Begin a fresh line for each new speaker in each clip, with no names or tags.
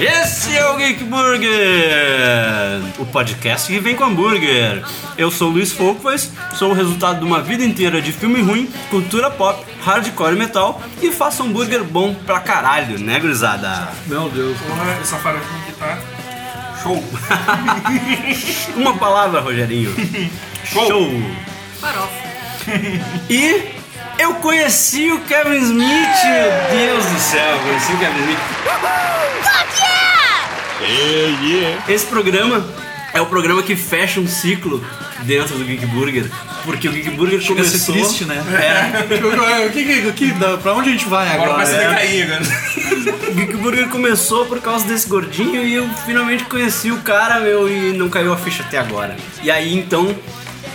Esse é o Geek Burger, o podcast que vem com hambúrguer. Eu sou o Luiz Folkways, sou o resultado de uma vida inteira de filme ruim, cultura pop, hardcore e metal e faço hambúrguer bom pra caralho, né, gurizada?
Meu Deus.
Porra, essa farofinha que tá. Show!
Uma palavra, Rogerinho.
Show.
Farofa.
E eu conheci o Kevin Smith, Deus do céu, eu conheci o Kevin Smith. Esse programa é o programa que fecha um ciclo dentro do Geek Burger, porque o Geek Burger
Chega a ser
começou...
triste, né?
É,
O que, que, o que, da- pra onde a gente vai
Agora é.
agora? né?
começa a decair, cara.
o Geek Burger começou por causa desse gordinho e eu finalmente conheci o cara, meu, e não caiu a ficha até agora. E aí então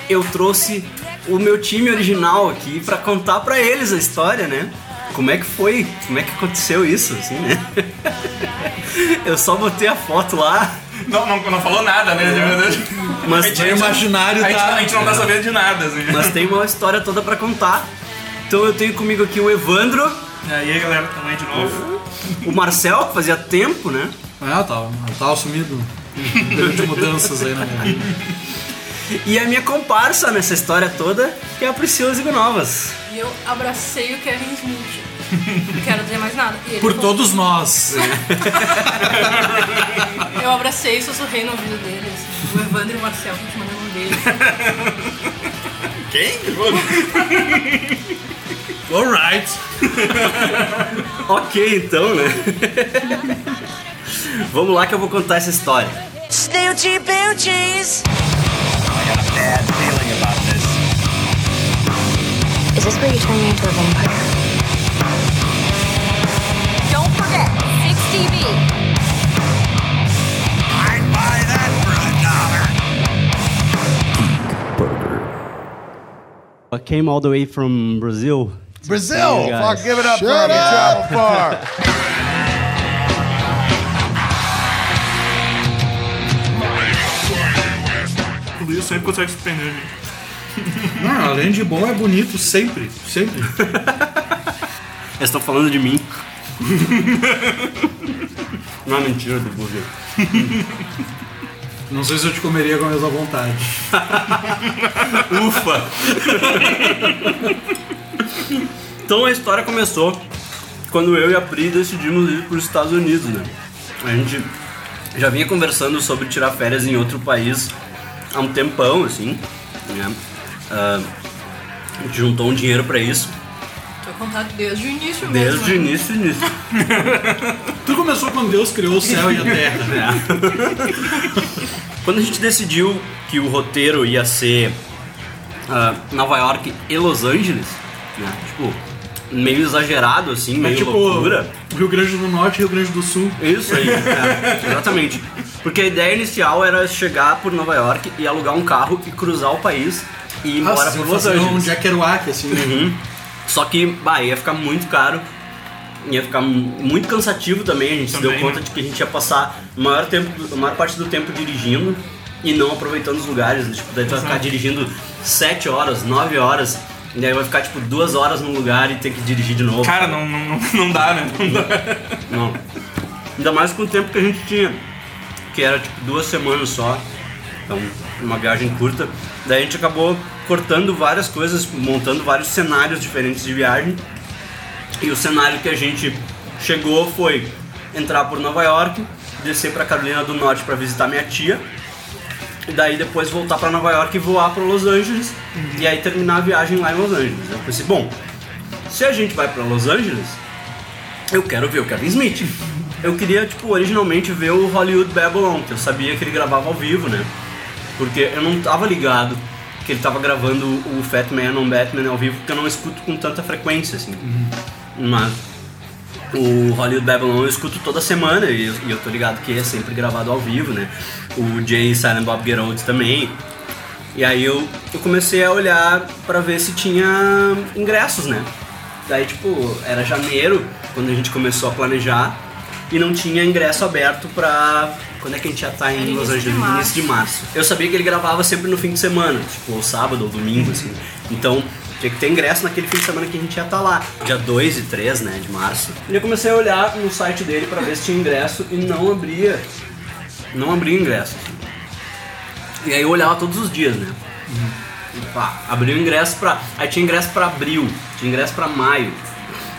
eu trouxe o meu time original aqui pra contar pra eles a história, né? Como é que foi? Como é que aconteceu isso, assim, né? Eu só botei a foto lá,
Não, não, não falou nada, né? de verdade.
mas
A gente-
O imaginário
A gente,
tá.
a gente não tá sabendo de nada, assim.
Mas tem uma história toda pra contar. Então eu tenho comigo aqui o Evandro,
E aí, galera, tamo aí de novo.
o Marcel, que fazia tempo, né?
Ah, eu tava, eu tava sumido. Teve de mudanças aí na minha vida.
E a minha comparsa nessa história toda, que é a Priscila Zigonovas.
E eu abracei o Kevin Smith. Não quero dizer mais nada. E ele
Por
falou-
todos nós.
Eu abracei e sussurrei no ouvido deles. O Evandro e o Marcel, que te mandou um beijo.
Quem?
Alright.
Ok, então, né? Vamos lá que eu vou contar essa história.
Snooty Boochies.
Is this where you turn me into a vampire?
Don't forget, 6TV.
I came all the way from Brazil.
Brazil,
Yeah, guys.
fuck, give it up for him. He traveled far.
O Luiz sempre consegue surpreender a gente.
Não, além de bom, é bonito sempre. Sempre.
Eles estão falando de mim. Não é mentira do Burger.
Não sei se eu te comeria com a mesma vontade.
Ufa! então a história começou quando eu e a Pri decidimos ir para os Estados Unidos, né? A gente já vinha conversando sobre tirar férias em outro país há um tempão, assim, né? Ah, a gente juntou um dinheiro para isso
Tô contando desde o início mesmo.
desde o início, início.
Tudo começou quando Deus criou o céu e a terra. É
Quando a gente decidiu que o roteiro ia ser ah, Nova York e Los Angeles, né? Tipo, meio exagerado assim, meio
É tipo
loucura.
Rio Grande do Norte e Rio Grande do Sul.
Isso aí, é, exatamente. Porque a ideia inicial era chegar por Nova York e alugar um carro e cruzar o país e ir embora
se eu
por Los
fosse um
Angeles.
Jackerouac, assim.
Só que, bah, ia ficar muito caro, ia ficar mu- muito cansativo também. A gente se deu
Também,
conta
né?
de que a gente ia passar o maior, tempo, a maior parte do tempo dirigindo e não aproveitando os lugares. Tipo, daí tu vai ficar dirigindo 7 horas, 9 horas, e daí vai ficar tipo 2 horas num lugar e ter que dirigir de novo.
Cara, não, não, não- não dá, né? Não dá.
Não. Ainda mais com o tempo que a gente tinha, que era tipo duas semanas só. Então, uma viagem curta. Daí a gente acabou cortando várias coisas, tipo, montando vários cenários diferentes de viagem. E o cenário que a gente chegou foi entrar por Nova York, descer para Carolina do Norte para visitar minha tia. E daí depois voltar para Nova York e voar para Los Angeles. E aí terminar a viagem lá em Los Angeles. Eu pensei, bom, se a gente vai para Los Angeles, eu quero ver o Kevin Smith. Eu queria, tipo, originalmente ver o Hollywood Babylon, que eu sabia que ele gravava ao vivo, né? Porque eu não tava ligado que ele tava gravando o Fat Man on Batman ao vivo, porque eu não escuto com tanta frequência, assim. Mas o Hollywood Babylon eu escuto toda semana e eu, e eu tô ligado que é sempre gravado ao vivo, né? O Jay e Silent Bob Geralt também. E aí eu, eu comecei a olhar pra ver se tinha ingressos, né? Daí, tipo, era janeiro quando a gente começou a planejar e não tinha ingresso aberto pra. Quando é que a gente já tá em
Era
Los
início de
Angeles?
março.
Início de março. Eu sabia que ele gravava sempre no fim de semana, tipo, ou sábado ou domingo, assim. Então, Tinha que ter ingresso naquele fim de semana que a gente ia estar lá. Dia 2 e 3, né, de março. E eu comecei a olhar no site dele pra ver se tinha ingresso e não abria. Não abria ingresso. E aí eu olhava todos os dias, né? E Pá, abriu ingresso pra. Aí tinha ingresso pra abril, tinha ingresso pra maio.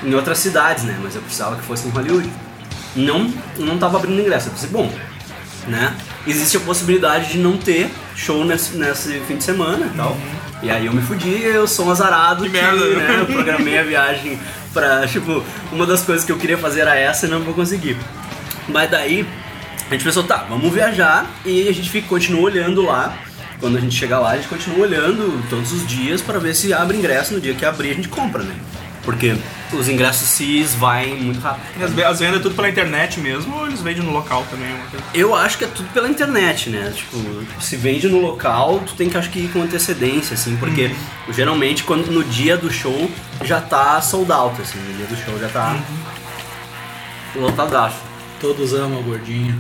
Em outras cidades, né? Mas eu precisava que fosse em Hollywood. Não, não tava abrindo ingresso. Eu pensei, bom, né? Existe a possibilidade de não ter show nesse, nesse fim de semana e tal. E aí eu me fudi, eu sou um azarado.
Uhum. Que merda, né?
né? Eu programei a viagem pra, tipo, uma das coisas que eu queria fazer era essa e não vou conseguir. Mas daí a gente pensou, tá, vamos viajar e a gente fica, continua olhando lá. Quando a gente chegar lá, a gente continua olhando todos os dias pra ver se abre ingresso. No dia que abrir, a gente compra, né? Porque os ingressos se esvaem muito rápido.
E As, ve- as vendas é tudo pela internet mesmo ou eles vendem no local também? uma coisa?
Eu acho que é tudo pela internet, né? Tipo, se vende no local, tu tem que acho que ir com antecedência, assim, porque geralmente quando no dia do show já tá sold out, assim, no dia do show já tá Uhum. lotadaço.
Todos amam o gordinho.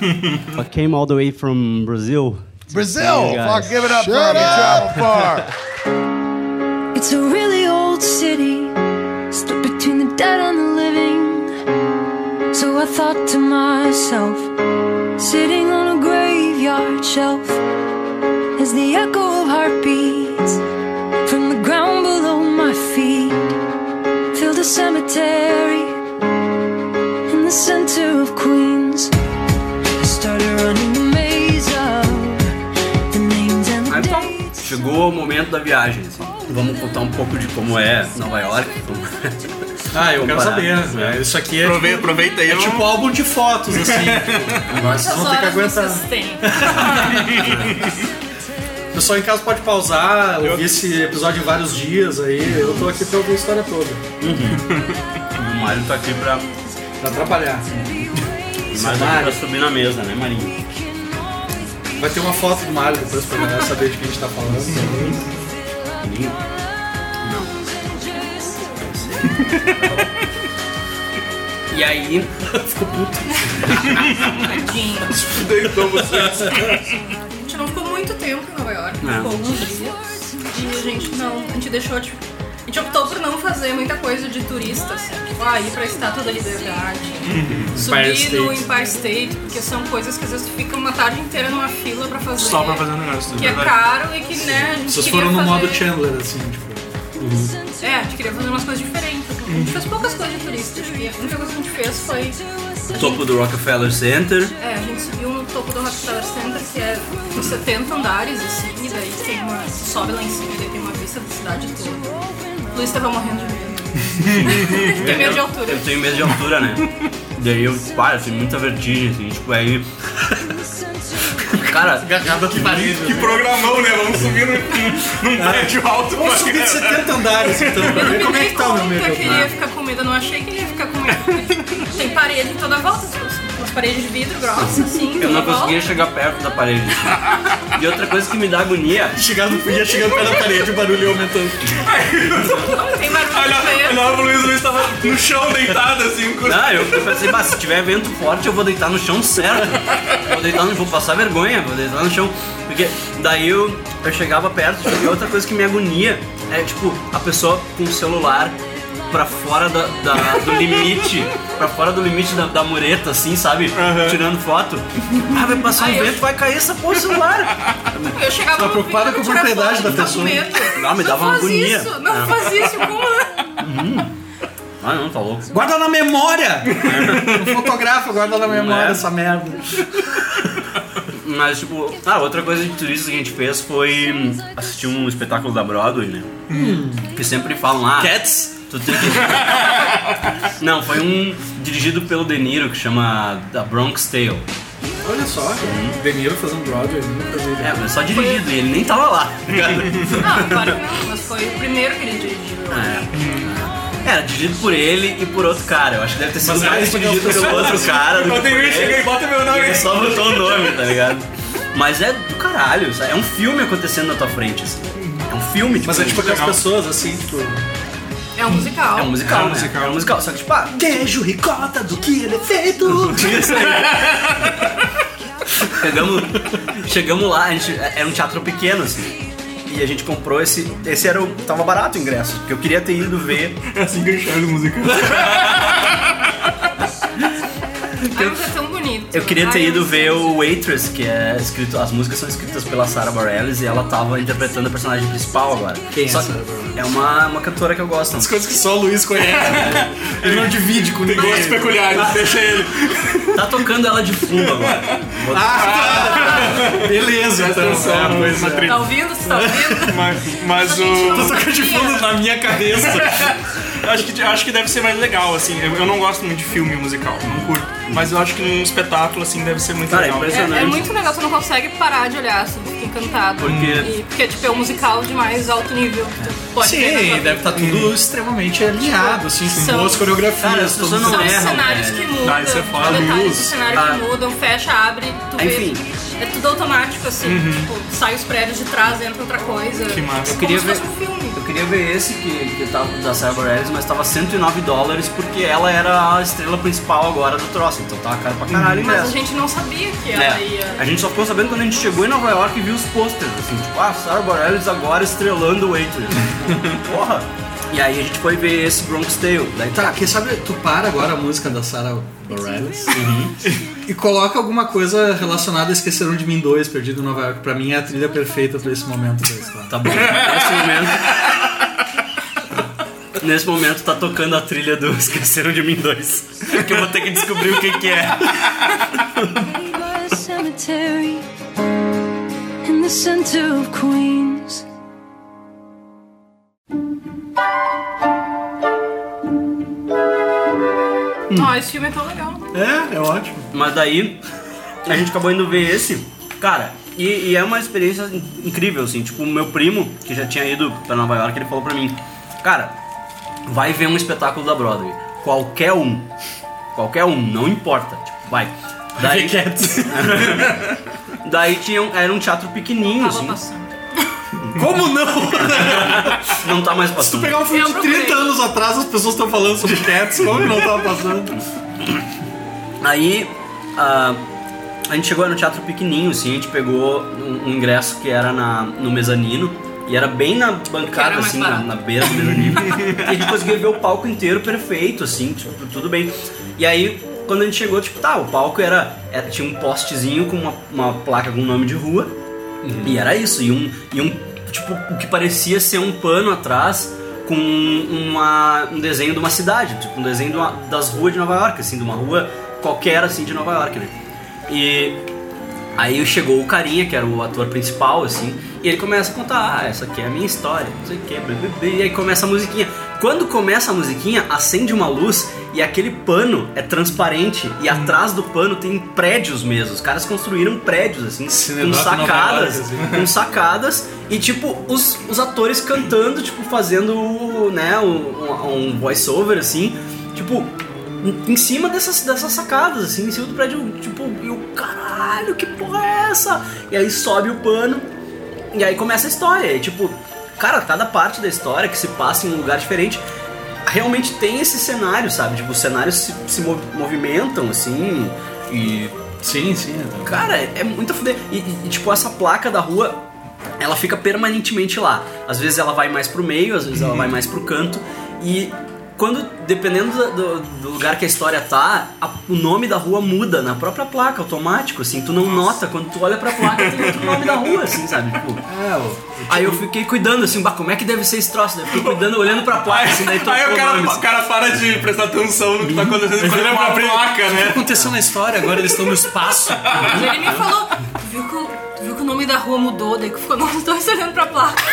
I came all the way from Brazil.
Brazil,
guys.
fuck, give it up for me, travel far.
It's a really old city, split between the dead and the living. So I thought to myself, sitting on a graveyard shelf, is the echo of heartbeats from the ground below my feet. Filled a cemetery in the center of Queens. I started running the maze of the names and the
Aí então,
dates.
chegou o momento da viagem, assim. Vamos contar um pouco de como é Nova York. vamos-
Ah, eu quero
Comparar,
saber.
né?
né? Isso aqui é
Aprove- Aproveita aí.
É
um-
tipo álbum de fotos, assim. Mas vocês vão
Quantas
ter que
horas
aguentar.
vocês têm?
O pessoal em casa pode pausar, ouvir esse episódio em vários dias aí. Eu tô aqui pra ouvir a história toda.
O Mário tá aqui pra,
Pra
o
trabalhar.
Mário tá aqui pra subir na mesa, né, Marinho?
Vai ter uma foto do Mário depois pra galera saber de que a gente tá falando.
Marinho? E aí,
Tadinho.
Deitou vocês.
A gente não ficou muito tempo em Nova York,
É.
Não.
ficou alguns dias. E a gente não. A gente deixou, tipo. A gente optou por não fazer muita coisa de turista, assim. Tipo, ah, ir pra Estátua da Liberdade, subir
Uhum. Empire
no
State.
Empire State, porque são coisas que às vezes tu fica uma tarde inteira numa fila pra fazer.
Só pra fazer um negócio.
Que é caro e que, né, a gente
Vocês
queria
foram no modo
fazer...
Chandler, assim, tipo.
É, a gente queria fazer umas coisas diferentes. assim. A gente fez poucas coisas de turista, acho que a única coisa que a gente fez foi
topo do Rockefeller Center.
É, a gente subiu no topo do Rockefeller Center, que é uns 70 andares, assim, e daí tem uma. sobe lá em cima e daí tem uma vista da cidade toda. O Luiz tava morrendo de medo. tem medo de altura.
Eu tenho medo de altura, né? Daí eu, pá, eu tenho muita vertigem, assim, tipo, aí. Cara,
Agarrada que parede.
Que programão, né? Vamos subir num, num prédio alto.
Vamos subir de 70 andares, então, pra ver
Eu
como
me
é
dei
que tá o meu
conta que ele ia
medo.
ficar com medo, eu não achei que ele ia ficar com medo. tem parede em toda a volta, tipo, umas paredes de vidro grossas, assim, em
eu
toda a
não
volta.
conseguia chegar perto da parede. E outra coisa que me dá agonia.
Chegando, ia chegando perto da parede, o barulho ia aumentando.
Não tem barulho de
Olha,
feio.
olhava pro Luiz, o Luiz tava no chão deitado assim. com-
Ah, eu, eu pensei, bah, se tiver vento forte, eu vou deitar no chão certo. Vou deitar no, vou passar vergonha, vou deitar no chão. Porque daí eu, eu chegava perto e outra coisa que me agonia é tipo a pessoa com o celular pra fora da, da- do limite, pra fora do limite da, da mureta, assim, sabe? Tirando foto. Ah, vai passar um
Ah, eu-
vento, vai cair essa porra do celular.
Eu chegava
Tá
no
preocupada
vidro,
com a
tirar
propriedade
foto,
da
tava
pessoa.
com medo.
Não, Ah, me dava uma
faz
agonia.
Isso, não faz isso, como?
Ah, não, tá louco.
Guarda na memória! Não fotografa, guarda na memória
é?
essa merda.
Mas, tipo, ah, outra coisa de turista que a gente fez foi hum, assistir um espetáculo da Broadway, né? Que sempre falam lá.
Cats?
Tu tem que. Não, foi um dirigido pelo De Niro que chama The Bronx Tale.
Olha só, cara. De Niro fazendo Broadway, eu nunca vi.
É, mas só dirigido, e ele nem tava lá. tá ligado?
Não, claro que não, mas foi o primeiro que ele dirigiu.
É. Era dirigido por ele e por outro cara. Eu acho que deve ter sido
Mas
mais
aí,
dirigido pelo outro cara do que
Quando
por
eu
ele.
cheguei, bota meu nome
Ele
aí.
só botou o nome, tá ligado? Mas é do caralho, sabe? é um filme acontecendo na tua frente, assim. É um filme, tipo,
Mas é tipo aquelas
Legal.
pessoas assim, tipo.
É um musical.
É um musical,
É um
né?
musical.
É um musical, só que tipo, ah, queijo, ricota, do que ele é feito.
né?
Isso
é
aí. chegamos, chegamos lá, a gente, era um teatro pequeno, assim.
E a gente comprou esse. Esse era o. Tava barato o ingresso, porque eu queria ter ido ver.
É assim que eu enxergo música.
Ai, mas é tão bonito.
Eu queria ter
Ai,
ido
não sei.
ver o Waitress, que é escrito. As músicas são escritas pela Sarah Bareilles e ela tava interpretando a personagem principal agora. Quem é, Sarah é uma, uma cantora que eu gosto. não.
Coisas que só o Luiz conhece. Ele não divide com ninguém.
Gostos
Ah,
peculiares, Então, deixa ele.
Tá tocando ela de fundo agora. Vou-
Beleza, então.
Atenção,
É, pois
uma
é.
tri-
Tá ouvindo? Você tá ouvindo?
Mas, mas o.
Tô tocando de fundo na minha cabeça.
acho, que, acho que deve ser mais legal, assim. Eu, eu não gosto muito de filme musical, não curto. Mas eu acho que num espetáculo, assim, deve ser muito
Cara,
legal.
impressionante.
É, é muito legal, você não consegue parar de olhar, assim, fica encantado.
Porque-
E- porque, tipo, é um musical de mais alto nível que tu pode ver na tua
Sim,
vida.
deve estar Tá tudo extremamente alinhado, assim, com
São-
boas
Cara, as
coreografias.
pessoas não
São
erram,
cenários
velho.
que mudam,
Ah, isso é foda.
detalhes
Luz.
de cenário
Ah.
que mudam, fecha, abre, tu vê.
Enfim.
É tudo automático, assim, tipo, sai os prédios de trás, entra outra coisa.
Que massa.
Como
Eu queria
se
ver,
fosse um
eu
filme.
queria ver esse que, que tava da Cyber Alice, mas tava 109 dólares porque ela era a estrela principal agora do troço, então tava caro pra caralho
Uhum. Mas a
ingresso.
gente tá não sabia que ela
É, a
ia.
gente só ficou sabendo quando a gente chegou em Nova York e viu os posters, assim, tipo, ah, Sarah Bareilles agora estrelando o Waitress. Porra! E aí a gente foi ver esse Bronx Tale. Daí,
Tá, quem sabe tu para agora a música da Sarah Bareilles
Uhum.
e coloca alguma coisa relacionada a Esqueceram de Mim 2, Perdido em Nova York. Pra mim é a trilha perfeita pra esse momento da história.
Tá bom. Nesse momento. Nesse momento tá tocando a trilha do Esqueceram de Mim 2. Que eu vou ter que descobrir o que, que é.
by a cemetery in the center of Queens.
Ó, esse filme é tão legal.
É, é ótimo.
Mas daí a gente acabou indo ver esse, cara. E, e é uma experiência in- incrível, assim. Tipo, o meu primo, que já tinha ido pra Nova York, ele falou pra mim: Cara, vai ver um espetáculo da Broadway. Qualquer um. Qualquer um, não importa. Tipo, vai. Daí, daí tinha um, era um teatro pequenininho,
Tava
assim.
passando.
Como não?
Não tá mais
Se tu
passando.
pegar um filme
Eu
de
procurei.
30 anos atrás, as pessoas estão falando sobre Cats, como não tava passando?
Aí ah, a gente chegou no teatro pequenininho, assim, a gente pegou um, um ingresso que era na, no mezanino e era bem na
Era
bancada,
mais
assim, na,
barato.
na beira do mezanino. e a gente conseguia ver o palco inteiro perfeito, assim, tipo, tudo bem. E aí quando a gente chegou, tipo, tá, o palco era, era- tinha um postezinho com uma, uma placa com nome de rua e era isso e um e um tipo o que parecia ser um pano atrás com uma, um desenho de uma cidade, tipo um desenho de uma- das ruas de Nova York, assim, de uma rua qualquer assim de Nova York, né? E aí chegou o carinha, que era o ator principal, assim, e ele começa a contar, ah, essa aqui é a minha história, não sei o que, blá, blá, blá", e aí começa a musiquinha. Quando começa a musiquinha, acende uma luz e aquele pano é transparente
Hum.
e atrás do pano tem prédios mesmo. Os caras construíram prédios, assim, com
Cinedota Nova
sacadas,
York, assim.
com sacadas e tipo os, os atores cantando, tipo fazendo, né, um, um voice-over assim, tipo em- em cima dessas, dessas sacadas, assim, em cima do prédio, tipo, e o caralho, que porra é essa? E aí sobe o pano e aí começa a história, e tipo, cara, cada parte da história que se passa em um lugar diferente realmente tem esse cenário, sabe? Tipo, os cenários se, se mov- movimentam assim e
Sim, sim.
Cara, é muito a fuder. E, e- e, tipo, essa placa da rua, ela fica permanentemente lá. Às vezes ela vai mais pro meio, às vezes ela
Uhum.
vai mais pro canto. E quando, dependendo do, do- do lugar que a história tá, a- o nome da rua muda na própria placa, automático, assim. Tu não nota, quando tu olha pra placa, tem outro nome da rua, assim, sabe? Tipo,
É,
aí eu
um
fiquei cuidando, assim, bah, como é que deve ser esse troço? Daí eu fiquei cuidando, olhando pra placa, assim, daí
Aí
tocou
o
o
cara,
nome,
o
assim.
cara para de prestar atenção no que tá acontecendo
é
quando ele abre a placa, né?
aconteceu na história? Agora eles estão no espaço.
Mas ele me falou, "Tu viu que, o- tu viu que o nome da rua mudou, daí que ficou nós dois olhando pra placa.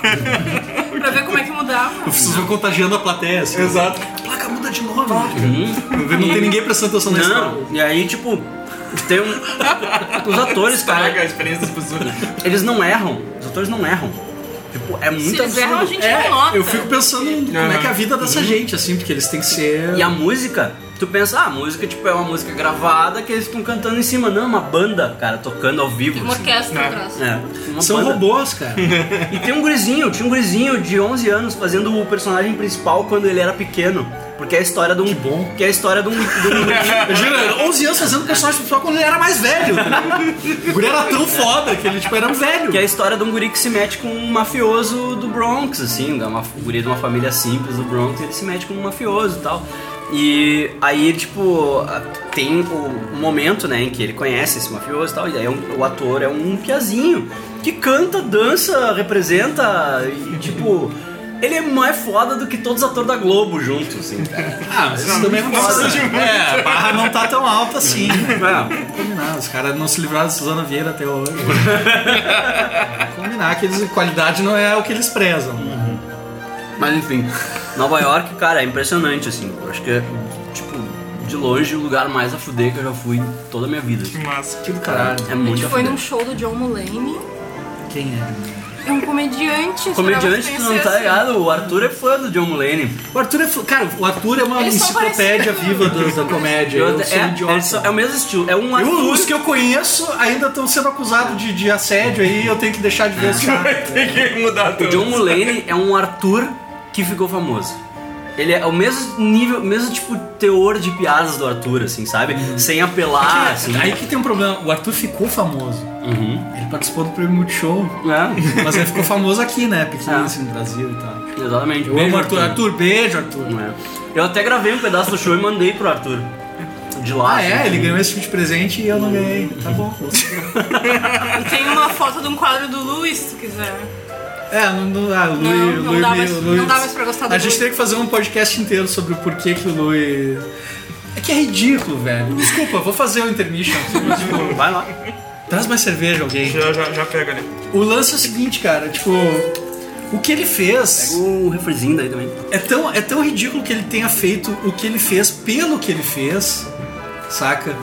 pra ver como é que mudava.
Vocês vão contagiando a plateia. Assim.
Exato.
A placa muda de nome. Não tem ninguém prestando atenção na história.
Não, e aí, tipo, tem um... Os atores, cara,
Estraga a experiência das pessoas.
Eles não erram. Os atores não erram. Tipo, é muito
Se eles
absurdo.
erram, a gente
É,
não nota.
eu fico pensando como é que é a vida dessa gente, assim, porque eles têm que ser.
Uhum. É. E a música, tu pensa, ah, a música tipo, é uma música gravada que eles ficam cantando em cima. Não, é uma banda, cara, tocando ao vivo.
Tem uma
assim.
orquestra atrás.
É, uma
São
banda.
robôs, cara.
E tem um gurizinho, tinha um gurizinho de 11 anos fazendo o personagem principal quando ele era pequeno. Porque é a história de um. Bom. Que é a história de um. de um-
Imagina, 11 anos fazendo personagem só quando ele era mais velho. o guri era tão foda que ele, tipo, era um velho.
que é a história de um guri que se mete com um mafioso do Bronx, assim, uma um guri de uma família simples do Bronx, ele se mete com um mafioso e tal. E aí, tipo, a- tem o, o momento, né, em que ele conhece esse mafioso e tal, e aí é um- o ator é um piazinho que canta, dança, representa, e tipo, ele é mais foda do que todos os atores da Globo juntos, assim, cara.
Ah, mas isso também não
precisa de muito.
É, a barra não tá tão alta assim.
É.
Vamos combinar, os caras não se livraram de Suzana Vieira até hoje. Vamos combinar que eles, qualidade não é o que eles prezam.
Mas enfim, Nova York, cara, é impressionante, assim. Eu acho que é, tipo, de longe o lugar mais a fuder que eu já fui em toda a minha vida.
Que massa.
Que do caralho.
É
A
muito
gente
a
foi
fuder.
num show do John Mulaney.
Quem é?
É um
Comediante,
comediante. esperava
tu não tá
conhecer, assim.
ligado? O Arthur é fã do John Mulaney.
O Arthur é. fo- Cara, o Arthur é uma
Eles são
enciclopédia
parecidos.
viva do- da comédia. Eu,
é,
sou um idiota.
é, só- é o mesmo estilo. É um
Eu,
Arthur.
os que eu conheço ainda estão sendo acusados de, de assédio aí, eu tenho que deixar de ver os
Ah,
caras.
Tem que mudar
O
tudo.
John Mulaney é um Arthur que ficou famoso. Ele é o mesmo nível, mesmo tipo teor de piadas do Arthur, assim, sabe? Sem apelar, assim.
Aí Uhum. que tem um problema, o Arthur ficou famoso.
Uhum.
Ele participou do prêmio Multishow,
É,
mas ele ficou famoso aqui, né? Pequeno
Ah.
assim, no Brasil e tal.
É, exatamente.
Eu amo
Beijo,
o Arthur. Arthur, beijo, Arthur.
É. Eu até gravei um pedaço do show e mandei pro Arthur. De lá.
Ah, é?
assim.
Ele ganhou esse tipo de presente e eu não ganhei. Tá bom.
assim. Tem uma foto de um quadro do Luiz, se tu quiser.
É, não, não, ah, o Lui,
Não,
o
não
Lui
dá
me-
mais-
o Lui-
não dá mais pra gostar do
A gente
Lui.
teria que fazer um podcast inteiro sobre o porquê que o Lui. É que é ridículo, velho. Desculpa, vou fazer o intermission aqui, mas, tipo,
Vai lá.
traz mais cerveja, alguém.
Já, já, já pega ali.
O lance é o seguinte, cara, tipo. O que ele fez
O refrezinho daí também.
é tão, é tão ridículo que ele tenha feito o que ele fez pelo que ele fez, saca?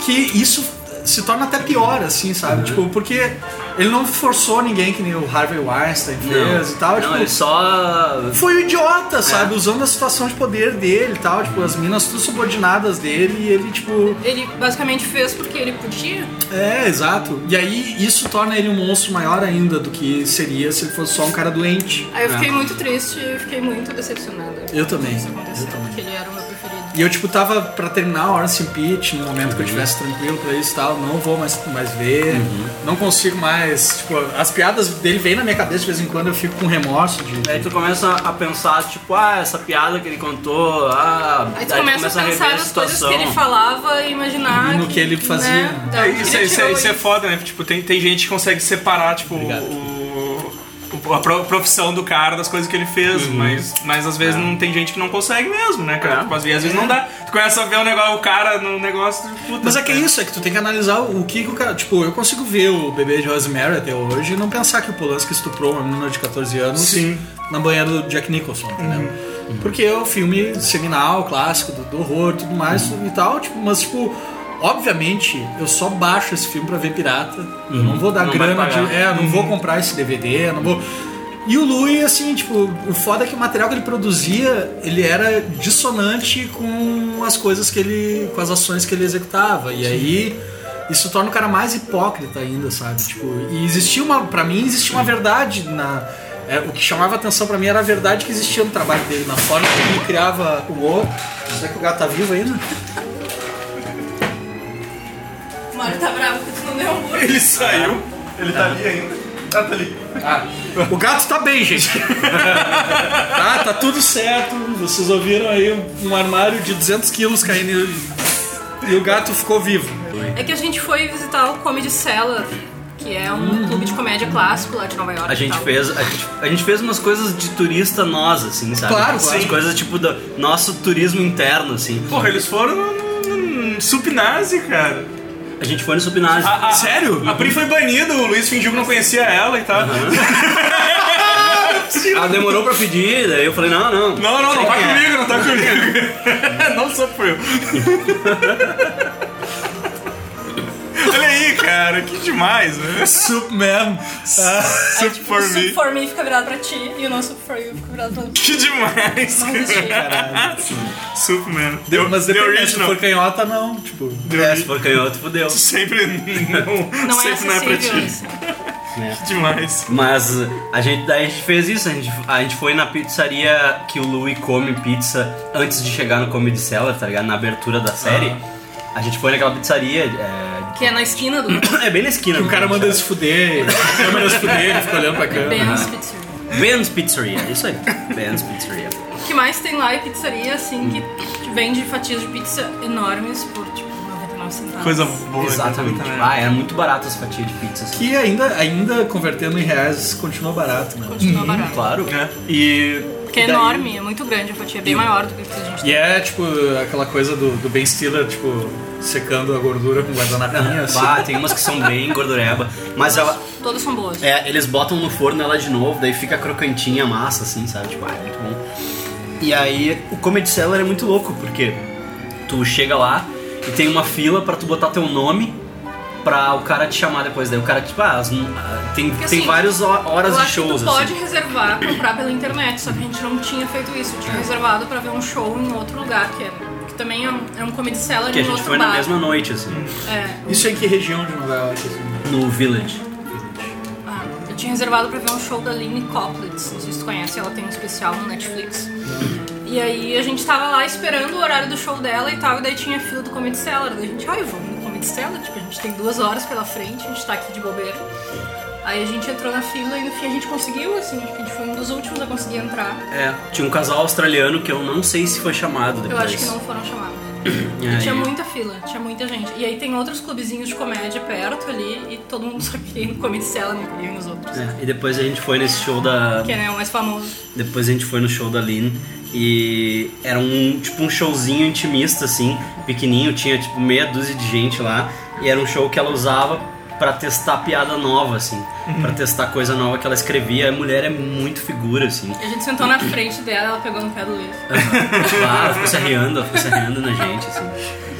Que isso se torna até pior, assim,
Uhum.
sabe? Tipo, porque ele não forçou ninguém que nem o Harvey Weinstein fez e tal.
não,
tipo,
ele É. só.
foi um idiota, sabe? Usando a situação de poder dele e tal, tipo, as minas tudo subordinadas dele e ele, tipo.
Ele basicamente fez porque ele podia.
É, exato. E aí isso torna ele um monstro maior ainda do que seria se ele fosse só um cara doente.
Aí eu
né?
fiquei muito triste, fiquei muito decepcionada.
Eu também,
Isso aconteceu,
eu também.
porque ele era o meu preferido.
E eu, tipo, tava pra terminar Orange and Peach no momento que eu estivesse tranquilo pra isso e tal. Não vou mais, mais ver, não consigo mais. Tipo, as piadas dele vêm na minha cabeça de vez em quando, eu fico com remorso de.
Aí tu começa a pensar, tipo, ah, essa piada que ele contou, ah,
Aí tu começa, a
rever
pensar
a
nas coisas
situação.
que ele falava e imaginar.
E no que ele fazia.
né, da
É,
onde
isso, é-
ele
isso, é-
tirou
isso é
isso.
foda, né? Tipo, tem, tem gente que consegue separar, tipo, o, o- a pro- profissão do cara das coisas que ele fez, mas, mas às vezes não tem gente que não consegue mesmo, né, cara?
É.
Tipo, às vezes às vezes não dá. Tu começa a ver o negócio, o cara no negócio, tipo, puta.
Mas é que é isso, é que tu tem que analisar o que, que o cara. Tipo, eu consigo ver o bebê de Rosemary até hoje e não pensar que o Polanski estuprou uma menina de 14 anos
Sim. Uhum.
na banheira do Jack Nicholson, entendeu? Porque é um filme seminal, clássico, do, do horror tudo mais
Uhum.
e tal, tipo, mas tipo. Obviamente, eu só baixo esse filme pra ver pirata. Eu
Uhum.
não vou dar
Não vai
grana
pagar. Uhum.
de. É, eu não vou comprar esse DVD, não vou. E o Louis, assim, tipo, o foda é que o material que ele produzia, ele era dissonante com as coisas que ele. com as ações que ele executava. E aí. Isso torna o cara mais hipócrita ainda, sabe? Tipo, e existia uma. Pra mim, existia uma verdade na. é, o que chamava atenção pra mim era a verdade que existia no trabalho dele, na forma que ele criava o humor. Será que o gato tá vivo ainda?
O Mário tá bravo porque tu não deu hambúrguer.
Ele saiu, ele tá ali ainda. Ah, tá ali.
O gato tá bem, gente. tá, tá tudo certo. Vocês ouviram aí um armário de 200 quilos caindo e- e o gato ficou vivo.
É que a gente foi visitar o Comedy Cellar, que é um clube de comédia clássico lá de Nova York.
A
e
gente
tal.
fez. A gente, a gente fez umas coisas de turista nós, assim, sabe?
Claro,
Tipo,
claro.
As coisas tipo do nosso turismo interno, assim.
Porra, eles foram no, no, no Supinazi, cara.
A gente foi no Subnase.
A- a-
Sério?
A Pri foi banida, o Luiz fingiu que não conhecia ela e tal.
Ela Ah, demorou pra pedir, daí eu falei, não, não.
Não, não, não tá comigo, não tá comigo. não sou eu. Olha aí, cara, que demais, né?
Superman.
Sup for
O Soup
me.
for me fica virado pra ti e o nosso for you fica virado pra
Que demais,
Não é existe.
cara. Superman.
Deu, mas
The
dependendo se
Original.
for canhota, não. Tipo,
The
É, se
Original.
for canhoto, fudeu.
Sempre não,
Não é
sempre não é pra
acessível
ti.
isso.
né?
Demais.
Mas eh, a gente, daí a gente fez isso, a gente, a gente foi na pizzaria que o Louis come pizza antes de chegar no Comedy Cellar, tá ligado? Na abertura da série. A gente foi naquela pizzaria. É,
Que é na esquina do
é bem na esquina.
O cara manda se fuder, a câmera se fuder, ele fica olhando pra câmera.
Ben's
Ben's Pizzeria.
Pizzeria, isso aí. Ben's Pizzeria.
O que mais tem lá é pizzaria, assim, que vende fatias de pizza enormes por, tipo, 99 centavos.
Coisa boa.
Exatamente.
né?
Ah, era muito barato as fatias de pizza. assim.
Que ainda, ainda convertendo em reais continua barato, né?
Continua barato.
Uhum. Claro.
É.
E.
Porque é
daí-
enorme, é muito grande a fatia, é bem maior do que o que a gente
E é tipo aquela coisa do, do Ben Stiller, tipo, secando a gordura com guardanapinha, assim.
Ah, Bah, tem umas que são bem gordureba. Mas ela,
Todas são boas.
É, eles botam no forno ela de novo, daí fica crocantinha a massa, assim, sabe? Tipo, ah, é muito bom. E aí, o Comedy Cellar é muito louco, porque tu chega lá e tem uma fila pra tu botar teu nome pra o cara te chamar depois. Daí o cara, tipo, ah, as- ah, tem,
Porque,
tem
assim,
várias ho- horas
Eu
de
acho que
shows,
tu
assim.
pode reservar, comprar pela internet, só que a gente não tinha feito isso.
É.
Eu tinha reservado pra ver um show em outro lugar, que, é, que também é um, é um comedy cellar
Que a
em
gente
outro
foi
bar.
na mesma noite, assim,
É,
Isso é em que região de Nova York? Assim?
no Village.
ah, eu tinha reservado pra ver um show da Lynn Coplitz, não sei se tu conhece, ela tem um especial no Netflix. E aí a gente tava lá esperando o horário do show dela e tal, e daí tinha a fila do Comedy Cellar. Daí a gente, ai, vamos no Comedy Cellar, tipo, a gente tem duas horas pela frente, a gente tá aqui de bobeira. Aí a gente entrou na fila e no fim a gente conseguiu, assim, acho que a gente foi um dos últimos a conseguir entrar.
É, tinha um casal australiano que eu não sei se foi chamado
Eu
depois.
acho que não foram chamados.
E aí-
Tinha muita fila, tinha muita gente. E aí tem outros clubezinhos de comédia perto ali e todo mundo só queria ir no Comedy Cellar, não queria ir nos outros.
é, e depois a gente foi nesse show da,
Que é né, o mais famoso.
Depois a gente foi no show da Lynn e era um tipo um showzinho intimista assim, pequenininho, tinha tipo meia dúzia de gente lá e era um show que ela usava pra testar piada nova assim, pra testar coisa nova que ela escrevia. A mulher é muito figura assim.
E a gente sentou na frente dela, ela pegou no pé do Luiz.
Ah, ela ficou se arriando, ela ficou se arriando na gente assim.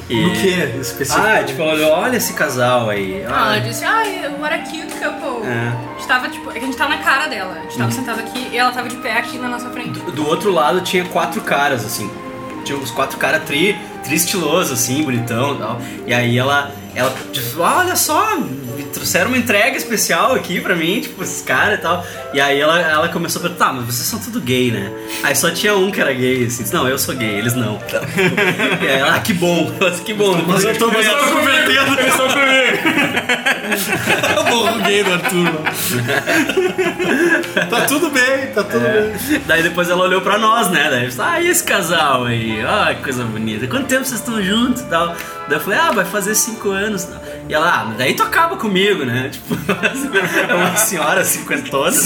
E-
No que específico?
Ah, tipo, olha, olha esse casal aí.
Ah,
Ah,
ela disse, ai, what a cute
É.
couple.
Hum.
A gente tava, tipo, é que a gente tava na cara dela. A gente tava sentado aqui e ela tava de pé aqui na nossa frente.
do outro lado tinha quatro caras, assim. Tinha uns quatro caras tri, tri estiloso, assim, bonitão e tal. E aí ela, ela disse, ah, olha só, me trouxeram uma entrega especial aqui pra mim, tipo, esses caras e tal. E aí ela, ela começou a perguntar, tá, mas vocês são tudo gay, né? Aí só tinha um que era gay, assim, disse, não, eu sou gay, eles não. e aí ela, ah, que bom, mas que bom. Mas eu tô, mas eu tô convertendo.
Só comigo.
Tá bom, o gay do Arthur. mano. tá tudo bem, tá tudo bem.
Daí depois ela olhou pra nós, né? Daí eu disse, ah, e esse casal aí? Ah, que coisa bonita. Quanto tempo vocês estão juntos e tal? Daí eu falei, ah, vai fazer cinco anos. e tal. E ela, ah, mas daí tu acaba comigo, né? Tipo, é uma senhora cinquentona.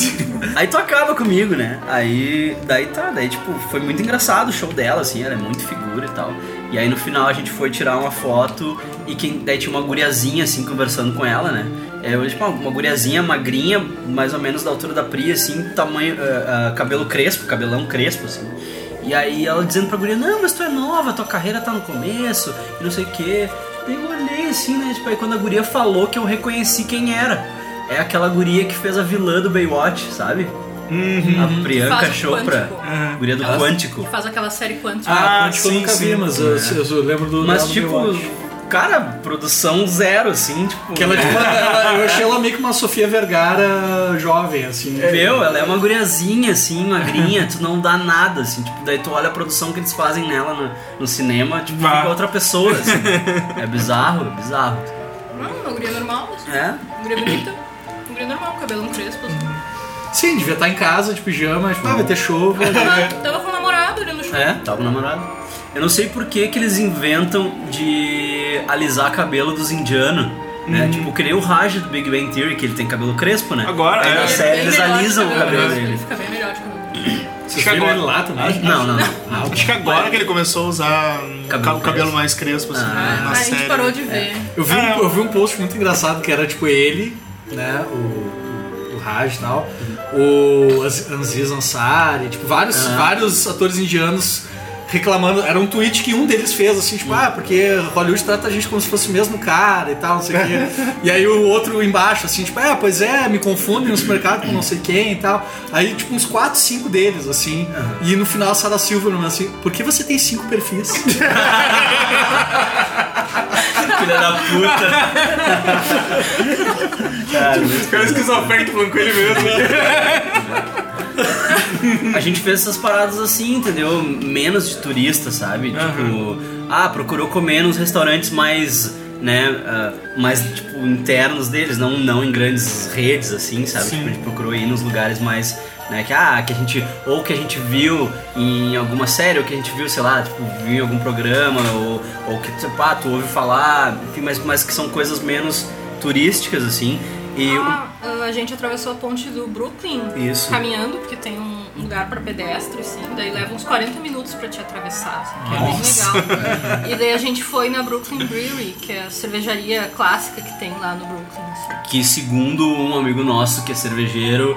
Aí tu acaba comigo, né? Aí, daí tá, daí tipo, foi muito engraçado o show dela, assim, ela é muito figura e tal. E aí no final a gente foi tirar uma foto e quem, daí tinha uma guriazinha, assim, conversando com ela, né? É, eu, tipo, uma, uma guriazinha magrinha, mais ou menos da altura da Pri, assim, tamanho, ah, ah, cabelo crespo, cabelão crespo, assim. E aí ela dizendo pra guria, não, mas tu é nova, tua carreira tá no começo, e não sei o quê. Daí eu olhei assim, né? Tipo, aí quando a guria falou que eu reconheci quem era. É aquela guria que fez a vilã do Baywatch, sabe? A Priyanka
Faz o
Chopra.
Quântico.
a Guria do Quântico.
Que faz aquela série quântica.
Ah,
Ah,
Quântico eu
sim,
nunca
sim.
vi, mas eu, eu lembro do.
Mas
do
tipo,
Baywatch.
cara, produção zero, assim, tipo.
Que ela, é tipo, uma- ela- eu achei ela meio que uma Sofia Vergara jovem, assim.
Meu, ela é uma guriazinha, assim, magrinha, tu não dá nada, assim, tipo, daí tu olha a produção que eles fazem nela no, no cinema, tipo,
Bah.
fica outra pessoa, assim. É bizarro, é bizarro.
Não, uma guria normal. assim.
É?
Uma guria bonita. Uma guria normal, cabelo crespo. assim.
Sim, devia estar em casa de pijama, tipo, ah, vai ter chuva.
Tava, tava com o namorado ali no show.
É, tava namorado. Eu não sei por que que eles inventam de alisar cabelo dos indianos. Né? Tipo, que nem o Raj do Big Bang Theory, que ele tem cabelo crespo, né?
Agora,
Aí
é.
na
Ele
série
é
eles
melhor de
alisam o cabelo
crespo, Ele
dele.
fica bem melhor de cabelo.
Vocês viram ele lá também?
Não, não, não.
Acho que agora que ele começou a usar um
Cabelo
cabelo,
crespo.
mais crespo, assim,
Ah,
na
Aí a
série.
gente parou
né?
de ver.
Eu
É.
vi, um, eu vi um post muito engraçado que era tipo ele, né? O, o Raj e tal, o Az- Aziz Ansari, tipo, vários, vários atores indianos reclamando. Era um tweet que um deles fez, assim, tipo, ah, porque Hollywood trata a gente como se fosse o mesmo cara e tal, não sei o quê. E aí o outro embaixo, assim, tipo, é, pois é, me confundem no supermercado com não sei quem e tal. Aí, tipo, uns 4, 5 deles, assim. E no final a Sarah Silverman, assim, por que você tem cinco perfis?
Filha da puta.
O cara é esquizofrênico falando com ele mesmo.
A gente fez essas paradas assim, entendeu? Menos de turista, sabe? Tipo, ah, procurou comer nos restaurantes mais, né, ah, mais tipo, internos deles, não, não em grandes redes, assim, sabe? Tipo, a gente procurou ir nos lugares mais, né, que, ah, que a gente, ou que a gente viu em alguma série, ou que a gente viu, sei lá, tipo, viu em algum programa, ou, ou que, tipo, ah, tu ouve falar, enfim, mas, mas que são coisas menos turísticas, assim. E o-
Ah, a gente atravessou a ponte do Brooklyn
Isso.
caminhando, porque tem um lugar pra pedestre, assim, daí leva uns 40 minutos pra te atravessar, assim, que é bem legal. e daí a gente foi na Brooklyn Brewery, que é a cervejaria clássica que tem lá no Brooklyn. assim.
que segundo um amigo nosso que é cervejeiro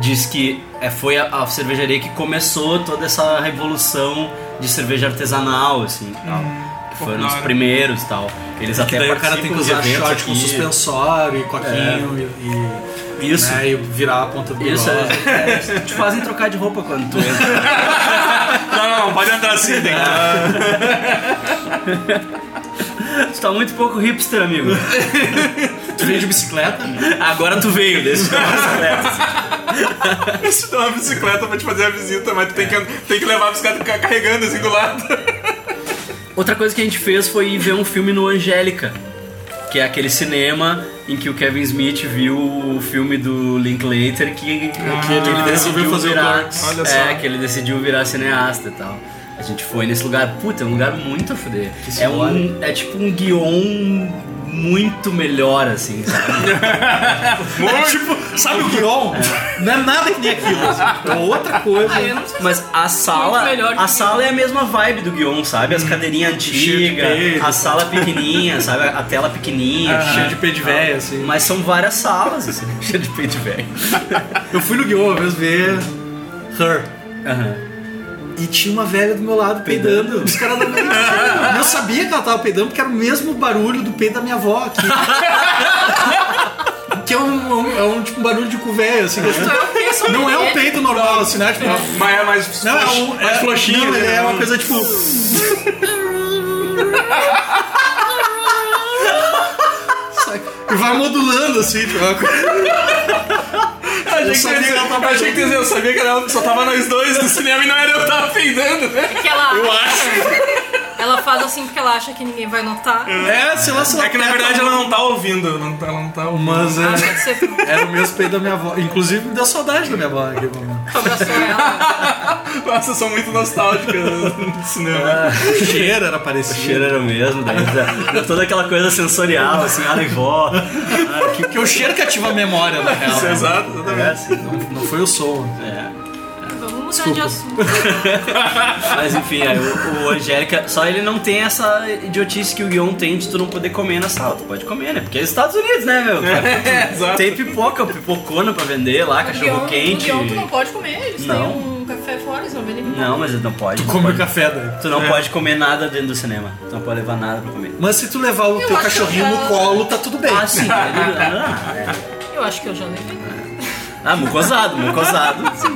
diz que é, foi a, a cervejaria que começou toda essa revolução de cerveja artesanal assim tal que foram os
claro.
primeiros tal eles
É Que
até
daí o cara tem que
participam é de
usar
eventos é tipo
shot
aqui.
com suspensório e coquinho e, e-
É. Isso.
né, e virar a ponta do
isso
bigode.
é, é, te fazem trocar de roupa quando tu entra
Não, não, não, pode entrar assim, tem que
tu tá muito pouco hipster amigo
Tu vem de bicicleta?
agora tu veio desse né?
te dar uma bicicleta pra te fazer a visita, mas tu tem que, tem que levar a bicicleta ca- carregando assim do lado.
Outra coisa que a gente fez foi ir ver um filme no Angélica, que é aquele cinema em que o Kevin Smith viu o filme do Linklater que, que ele decidiu
Ah, fazer o
virar,
Clerks.
Olha
é,
só.
que ele decidiu virar cineasta e tal. A gente foi nesse lugar, puta, é um lugar muito a fuder. É, um, é tipo um guion muito melhor, assim, sabe?
Tipo, sabe o Guion? Não é nada que nem aquilo. assim. É outra coisa.
Ah, eu não sei
Mas a sala,
Muito melhor que
a
o
sala é a mesma vibe do Guion, sabe? As cadeirinhas
Cheio Hum, de
antigas,
peito.
a sala pequenininha, sabe? A tela pequenininha.
Cheio de pé de véia, assim.
Mas são várias salas, assim, cheia de peito velho.
Eu fui no Guion uma vez ver Her. E tinha uma velha do meu lado peidando. Os caras não. Sério, Eu sabia que ela tava peidando porque era o mesmo barulho do peido da minha avó aqui. Que é um, um- é um, tipo um barulho de cu velho, assim. que as pessoas- Não é um peito normal, assim, né? Tipo,
Mas é mais,
não, é um.
mais
é-
frouxinho,
não,
né?
ele é uma coisa tipo. Saca? E vai modulando assim, tipo, é uma coisa-
Eu
sabia que ela tava
eu achei que eu sabia que ela só tava nós dois no cinema e não era eu que tava peidando, né?
que ela eu acho. Ela faz assim porque ela acha que ninguém vai notar.
É, sei lá, sei lá. um.
É que na verdade ela não tá ouvindo, não tá, ela não tá ouvindo.
Mas
Ah,
é,
pode ser.
era o mesmo peito da minha avó. Inclusive me deu saudade da minha avó naquele momento.
Tu abraçou ela.
Nossa, eu sou muito nostálgica do cinema.
O cheiro era parecido.
O cheiro era o mesmo, daí tá- toda aquela coisa sensorial, assim, ai vó. ai, que
Porque o cheiro que ativa a memória, na real.
Isso, exato,
é,
exatamente.
assim,
Não, não foi o som.
é.
Vamos mudar de assunto.
Mas enfim, aí o, o Angélica, só ele não tem essa idiotice que o Guion tem de tu não poder comer na sala. Tu pode comer, né? Porque é Estados Unidos, né, meu?
É, exato.
Tem pipoca, pipocona pra vender lá, cachorro
O
Tá quente.
guion tu não pode comer, eles
Não.
têm um café fora, eles não vendem
Não, mas não pode. não
Come o
pode.
café né? daí.
Tu não pode comer nada dentro do cinema. Tu não pode levar nada pra comer.
Mas se tu levar o teu
acho
cachorrinho
que-
no colo, tá tudo bem.
Ah, sim. ele- ah,
Eu acho que eu já levei.
ah, mucosado, mucosado.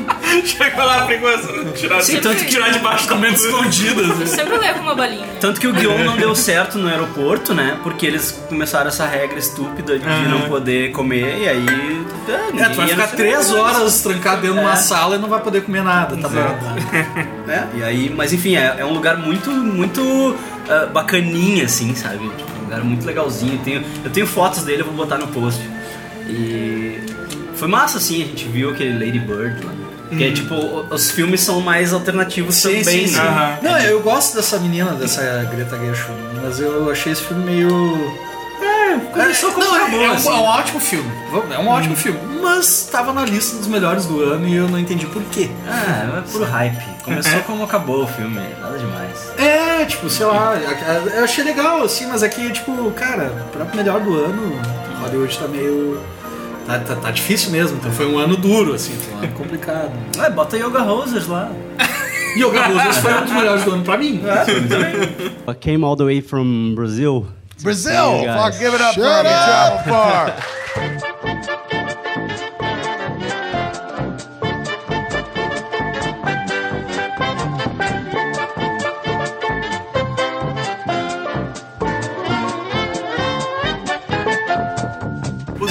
Chega lá, precoce, tirar,
Sim, tanto que-
tirar de baixo do momento escondido.
Eu sempre levo uma balinha.
Tanto que o Guion não deu certo no aeroporto, né? Porque eles começaram essa regra estúpida de não poder comer e aí.
É, tu vai ficar três
né?
horas trancado dentro de
É.
uma sala e não vai poder comer nada, tá bom?
né? E aí, mas enfim, é, é um lugar muito, muito ah, bacaninha, assim, sabe? Tipo, um lugar muito legalzinho. Tenho, eu tenho fotos dele, eu vou botar no post. E foi massa, assim, a gente viu aquele Lady Bird lá. Porque, tipo, o- os filmes são mais alternativos também, né?
Aham.
Não, eu gosto dessa menina, dessa Greta Gershwig, mas eu achei esse filme meio...
começou
É,
como
não,
acabou,
é, é um,
assim.
é um ótimo filme. É um ótimo filme. Mas tava na lista dos melhores do ano e eu não entendi por quê.
Ah, é puro hype. Começou como acabou o filme, nada demais.
É, tipo, sei lá, a- a- eu achei legal, assim, mas aqui, tipo, cara, o próprio melhor do ano, Hollywood tá meio. Tá, tá, tá difícil mesmo, então foi um ano duro, assim, foi um ano complicado.
Ué, É, bota Yoga Roses lá.
E o Gabudas foi um dos melhores do ano pra mim.
I came all the way from Brazil.
Brazil,
guys.
fuck, give it up. Shut up. Travel far.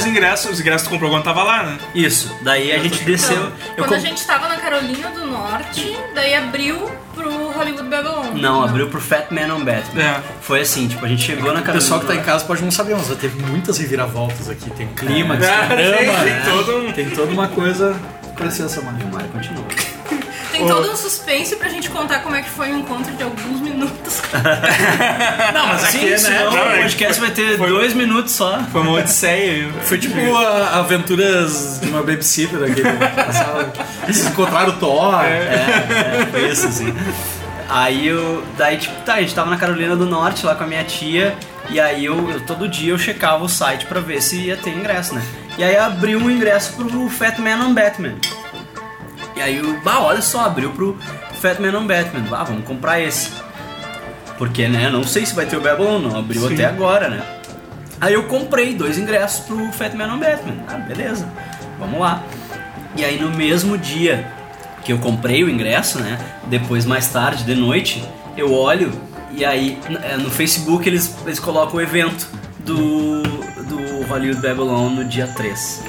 ingressos, os ingressos que tu comprou quando tava lá, né?
Isso. Daí a gente desceu. eu
Então, Quando
com-
a gente tava na Carolina do Norte, daí abriu pro Hollywood Babylon.
Não, abriu pro Fat Man on Bat.
É.
Foi assim, tipo, a gente chegou na
O
Carolina.
pessoal que tá
do
em casa pode não saber, mas já teve muitas reviravoltas aqui. Tem um clima,
É.
tem, tem todo um.
tem toda uma coisa pra ser essa
Norte. E o Mário
maneira.
continua.
Tem todo um suspense pra gente contar como é que foi o encontro de alguns minutos.
Não, mas
Ah, Sim, senão
Não,
o
é-
podcast vai ter
foi-
dois minutos só.
Foi uma odisseia.
Foi tipo a aventuras de uma babysitter aqui. Passaram- Eles encontraram o Thor.
É, foi isso, assim. Aí eu. Daí, tipo, tá, a gente tava na Carolina do Norte lá com a minha tia. E aí eu, eu- todo dia eu checava o site pra ver se ia ter ingresso, né? E aí abriu um ingresso pro Fat Man on Batman. E aí o. Bah, olha só, abriu pro Fat Man on Batman. Ah, vamos comprar esse. Porque, né? Não sei se vai ter o Babylon, não. Abriu até agora, né? Aí eu comprei dois ingressos pro Fat Man on Batman. Ah, beleza. Vamos lá. E aí no mesmo dia que eu comprei o ingresso, né? Depois, mais tarde, de noite, eu olho e aí n- é, no Facebook eles, eles colocam o evento do, do Hollywood Babylon no dia 3.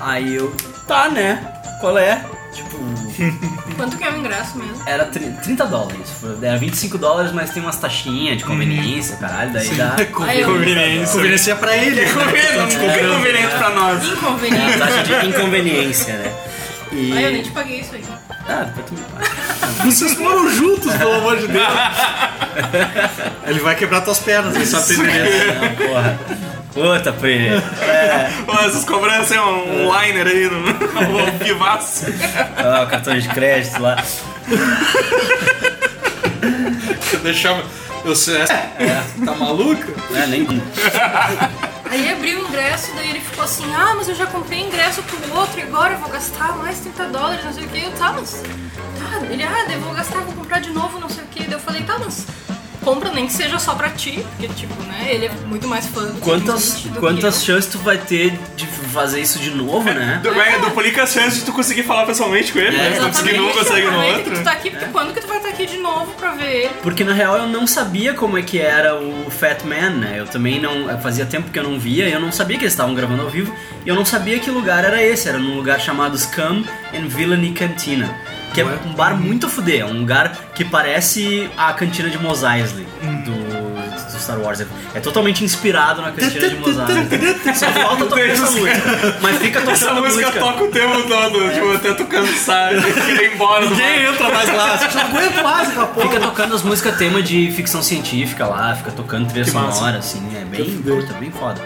Aí eu, tá, né? Qual é? Tipo,
Quanto que é o ingresso mesmo?
era tri- 30 dólares. foi- Era 25 dólares, mas tem umas taxinhas de conveniência, caralho. Daí dá.
Aí eu-
Conveniência.
Conveniência é pra ele. né?
Conveniente. Que conveniente pra nós.
É a
Inconveniente.
taxa de inconveniência, né? E.
Aí eu nem te paguei isso aí.
Ah, depois tu me paga.
Vocês foram juntos, pelo amor de Deus. Ele vai quebrar tuas pernas, ele sabe ter endereço.
Não, porra. Puta, Pri.
Pô, essas cobranças é um, um liner aí no, no vivaço.
Ah, o cartão de crédito lá.
Eu deixava. Eu sei, tá maluco?
Não, é nem.
Aí abriu o ingresso, daí ele ficou assim, ah, mas eu já comprei ingresso pro outro e agora eu vou gastar mais 30 dólares, não sei o que. Eu, tá, mas... Tá, ele, ah, daí eu vou gastar, vou comprar de novo, não sei o que. Daí eu falei, tá, mas... Compra nem que seja só pra ti, porque, tipo, né, ele é muito mais fã do
Quantas,
do que é?
quantas
eu.
chances tu vai ter de fazer isso de novo, né?
Du- é, Duplica as chances de tu conseguir falar pessoalmente com ele, né? Se não conseguir num,
Exatamente,
consegue no
aproveita
outro.
que tu tá aqui, porque quando que tu vai estar aqui de novo pra ver ele?
Porque na real eu não sabia como é que era o Fat Man, né? Eu também não. Fazia tempo que eu não via, eu não sabia que eles estavam gravando ao vivo, e eu não sabia que lugar era esse. Era num lugar chamado Scum and Villainy Cantina. Que é um bar muito fuder, é um lugar que parece a cantina de Mos Eisley
Hum.
do, do Star Wars. É- É totalmente inspirado na cantina de Mos Eisley. Só falta tocar essa música. Mas fica tocando
Essa
a
música toca o tempo todo, tipo, até tu cansar, ir embora. Ninguém entra mais lá.
Fica tocando as músicas tema de ficção científica lá, fica tocando trilha sonora, assim, é bem curta, bem foda.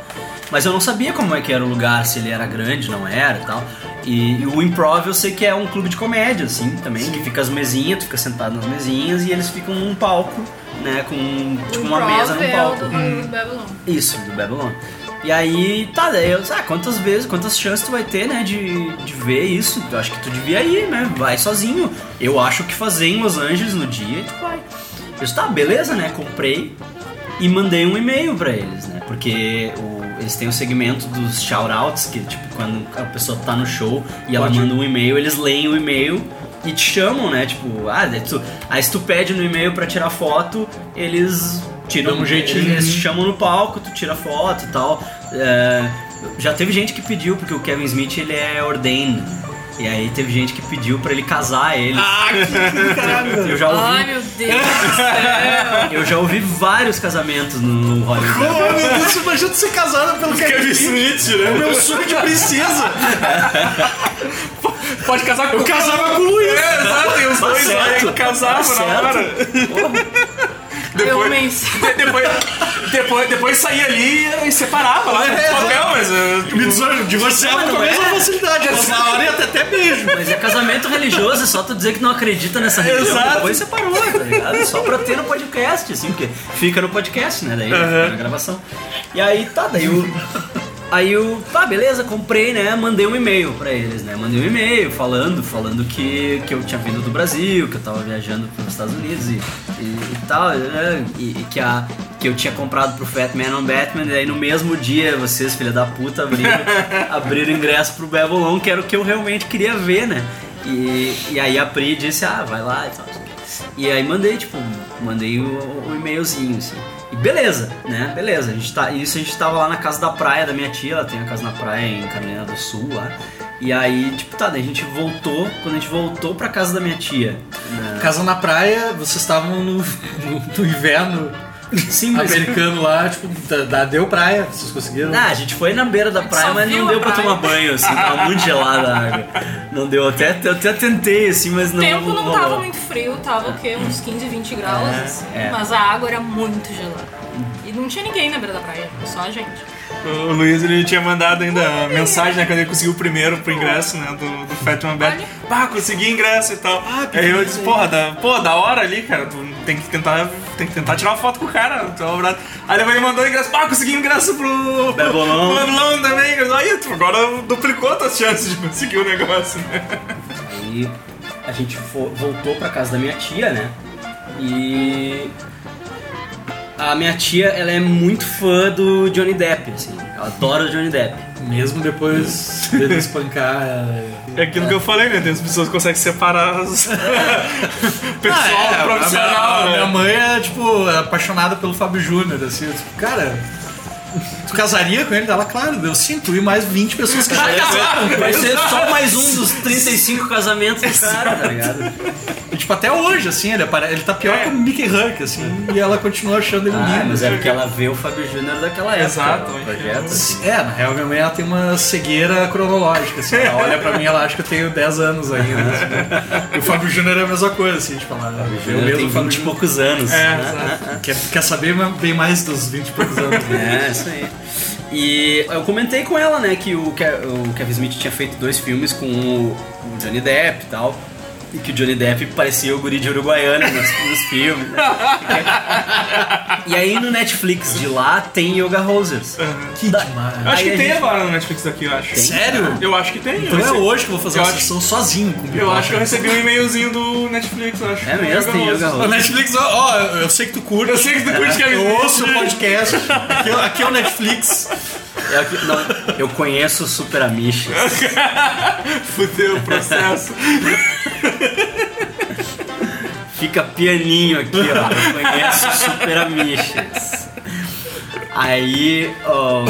Mas eu não sabia como é que era o lugar, se ele era grande, não era e tal. E, e o Improv eu sei que é um clube de comédia, assim, também, que fica as mesinhas, tu fica sentado nas mesinhas e eles ficam num palco, né, com tipo uma mesa num palco.
Hum. Babylon.
Isso, do Babylon. E aí, tá, daí eu, ah, quantas vezes, quantas chances tu vai ter, né, de, de ver isso? Eu acho que tu devia ir, né, vai sozinho. Eu acho que fazer em Los Angeles no dia, e tu vai. Eu disse, tá, beleza, né, comprei e mandei um e-mail pra eles, né, porque o- eles têm o segmento dos shoutouts, que, tipo, quando a pessoa tá no show e ela manda um e-mail, eles leem o e-mail e te chamam, né, tipo, ah, daí tu, aí se tu pede no e-mail pra tirar foto, eles... Tiram um jeitinho. Eles te chamam no palco, tu tira foto e tal. É, já teve gente que pediu, porque o Kevin Smith ele é ordained. E aí teve gente que pediu pra ele casar ele. eu já ouvi,
Ai, meu Deus.
É, eu já ouvi vários casamentos no Hollywood.
Ô, meu Deus, imagina ser casada pelo Kevin Smith, né? Meu sonho de princesa.
Pode casar com
Eu casava com o Luiz.
É, exato, e os dois
certo,
né, casavam
tá
na hora. Depois,
Realmente.
de- depois, depois, depois saía ali e separava né? lá no papel, mas eh,
Me desor- divorciava com a mesma facilidade. assim. Na hora ia ter até beijo.
Mas é casamento religioso, é só tu dizer que não acredita nessa religião.
Exato.
Depois separou, tá ligado? Só pra ter no podcast, assim, porque fica no podcast, né? Daí fica na gravação. E aí tá, daí o. Aí eu, tá, beleza, comprei, né? Mandei um e-mail pra eles, né? Mandei um e-mail falando, falando que, que eu tinha vindo do Brasil, que eu tava viajando pros Estados Unidos e, e, e tal, né? E, e que, a, que eu tinha comprado pro Fat Man on Batman, e aí no mesmo dia vocês, filha da puta, abriram, abriram ingresso pro Babylon, que era o que eu realmente queria ver, né? E, e aí a Pri disse, ah, vai lá e tal. E aí mandei, tipo, mandei o, o e-mailzinho, assim. E beleza, né? Beleza. A gente tá, isso a gente tava lá na casa da praia da minha tia, ela tem a casa na praia em Carolina do Sul lá. E aí, tipo, tá, daí a gente voltou, quando a gente voltou pra casa da minha tia. na-
Casa na praia, vocês estavam no, no- no inverno
Sim, mas.
americano lá, tipo, da- da- deu praia, vocês conseguiram.
Ah, a gente foi na beira da praia,
Só
mas não
viu a
deu pra
praia.
tomar banho, assim, tava muito gelada a água. Não deu, até, eu até tentei, assim, mas
O
não.
tempo não
rolou.
tava muito frio, tava o quê? Uns 15, 20 graus,
É,
assim,
é.
mas a água era muito gelada. E não tinha ninguém na beira da praia, só a gente.
O Luiz ele tinha mandado ainda mensagem, né? Quando ele conseguiu o primeiro pro ingresso, né? Do, do Fatman Bad.
Olha.
Pá, consegui ingresso e tal.
Ah,
Aí eu disse, porra, da, pô, da hora ali, cara. Tu tem que tentar, tem que tentar tirar uma foto com o cara. Tu é um brado. Aí depois ele mandou o ingresso. Pá, consegui ingresso pro.
Babylon.
pro Babylon também. ingresso. Aí tu agora duplicou tuas chances de conseguir o negócio, né?
Aí a gente fo- voltou pra casa da minha tia, né? E a minha tia, ela é muito fã do Johnny Depp, assim. Ela adora o Johnny Depp.
Mesmo depois dele espancar. é,
É aquilo que eu falei, né? Tem as pessoas que conseguem separar as... pessoal
É, a
do
minha-
profissional,
a minha,
né?
mãe Ah, é, tipo, apaixonada pelo Fábio Júnior, assim, eu, tipo, cara. Tu casaria com ele? Ela, claro, eu sinto, e mais 20 pessoas que já casaram. com
Vai
ele.
ser só mais um dos 35 casamentos do cara, tá ligado?
E, tipo, até hoje, assim, ele, apare... ele tá pior que o Mickey Huck, assim, e ela continua achando ele
Ah,
lindo.
mas é porque ela vê o Fábio Júnior daquela época.
Exato,
o projeto. assim.
É, na real, minha mãe ela tem uma cegueira cronológica. Assim, ela olha pra mim ela acha que eu tenho 10 anos ainda. assim. E o Fábio Júnior é a mesma coisa, assim, tipo, ela vê o
Júnior
mesmo
tem
Fábio
20 e
Júnior.
poucos anos.
É,
né?
exato.
Quer, quer saber ma- bem mais dos 20 e poucos anos. né?
É, isso aí. E eu comentei com ela, né, que o, Ke- o Kevin Smith tinha feito dois filmes com o o Johnny Depp e tal. E que o Johnny Depp parecia o guri de Uruguaiana nos, nos filmes. né? E aí no Netflix de lá tem Yoga Rosers.
Que demais.
Eu
Aí
acho que
a
tem
gente-
agora no Netflix aqui, eu acho.
Sério?
Eu acho que tem.
Então
eu
é
sei.
hoje que eu vou fazer
Eu
uma
acho-
sessão sozinho com o
Eu acho que eu
Bill
recebi um e-mailzinho do Netflix, eu acho.
É mesmo, tem É. Yoga
Rocha. O
Rosers.
Netflix, ó, ó, eu sei que tu curte.
Eu sei que é tu curte Kevin
Eu
Smith.
ouço o podcast. Aqui, é- aqui é o Netflix.
É aqui- não, eu conheço o Super Amish.
Fudeu o processo.
Fica pianinho aqui, ó. Eu conheço Super Amiches. Aí, ó,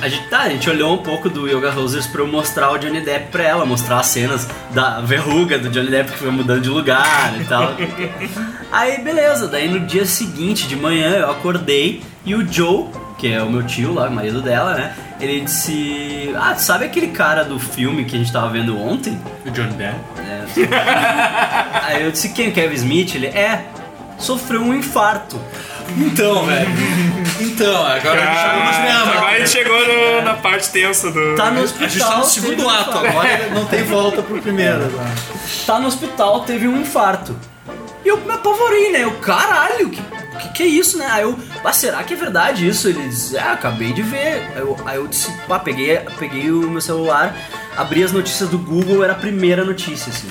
a gente tá, a gente olhou um pouco do Yoga Roses pra eu mostrar o Johnny Depp pra ela, mostrar as cenas da verruga do Johnny Depp que foi mudando de lugar e tal. Aí, beleza, daí no dia seguinte, de manhã, eu acordei e o Joe, que é o meu tio lá, o marido dela, né? Ele disse: Ah, sabe aquele cara do filme que a gente tava vendo ontem?
O Johnny Depp.
Aí Ah, eu disse, quem? Kevin Smith? Ele, é, sofreu um infarto.
Então, velho. Então, agora a gente chama no
Ah,
cinema.
agora a gente chegou no- na parte tensa do.
Tá no
A
hospital.
gente tá no
teve
segundo
um
ato,
infarto.
agora não tem volta pro primeiro. né? agora.
Tá no hospital, teve um infarto. E eu me apavorei, né? Eu, caralho, que, que que é isso, né? Aí eu, ah, será que é verdade isso? Ele diz, ah, acabei de ver. Aí eu, aí eu disse, pá, peguei, peguei o meu celular, abri as notícias do Google, era a primeira notícia, assim.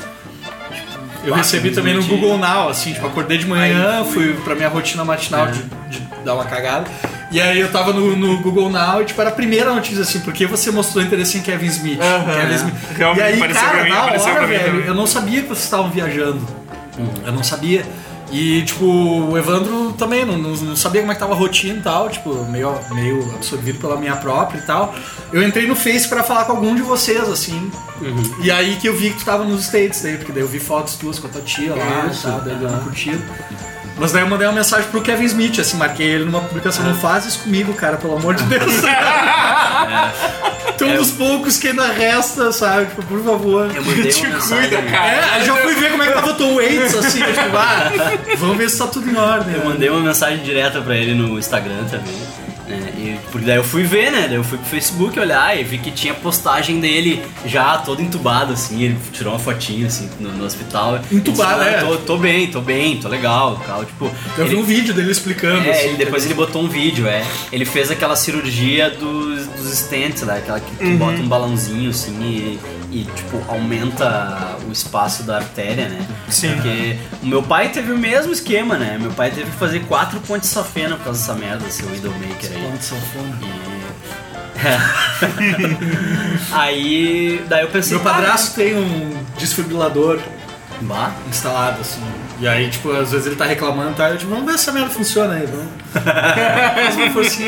Eu recebi também no Google Now, assim, tipo, acordei de manhã, fui pra minha rotina matinal de, de dar uma cagada. E aí eu tava no, no Google Now e, tipo, era a primeira notícia, assim, porque você mostrou interesse em Kevin Smith.
Aham.
Kevin Smith.
Realmente,
e aí,
apareceu
cara,
pra mim,
na
apareceu
hora,
pra mim
velho,
também.
eu não sabia que vocês estavam viajando. Eu não sabia. E, tipo, o Evandro também não, não- não sabia como é que tava a rotina e tal, tipo, meio, meio absorvido pela minha própria e tal. Eu entrei no Face pra falar com algum de vocês, assim. E aí que eu vi que tu tava nos States daí, porque daí eu vi fotos tuas com a tua tia lá,
Isso,
tá, daí deu uma
aham.
curtida. Mas daí eu mandei uma mensagem pro Kevin Smith, assim, marquei ele numa publicação, não faz isso comigo, cara, pelo amor de Deus. Tu é um dos poucos que ainda resta, sabe? Tipo, por favor.
Eu mandei
Te
uma mensagem.
cuida,
É,
cara.
aí já fui ver como é que tava o Tom Waits, assim, eu, tipo, ah, vamos ver se tá tudo em ordem.
Eu mandei uma mensagem direta pra ele no Instagram também. né? E, porque daí eu fui ver, né? Daí eu fui pro Facebook olhar e vi que tinha postagem dele já todo entubado, assim. Ele tirou uma fotinha, assim, no, no hospital.
Entubado,
Ele disse,
é.
"Não, Tô, tô bem, tô bem, tô legal. Tal. Tipo,
Eu vi
ele-
um vídeo dele explicando,
é,
assim.
ele- depois ele botou um vídeo, é. Ele fez aquela cirurgia dos, dos stents, né? Aquela que, que bota um balãozinho assim e, e, tipo, aumenta o espaço da artéria, né?
Sim.
Porque o meu pai teve o mesmo esquema, né? Meu pai teve que fazer quatro pontes de safena por causa dessa merda, seu Widowmaker aí.
Ponto tá sanfona.
Aí. Daí eu pensei.
Meu padrasto tem um desfibrilador
"Ah, Bah,
instalado, assim. E aí, tipo, às vezes ele tá reclamando, tá? Eu, tipo, vamos ver se essa merda funciona aí, vamos. Mas não fosse.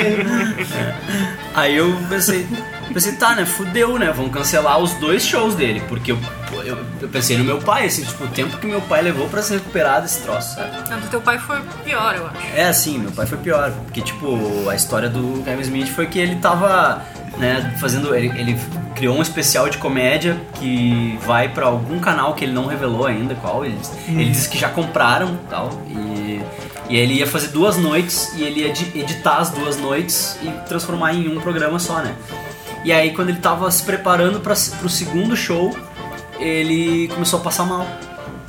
Aí eu pensei, pensei, tá, né? Fudeu, né? Vão cancelar os dois shows dele, porque eu, eu, eu pensei no meu pai, assim, tipo, o tempo que meu pai levou pra se recuperar desse troço, sabe?
A do teu pai foi pior, eu acho.
É assim, meu pai foi pior, porque, tipo, a história do Kevin Smith foi que ele tava, né, fazendo. Ele, ele criou um especial de comédia que vai pra algum canal que ele não revelou ainda qual, ele, ele disse que já compraram tal, e. E ele ia fazer duas noites e ele ia edi- editar as duas noites e transformar em um programa só, né? E aí quando ele tava se preparando para pro segundo show, ele começou a passar mal.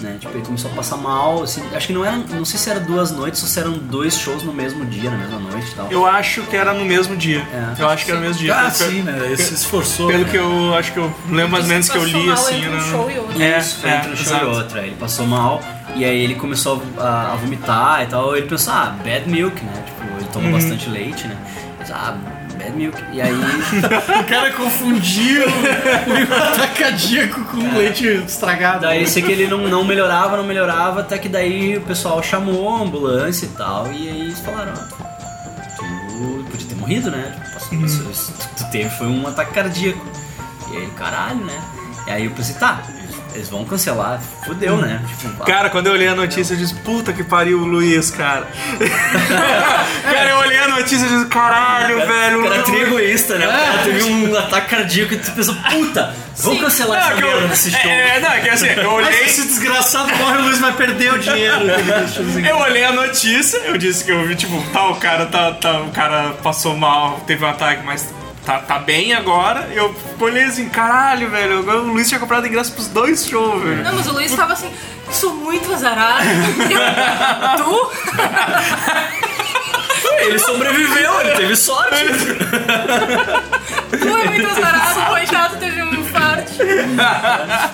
Né? Tipo, ele começou a passar mal, assim, acho que não era. Não sei se era duas noites ou se eram dois shows no mesmo dia, na mesma noite e tal.
Eu acho que era no mesmo dia.
É.
Eu acho que era no mesmo dia.
Ah,
Pelo-
sim, né? Ele se esforçou.
Pelo que eu acho que eu lembro mais ou menos que eu li,
Situacional
assim,
entre um
né?
show e outro.
É,
Isso, foi
é,
entre um show
exato.
e outro. aí Ele passou mal e aí ele começou a, a vomitar e tal. Ele pensou, ah, bad milk, né? Tipo, ele
Uhum.
tomou bastante leite, né? Ele pensou, Ah, bad milk. E aí.
O cara confundiu o ataque cardíaco com leite estragado.
Daí sei que ele não, não melhorava, não melhorava, até que daí o pessoal chamou a ambulância e tal, e aí eles falaram, ó, tu podia ter morrido, né? Tipo, passou- isso-
Uhum.
isso- tu, tu teve foi um ataque cardíaco. E aí, caralho, né? E aí eu pensei, tá, eles- eles vão cancelar, fudeu, né? Tipo, ah,
Cara, quando eu olhei a notícia, eu disse, puta que pariu o Luiz, cara. cara, eu olhei a notícia e disse, caralho, velho.
o
o
cara é
Luiz-
tri egoísta, né? O
É.
cara teve um ataque cardíaco e tu pensou, puta, vão cancelar
Não,
essa
É, Tá, que eu-
merda desse show.
É, é, não, é que assim, eu olhei.
Esse desgraçado morre, o Luiz vai perder o dinheiro.
Eu olhei a notícia, eu disse que eu vi, tipo, tá, o cara tá, tá- o cara passou mal, teve um ataque, mas tá, tá bem agora. E eu olhei assim, caralho, velho, agora o Luiz tinha comprado ingresso pros dois shows, velho.
Não, mas o Luiz tava assim, eu sou muito azarado. tu?
Ele sobreviveu, ele teve sorte. né?
Tu é muito azarado, coitado, teve um infarto.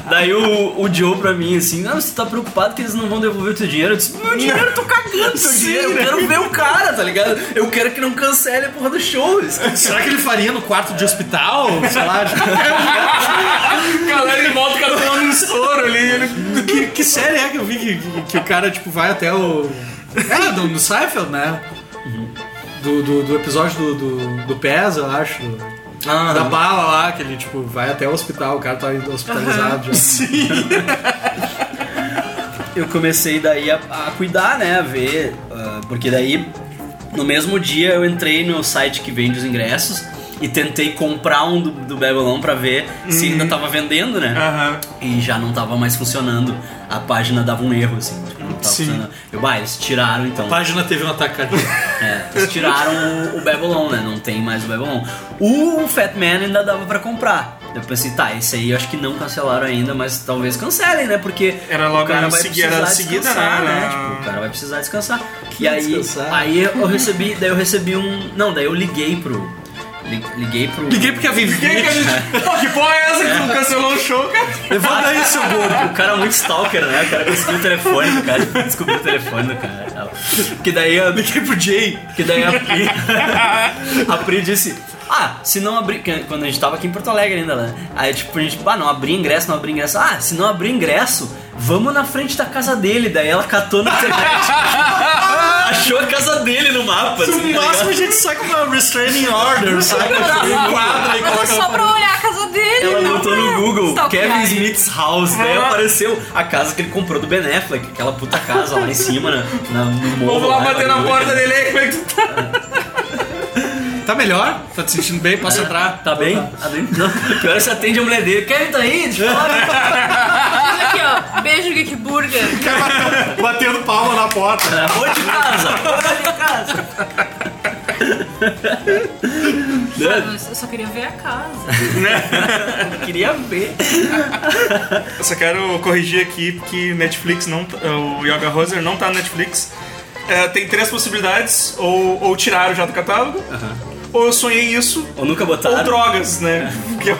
Daí o, o Joe pra mim, assim, não, você tá preocupado que eles não vão devolver o teu dinheiro? Eu disse, meu dinheiro, eu tô cagando seu dinheiro, eu quero ver o cara, tá ligado? Eu quero que não cancele a porra do show. Eles-
Será que ele faria no quarto de hospital? Sei lá.
Galera, ele volta o cara tomando um soro ali. Ele...
Que, que série é que eu vi que, que, que o cara, tipo, vai até o. É, do, no Seinfeld, né? Do, do, do episódio do, do, do PES, eu acho.
"Ah,
Da bala lá, que ele, tipo, vai até o hospital, o cara tá indo hospitalizado já.
eu comecei daí a, a cuidar, né? A ver. ah, porque daí, no mesmo dia, eu entrei no site que vende os ingressos e tentei comprar um do, do Babylon pra ver se ainda tava vendendo, né?
Aham.
E já não tava mais funcionando. A página dava um erro, assim. Tipo, não tava
Sim.
funcionando. Eu, bah, eles tiraram então.
página teve um ataque cardíaco.
É, eles tiraram o, o Babylon, né? Não tem mais o Babylon. O Fat Man ainda dava pra comprar. Eu pensei, tá, esse aí eu acho que não cancelaram ainda, mas talvez cancelem, né? Porque
Era logo
o cara
em
vai
seguida,
precisar
era seguida,
descansar,
né?
né?
Era-
Tipo, o cara vai precisar descansar. e aí,
descansar?
aí eu recebi, daí eu recebi um, não, daí eu liguei pro li- liguei pro
Liguei é porque a Vivi. né?
Quem é que a gente. Pô, que porra é essa que não cancelou o show, cara?
Levanta aí, seu bobo. O cara é muito stalker, né? O cara conseguiu o telefone do cara, descobriu o telefone do cara. Que daí eu liguei pro Jay. Que daí a Pri, a Pri disse. Ah, se não abrir. que- Quando a gente tava aqui em Porto Alegre ainda, né? Aí tipo, a gente, ah, não abrir ingresso, não abrir ingresso. Ah, se não abrir ingresso, vamos na frente da casa dele. Daí ela catou na internet. achou a casa dele no mapa. assim, tá
No máximo
ligado?
a gente saca uma restraining order, saca?
Mas só pra olhar a casa dele,
Ela
não
botou
pra
é.
no Google
stalkear
Kevin
ele.
Smith's House, daí apareceu a casa que ele comprou do Ben Affleck, aquela puta casa lá em cima, na, na, no morro.
Vamos lá
lá, tá
bater na porta dele aí, como é que tu tá?
Tá melhor? Tá te sentindo bem? Posso entrar?
Tá bem? Tá bem? Não, pior é que você atende a mulher dele. Kevin tá aí? Deixa eu falar.
Olha Aqui, ó. Beijo, Geek Burger.
Batendo palma na porta.
Vou de casa. Vou de casa.
Mano, eu só queria ver a casa.
Queria ver.
Eu só quero corrigir aqui porque Netflix não. tá- O Yoga Roser não tá no Netflix. É, tem três possibilidades: ou, ou tiraram já do catálogo, ou eu sonhei isso,
Ou nunca
ou
botaram.
drogas, né? Porque eu,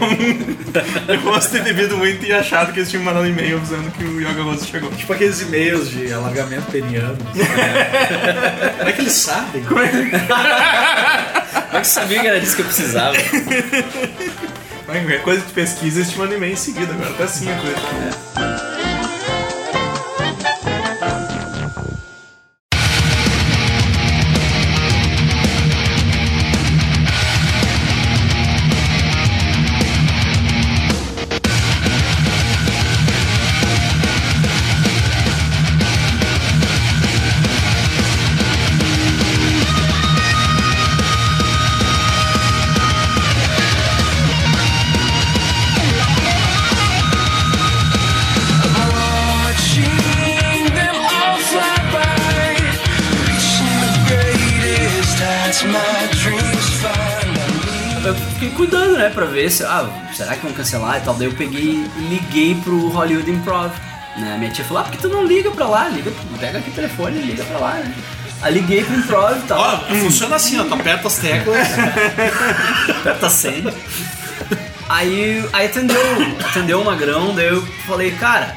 eu posso ter bebido muito e achado que eles tinham mandado e-mail avisando que o Yoga Roser chegou.
Tipo aqueles e-mails de alargamento peniano. Como é que eles sabem?
Como é que sabia que era disso que eu precisava?
Mas qualquer é, coisa que tu pesquisa, eles te mandam e-mail em seguida, agora tá assim a coisa.
eu fiquei cuidando, né, pra ver se, ah, será que vão cancelar e tal. Daí eu peguei e liguei pro Hollywood Improv, né. Minha tia falou, ah, por que tu não liga pra lá? Liga, pega aqui o telefone e liga pra lá, né. Aí liguei pro Improv e tal.
Ó, funciona assim, ó, tu aperta as teclas.
Tá sendo. Aí, aí atendeu, atendeu o Magrão, daí eu falei, cara,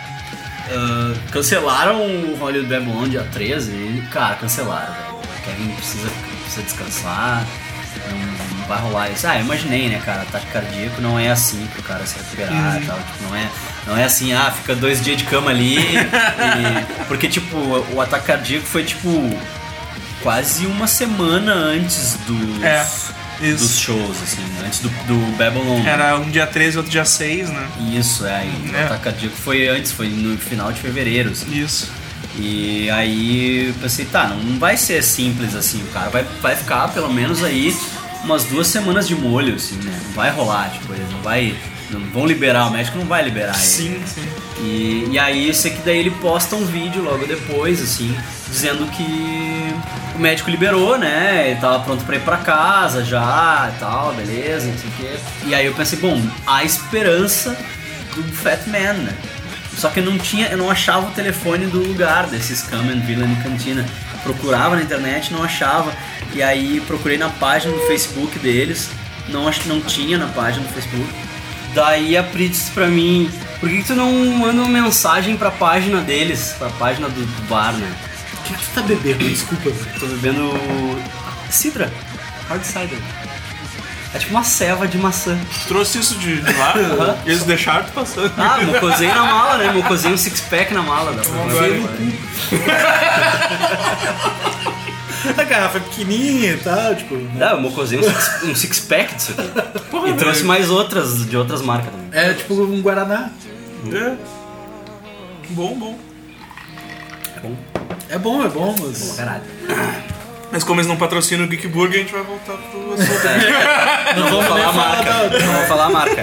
ah, cancelaram o Hollywood Babylon dia 13 e, cara, cancelaram, velho. O Kevin precisa, precisa descansar, não, não vai rolar isso. Ah, eu imaginei, né, cara, ataque cardíaco não é assim pro cara se recuperar
Uhum.
e tal, tipo, não é, não é assim, ah, fica dois dias de cama ali. e- porque, tipo, o ataque cardíaco foi, tipo, quase uma semana antes dos...
É, isso.
Dos shows, assim, antes do, do Babylon.
Era um dia 13 e outro dia 6, né?
Isso, é. E o
É.
ataque cardíaco foi antes, foi no final de fevereiro. assim.
Isso.
E aí eu pensei, tá, não vai ser simples assim, o cara vai, vai ficar pelo menos aí umas duas semanas de molho, assim, né? Não vai rolar, tipo, eles não vai. Não vão liberar, o médico não vai liberar ele.
Sim, sim.
E, e aí eu sei que daí ele posta um vídeo logo depois, assim, dizendo que o médico liberou, né? Ele tava pronto pra ir pra casa já e tal, beleza, não sei o quê. E aí eu pensei, bom, a esperança do Fat Man, né? Só que eu não tinha, eu não achava o telefone do lugar desses Scam and Villain Cantina. Procurava na internet, não achava. E aí procurei na página do Facebook deles, não, ach- não tinha na página do Facebook. Daí a Pri disse pra mim, por que, que tu não manda uma mensagem pra página deles, pra página do, do bar, né?
O que que tu tá bebendo? Desculpa, velho.
Tô bebendo cidra, hard cider. É tipo uma ceva de maçã.
Tu trouxe isso de, de lá,
Aham.
eles deixaram tu passando.
Ah, mocosei na mala, né? Mocosei um six pack na mala. Dá pra
Agora,
A garrafa é pequenininha e tal, tipo.
Ah, eu mocosei um six, um six pack disso aqui. e trouxe mais outras, de outras marcas também.
É tipo um Guaraná.
é. Bom, bom.
É bom, é bom, mas.
Caralho.
Mas como eles não patrocinam o Geek Burger, a gente vai voltar pro assunto.
Não vou falar a marca. Não vou falar a marca.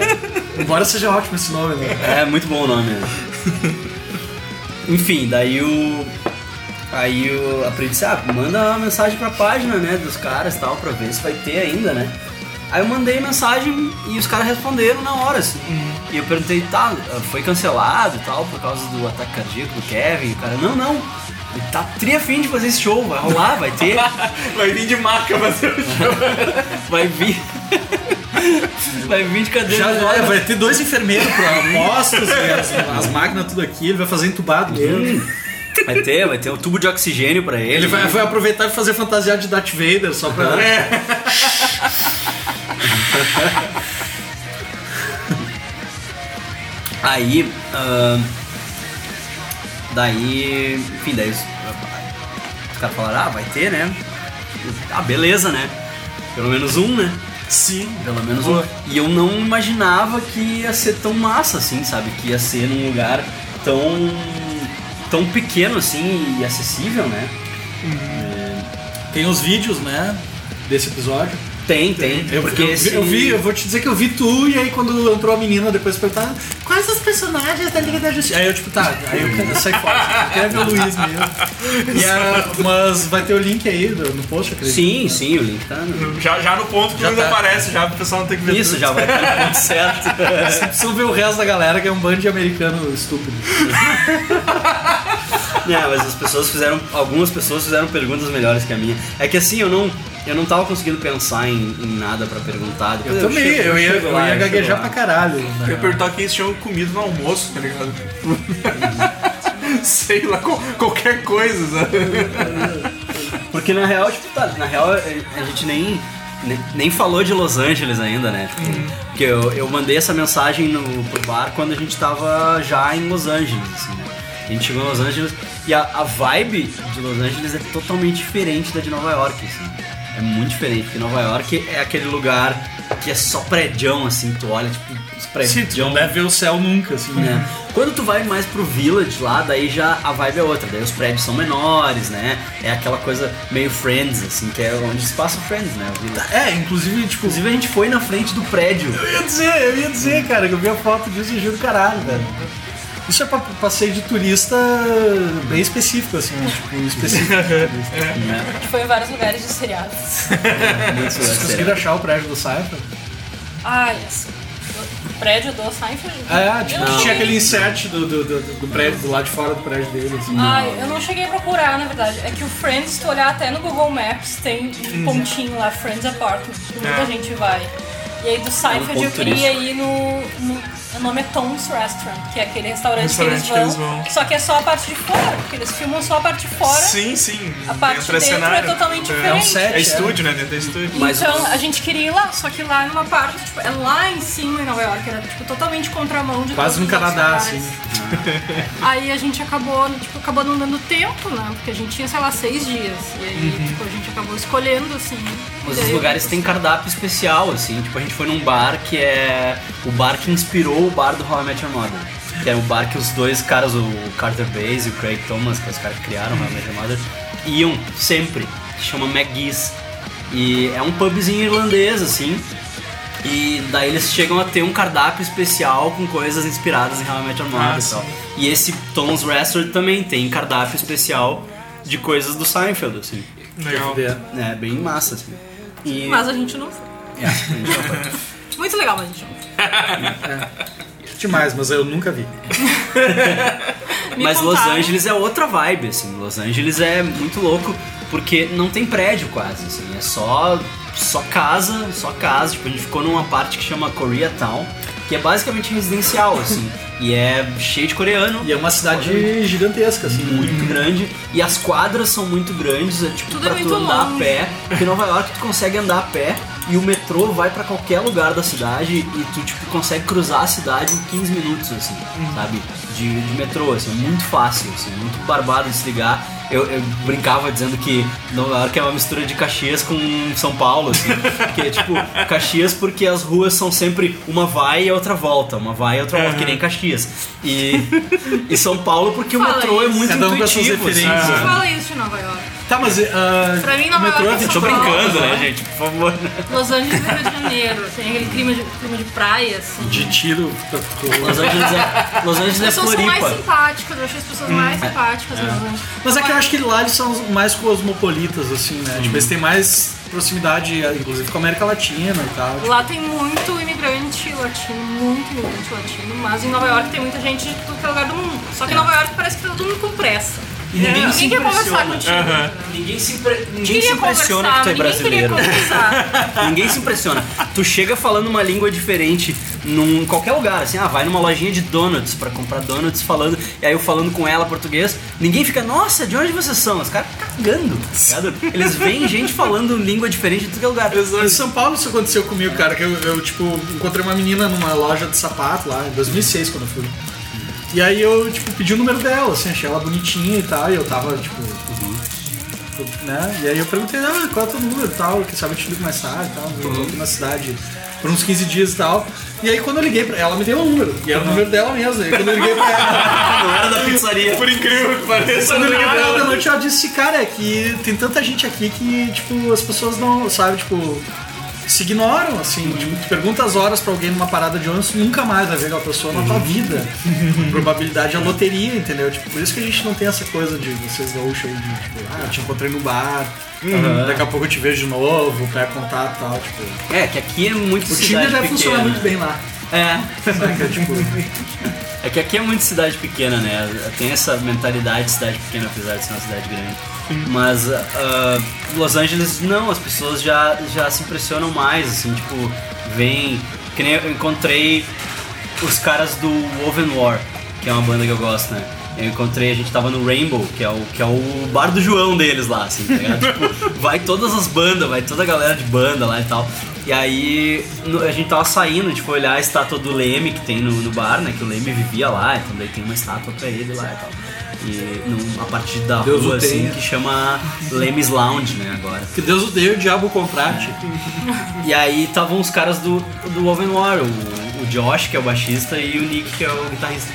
Embora seja ótimo esse nome, né?
É, muito bom o nome. né? Enfim, daí o. Aí o a Pri disse, ah, manda uma mensagem pra página, né, dos caras e tal, pra ver se vai ter ainda, né? Aí eu mandei mensagem e os caras responderam na hora, assim. E eu perguntei, tá, foi cancelado e tal, por causa do ataque cardíaco do Kevin? O cara, não, não, ele tá tri afim de fazer esse show, vai rolar, vai ter.
Vai vir de marca fazer o show.
Vai vir. Vai vir de cadeira.
Já,
de
olha,
rodas.
vai ter dois enfermeiros pra apostas, né, as, as máquinas, tudo aqui, ele vai fazer entubado. mesmo.
Vai ter, vai ter um tubo de oxigênio pra ele.
Ele vai, vai aproveitar e fazer fantasiado de Darth Vader só pra.
Aí. ahn, daí. Enfim, daí os, os caras falaram, ah, vai ter, né? Ah, beleza, né? Pelo menos um, né?
Sim.
Pelo menos um. E eu não imaginava que ia ser tão massa assim, sabe? Que ia ser num lugar tão. tão pequeno assim e acessível, né?
Tem os vídeos, né? Desse episódio.
Tem, tem.
Eu,
porque
eu, vi-
esse-
eu vi, eu vou te dizer que eu vi tu, e aí quando entrou a menina depois perguntar quais os personagens da Liga da Justiça. Aí eu tipo, tá, aí eu quero sair fora, eu quero ver o Luiz mesmo. E a- mas vai ter o link aí do- no post, eu acredito.
Sim, sim, o link tá. no-
Já, já no ponto que
Já
o Luiz
tá.
aparece, já o pessoal não tem que ver
Isso
tudo.
já vai estar no ponto certo.
É, Vocês precisam ver o resto da galera que é um bando de americano estúpido.
É, mas as pessoas fizeram. Algumas pessoas fizeram perguntas melhores que a minha. É que assim, eu não. Eu não tava conseguindo pensar em, em nada pra perguntar. Depois
Eu, também,
chego-
eu ia,
chego
eu
lá,
ia
eu chego
gaguejar
lá.
pra caralho. né? na
Eu ia
real.
perguntar quem eles tinham comido no almoço, tá ligado? Sei lá, qual- qualquer coisa, sabe?
Porque na real, tipo, tá, na real a gente nem. Nem, nem falou de Los Angeles ainda, né? Tipo, Porque eu, eu mandei essa mensagem no, pro bar quando a gente tava já em Los Angeles, assim, né? A gente chegou em Los Angeles e a, a vibe de Los Angeles é totalmente diferente da de Nova York, assim. É muito diferente, porque Nova York é aquele lugar que é só prédião, assim, tu olha, tipo, os
Sim,
prédios.
tu não deve ver o céu nunca, assim,
né?
né?
Quando tu vai mais pro village lá, daí já a vibe é outra, daí os prédios são menores, né? É aquela coisa meio friends, assim, que é onde se passa o friends, né? O village.
É, inclusive, tipo,
Inclusive a gente foi na frente do prédio.
eu ia dizer, eu ia dizer, cara, que eu vi a foto disso e juro caralho, velho. Isso é pra passeio de turista bem específico, assim, né? tipo, específico.
Né?
A gente foi em vários lugares de seriados.
Muito
assim, Vocês conseguiram achar o prédio do Cypher?
Ai, essa. O prédio do Seinfeld.
É, tipo,
Eu
tinha
não cheguei-
aquele insert do, do, do, do prédio, do lado de fora do prédio dele. assim.
Ai, eu não cheguei a procurar, na verdade. É que o Friends, se tu olhar até no Google Maps, tem um pontinho lá, Friends Apartment, que muita gente vai. E aí do Seinfeld eu
ponto
queria ir no, no. O nome é Tom's Restaurant, que é aquele restaurante,
Restaurante
que, eles vão, Só que é só a parte de fora, porque eles filmam só a parte de fora.
Sim, sim.
A parte
Dentro é
dentro
cenário.
é totalmente
É um
diferente.
set,
É estúdio, né? Dentro é estúdio.
Então a gente queria ir lá, só que lá numa parte, tipo, é lá em cima em Nova York, era tipo totalmente contramão de
Quase
um
no
todos os outros
Canadá,
lugares.
assim.
Aí a gente acabou, tipo, acabou não dando tempo, né? Porque a gente tinha, sei lá, seis dias. E aí, tipo, a gente acabou escolhendo, assim.
Uhum. Mas
e
os
daí-
lugares têm cardápio especial, assim. Tipo, a gente foi num bar que é. O bar que inspirou o bar do How I Met Your Mother. Que é o bar que os dois caras, o Carter Bays e o Craig Thomas, que é os caras que criaram How I Met Your Mother, iam sempre. Que chama McGee's. E é um pubzinho irlandês, assim. E daí eles chegam a ter um cardápio especial com coisas inspiradas em How I Met Your Mother
Ah,
e tal. E esse Tom's Restaurant também tem cardápio especial de coisas do Seinfeld, assim.
Legal.
É bem massa, assim. E...
Mas a gente não foi.
É,
Muito legal, mas a gente não foi.
Demais, mas eu nunca vi.
Me
Mas Los
contaram.
Angeles é outra vibe, assim. Los Angeles é muito louco porque não tem prédio quase, assim. É só, só casa, só casa. Tipo, a gente ficou numa parte que chama Koreatown, que é basicamente residencial, assim. e é cheio de coreano.
E é uma cidade gigantesca, assim.
muito grande e as quadras são muito grandes, é tipo
Tudo é
pra tu
muito
andar
longe.
a pé, porque em Nova York tu consegue andar a pé e o metrô vai pra qualquer lugar da cidade e tu tipo consegue cruzar a cidade em 15 minutos assim,
Uhum.
sabe? De, de metrô, assim, muito fácil, assim, muito barbado de se ligar. Eu, eu brincava dizendo que Nova York é uma mistura de Caxias com São Paulo, assim, porque tipo, Caxias porque as ruas são sempre uma vai e a outra volta, uma vai e a outra volta,
Uhum.
que nem Caxias. E, e São Paulo porque o
Fala
metrô é
isso.
muito
Cada um com as suas
intuitivo, né?
referências,
sabe?
Fala isso de Nova York.
Tá, mas. ah,
Pra mim, Nova
metrô
York é
é
São
Tô
Paulo.
brincando, né, gente? Por favor.
Los Angeles e Rio de Janeiro. Tem aquele clima de, clima de praia, assim.
de tiro. tá,
Los Angeles é, Los Angeles
As
é
pessoas são mais
Floripa. Hum.
simpáticas, eu achei as pessoas mais simpáticas. né? em Los Angeles.
Mas é que eu acho que lá eles são mais cosmopolitas, assim, né? Tipo, eles têm mais proximidade, inclusive, com a América Latina e tal.
Lá tem muito imigrante latino, muito imigrante latino, mas em Nova York tem muita gente de tudo que é lugar do mundo. Só que em Nova York parece que tá todo mundo com pressa. Né?
E ninguém se
Ninguém quer conversar
impressiona.
contigo.
Ninguém se, impre... ninguém se
Queria
impressiona que
conversar,
tu é
ninguém queria
brasileiro.
conversar.
Ninguém se impressiona. Tu chega falando uma língua diferente num qualquer lugar, assim, ah, vai numa lojinha de donuts pra comprar donuts falando, e aí eu falando com ela português, ninguém fica, nossa, de onde vocês são? Os caras cagando, tá ligado? Eles veem gente falando língua diferente de qualquer lugar.
Em São Paulo isso aconteceu comigo, cara, que eu, eu, tipo, encontrei uma menina numa loja de sapato lá, em 2006, quando eu fui. E aí eu, tipo, pedi o número dela, assim, achei ela bonitinha e tal, e eu tava, tipo... Né? E aí eu perguntei, ah, qual é o teu número e tal, que sabe eu te ligo mais tarde e tal, eu tô aqui na cidade por uns 15 dias e tal. E aí quando eu liguei pra ela, ela me deu o número, e era o número dela mesmo, aí quando eu liguei pra ela...
Não era da pizzaria.
Por incrível que pareça,
Quando eu liguei pra ela da
não.
noite, ela disse, cara, é que tem tanta gente aqui que, tipo, as pessoas não, sabe, tipo, se ignoram, assim. Tipo, tu pergunta as horas pra alguém numa parada de ônibus, tu nunca mais vai ver aquela pessoa na tua vida. Probabilidade é loteria, entendeu? Tipo, por isso que a gente não tem essa coisa de vocês gaúchos aí, de, tipo, ah, eu te encontrei no bar, Uhum. daqui a pouco eu te vejo de novo, pra contato e tal, tipo...
É, que aqui é muito
O
cidade
Tinder deve funcionar
pequena.
muito bem lá,
É,
saca? Tipo,
É que aqui é muito cidade pequena, né? Tem essa mentalidade de cidade pequena, apesar de ser uma cidade grande. Mas ah, Los Angeles, não, as pessoas já, já se impressionam mais, assim, tipo, vem. Que nem eu encontrei os caras do Woven War, que é uma banda que eu gosto, né? Eu encontrei, a gente tava no Rainbow, que é o, que é o bar do João deles lá, assim, tá ligado? tipo, vai todas as bandas, vai toda a galera de banda lá e tal. E aí no- a gente tava saindo, a gente foi olhar a estátua do Leme que tem no, no bar, né? Que o Leme vivia lá, então daí tem uma estátua pra ele lá e tal. E numa parte da
Deus o
rua, assim,
tenha.
que chama Leme's Lounge, né, agora.
que Deus o deu e o diabo o contrate.
E aí estavam os caras do, do Oven War, o, o Josh, que é o baixista, e o Nick, que é o guitarrista.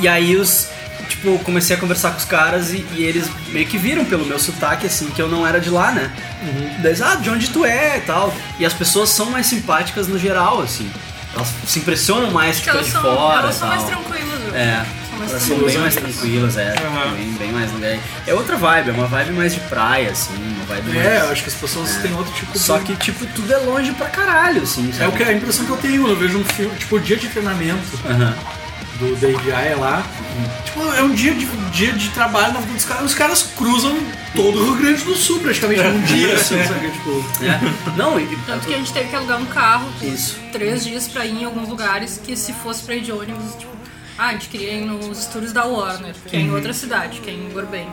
E aí os. Tipo, eu comecei a conversar com os caras e, e eles meio que viram pelo meu sotaque, assim, que eu não era de lá, né?
Uhum.
Daí eles, ah, de onde tu é e tal. E as pessoas são mais simpáticas no geral, assim. Elas se impressionam mais
Acho que
com
elas
de
são,
fora.
elas
e
são
tal.
mais tranquilas. né? eu
É.
acho. São mais
Elas são bem mais tranquilas, é.
Aham.
Bem, bem mais. É, é outra vibe, é uma vibe mais de praia, assim, uma vibe mais.
É, eu acho que as pessoas têm outro tipo de.
Só que, tipo, tudo é longe pra caralho, assim.
É o
sabe?
que a impressão que eu tenho. Eu vejo um filme, tipo, o dia de treinamento
Aham.
do David Ayer lá. Tipo, é um dia de, dia de trabalho na vida dos caras. Os caras cruzam todo o Rio Grande do Sul, praticamente, num dia, assim, sabe? Tipo,
É. Não, e,
Tanto que a gente teve que alugar um carro por
Isso.
três dias pra ir em alguns lugares que se fosse pra ir de ônibus, tipo, ah, a gente queria ir nos estúdios da Warner, que
Uhum.
é em outra cidade, que é em Burbank.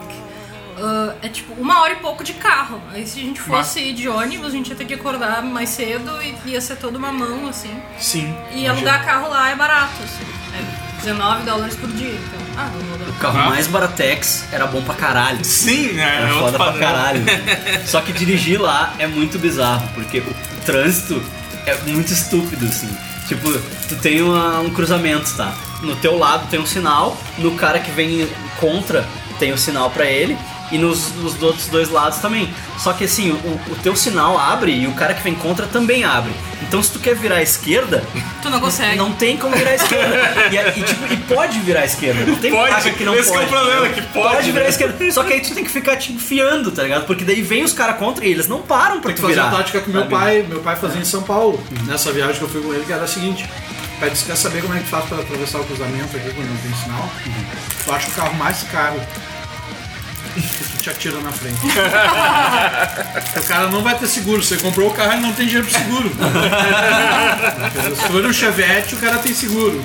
Ah, é tipo uma hora e pouco de carro. Aí se a gente fosse ir de ônibus, a gente ia ter que acordar mais cedo e ia ser toda uma mão, assim.
Sim.
E alugar carro lá é barato, assim. É 19 dólares por dia, então. Ah, vamos
o
alugar.
carro
Ah.
mais baratex era bom pra caralho.
Sim, né?
Era
é outro
foda pra
padrão.
caralho. Só que dirigir lá é muito bizarro, porque o trânsito é muito estúpido, assim. Tipo, tu tem uma- um cruzamento, tá? No teu lado tem um sinal, no cara que vem contra tem o sinal pra ele, e nos, nos outros dois lados também. Só que assim, o, o teu sinal abre e o cara que vem contra também abre. Então se tu quer virar à esquerda,
Tu não consegue.
não tem como virar à esquerda. E, é- e, tipo, e pode virar à esquerda. Não tem
Pode,
placa que não
esse que
pode.
é o problema, que pode,
virar à
né?
esquerda. Só que aí tu tem que ficar te enfiando, tá ligado? Porque daí vem os caras contra e eles não param pra
Tem que
tu
fazer
virar.
uma tática que meu
sabe?
pai, meu pai fazia em São Paulo, nessa viagem que eu fui com ele, que era a seguinte. O pai disse, quer saber como é que faz pra atravessar o cruzamento aqui quando não tem sinal? Tu acha o carro mais caro. Tu te atira na frente. o cara não vai ter seguro. Você comprou o carro e não tem dinheiro pro seguro. Se for um Chevette, o cara tem seguro.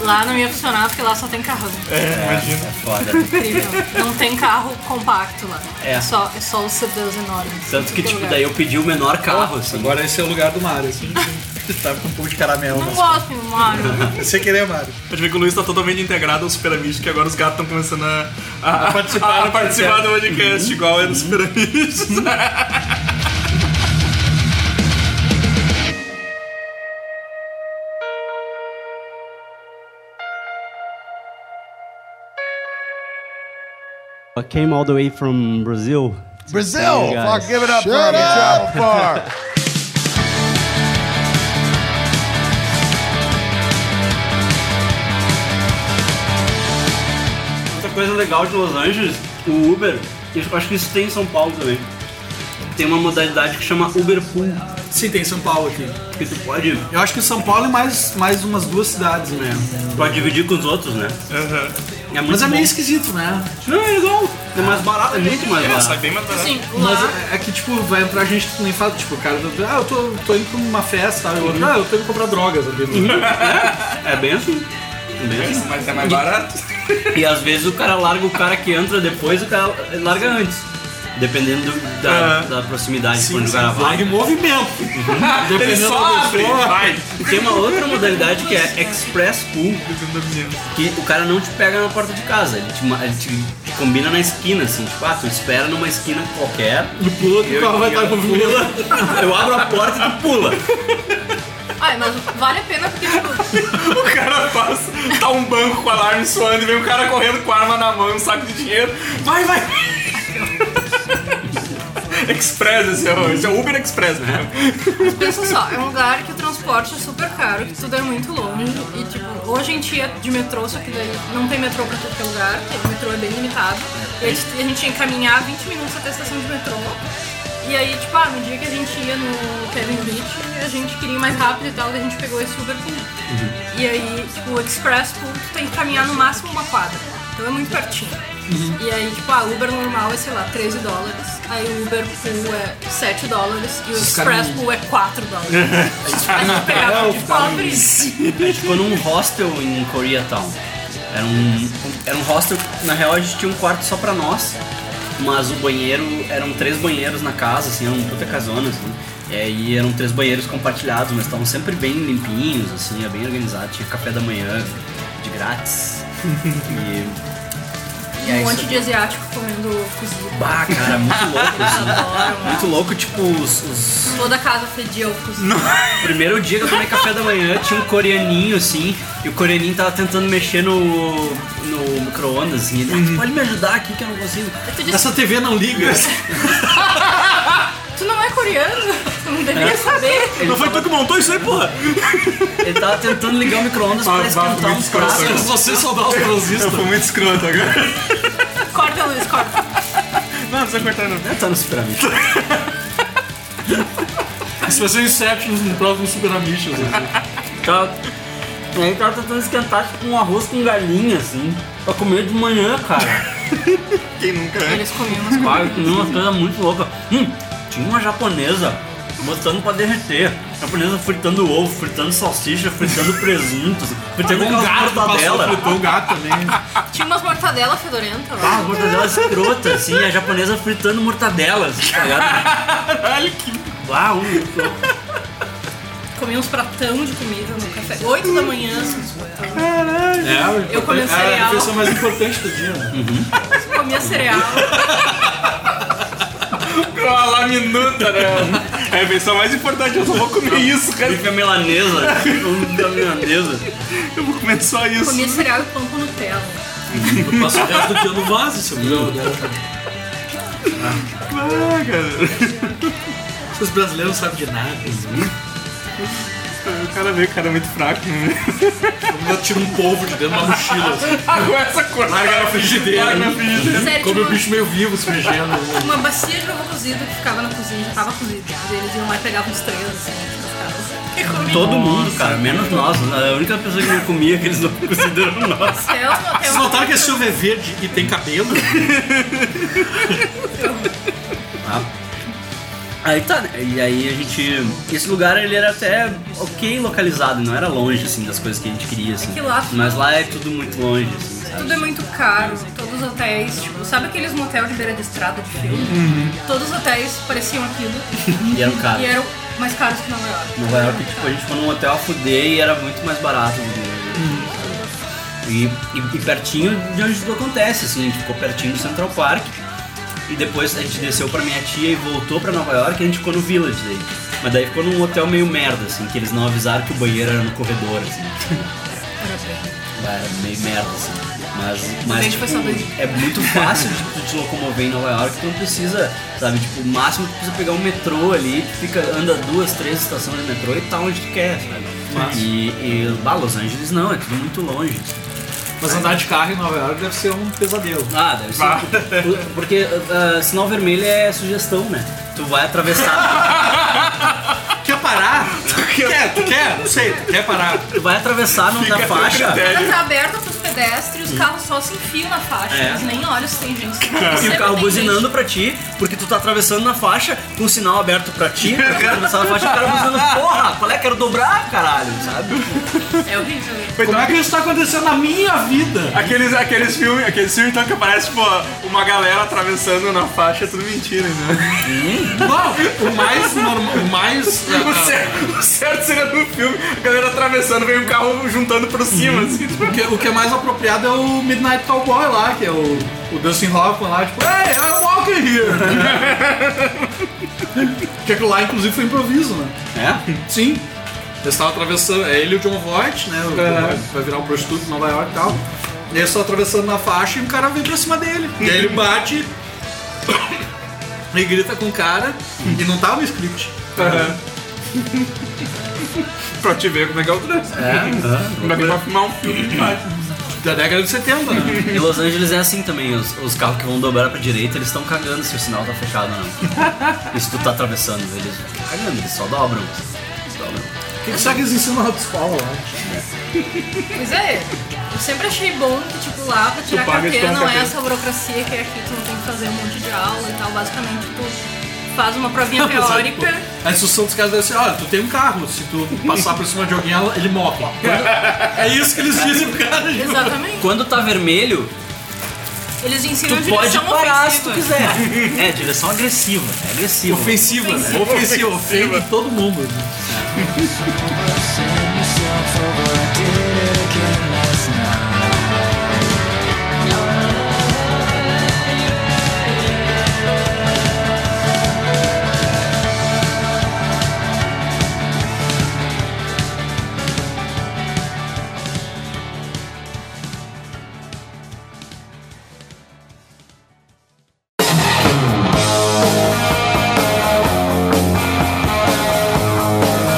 Lá não ia funcionar porque lá só tem né? carrão.
É foda.
Incrível. Não tem carro compacto lá.
É.
Só, é só os sedãs enormes.
Tanto que, tipo, daí eu pedi o menor carro, assim.
Agora esse é o lugar do Mário. Assim. Tava com um pouco de caramelo.
Não gosto, um meu Mario.
Você querer, Mário.
Pode ver que o Luiz tá totalmente integrado ao Superamístico, que agora os gatos estão começando a, a- a
participar
participar,
do
do podcast, igual é do Superamístico.
I came all the way from Brazil.
Brazil,
guys.
fuck, give it up
Shut
for him. He traveled far.
Outra coisa legal de Los Angeles, o Uber, eu acho que isso tem em São Paulo também. Tem uma modalidade que chama Uber Pool,
Sim, tem em São Paulo aqui.
que tu pode, né,
Eu acho que São Paulo e mais, mais umas duas cidades, né?
tu pode dividir com os outros, né? É muito
Mas é
bom.
meio esquisito, né?
Não, é legal. É mais barato, é muito mais
É, sai
barato.
bem mais barato.
Assim, lá,
Mas é- é que, tipo, vai entrar gente que tu nem fala, tipo, o cara, ah, eu tô, tô indo pra uma festa, e o outro, ah, eu tô indo comprar drogas ali.
É bem assim. Bem assim.
Mas é mais barato.
E às vezes o cara larga o cara que entra depois e o cara larga antes. Dependendo do- da,
Ah.
da proximidade
Sim,
quando o
sim.
cara vai.
Larga em movimento.
Ele
Dependendo
só
da
abre,
pessoa.
vai.
Tem uma outra modalidade que é Express Pool, que o cara não te pega na porta de casa, ele te, ma- ele te- te combina na esquina, assim, tipo, ah, tu espera numa esquina qualquer,
No pulo do carro vai tá estar com
pula, eu abro a porta e tu pula.
ai, mas vale a pena porque, tipo,
O cara passa, tá um banco com alarme soando e vem um cara correndo com a arma na mão e um saco de dinheiro. Vai, vai! Express, esse é, o, esse é o Uber Express, né?
pensa só, é um lugar que o transporte é super caro, que tudo é muito longe. E, tipo, ou a gente ia de metrô, só que daí não tem metrô pra todo que é lugar, porque o metrô é bem limitado. E a gente, a gente tinha que caminhar 20 minutos até a estação de metrô. E aí, tipo, ah, no dia que a gente ia no Kevin Beach, a gente queria ir mais rápido e tal, daí a gente pegou esse Uber Pool. E aí, tipo, o Express Pool, tu tem que caminhar no máximo uma quadra. Então é muito pertinho. E aí, tipo, a Uber normal é, sei lá, 13 dólares. Aí o Uber Pool é 7 dólares e o Express Pool é 4 dólares. a gente pegava de pobre.
É tipo num hostel em Koreatown. Era um, era um hostel, na real a gente tinha um quarto só pra nós, mas o banheiro, eram três banheiros na casa, assim, era um puta casona, assim. E aí eram três banheiros compartilhados, mas estavam sempre bem limpinhos, assim, é bem organizado, tinha café da manhã de grátis. E.
E um monte de asiático comendo cozido.
Bah, cara, muito louco, assim.
Adoro.
Muito louco, tipo, os- os,
Toda casa fedia o cozido.
Primeiro dia que eu tomei café da manhã, tinha um coreaninho assim, e o coreaninho tava tentando mexer no, no micro-ondas, assim. Ele, "Ah, tu pode me ajudar aqui que eu não consigo.
Aí tu disse,
Essa TV não liga.
tu não é coreano? Tu não deveria saber.
Não foi tu que montou isso aí, porra?
Ele tava tentando ligar o micro-ondas
Ah,
pra
bah,
esquentar
muito
uns pratos.
escroto.
Você soldar os
Eu
transistor.
fui muito escroto agora.
Corta, Luiz, corta.
Não, não precisa cortar não.
Ele tá no Super Amigo.
Isso vai ser o é Inception no próximo Super Amichos.
Tava... Ele tava tentando esquentar tipo um arroz com galinha, assim, pra comer de manhã, cara.
Quem nunca é?
Eles comiam umas coisas.
Pai, eu comi umas coisas muito loucas. Hum, tinha uma japonesa botando pra derreter. Japonesa fritando ovo, fritando salsicha, fritando presunto, fritando
Um
aquelas
gato passou,
mortadela.
fritou o gato também.
Tinha umas mortadela fedorenta né?
Ah,
lá.
mortadela escrota, assim, a japonesa fritando mortadelas, tá ligado?
Caralho, que...
Uau, um-
Comi uns pratão de comida no café. Oito da manhã, assim, uns pratão.
É,
Eu comi um
É a
cereal.
refeição mais importante do dia, né?
Comia cereal.
Uma laminuta, né? É a versão mais importante, eu só vou comer isso, cara.
Bife à milanesa, um da milanesa.
Eu vou comer só isso.
Comia cereal e pão com Nutella.
Eu passo o resto do dia no vaso, seu filho.
Ah, cara.
Os brasileiros não sabem de nada.
O cara veio, o cara é muito fraco. Né?
Eu tiro um polvo de dentro da mochila. assim.
Agora essa cor.
Larga na frigideira.
Larga na frigideira.
Sério,
Come
tinha
o bicho meio vivo, se mexendo.
uma, uma bacia de ovo cozido que ficava na cozinha, já tava cozida. Eles iam lá e pegavam os três, assim, e ficavam-
Todo mundo, cara, menos nós. A única pessoa que não comia que eles não consideram nós.
Até o- até
Vocês
o-
notaram que esse ovo é verde e tem cabelo?
Ah. Aí tá, né? E aí a gente. Esse lugar ele era até ok localizado, não era longe assim das coisas que a gente queria, assim.
que lá-
Mas lá é tudo muito longe, assim, sabe?
Tudo é muito caro, todos os hotéis, tipo, sabe aqueles motel de beira de estrada de filme?
Uhum.
Todos os hotéis pareciam aquilo
E era um caro.
e eram mais caros que Nova York.
Nova York, tipo, a gente foi num hotel a fuder e era muito mais barato do que. E, e, e pertinho de onde tudo acontece, assim, a gente ficou pertinho do Central Park. E depois a gente desceu pra minha tia e voltou pra Nova York e a gente ficou no Village daí. Mas daí ficou num hotel meio merda, assim, que eles não avisaram que o banheiro era no corredor, assim. Era meio merda, assim. Mas, mas
Também foi
tipo,
só dois.
é muito fácil de tu te locomover em Nova York, tu não precisa, sabe? Tipo, o máximo tu precisa pegar um metrô ali, tu fica, anda duas, três estações de metrô e tá onde tu quer, sabe? E, e bah, Los Angeles não, é tudo muito longe.
Mas andar de carro em Nova York deve ser um pesadelo.
Ah, deve ser. por- Porque ah, sinal vermelho é sugestão, né? Tu vai atravessar,
Quer parar? Quer, tu quer? Não sei, tu quer parar.
tu vai atravessar no- na
Fica a teu
faixa.
Ela
critério.
tá aberta pros pedestres, os carros só se enfiam na faixa,
É.
eles nem olham se tem
E
gente. Sempre
o carro
tem
buzinando pra ti, porque tu tá atravessando na faixa, com o sinal aberto pra ti, pra tu atravessar na faixa, o cara buzinando, porra, qual é? Quero dobrar, caralho, sabe?
gente. É horrível.
Como é que isso tá acontecendo na minha vida?
Aqueles, aqueles filmes, aqueles filmes então que aparece, tipo, uma galera atravessando na faixa, é tudo mentira, né?
Não, o mais normal, o mais...
O certo, o certo seria no filme, a galera atravessando, vem um carro juntando por cima, assim, tipo,
O que, o que é mais apropriado é o Midnight Cowboy lá, que é o, o Dustin Hoffman lá, tipo, Hey, I'm walking here! que aquilo lá, inclusive, foi improviso, né?
É?
Sim. Eles estavam atravessando, é ele e o John Voight, né? O John Voight vai virar um prostituto em Nova York e tal. E eles estão atravessando na faixa e o cara vem pra cima dele. E aí ele bate e grita com o cara e não tá no script.
pra te ver como é que é o trânsito. Como é que vai filmar um filme de faixa.
É, Da década de 70, né?
Em Los Angeles é assim também, os, os carros que vão dobrar pra direita, eles estão cagando se o sinal tá fechado ou não. E se tu tá atravessando, eles cagando, eles só dobram. Eles dobram.
O que, que será que eles ensinam na escola lá? né?
Pois é, eu sempre achei bom que, tipo, lá pra tirar
Tu paga e
carteira
toma
não é
carteira.
essa burocracia que é aqui, tu não tem que fazer um monte de aula e tal. Basicamente, tu faz uma provinha teórica.
A instrução dos caras deve ser, olha, tu tem um carro, se tu passar por cima de alguém, ela- ele morre. é isso que eles dizem pro cara. gente.
Exatamente.
Quando tá vermelho,
Eles ensinam
tu pode
direção
parar se tu
ofensiva.
quiser. É, direção agressiva, é agressiva.
Ofensiva, né? Ofensiva, ofende todo mundo. né?
It's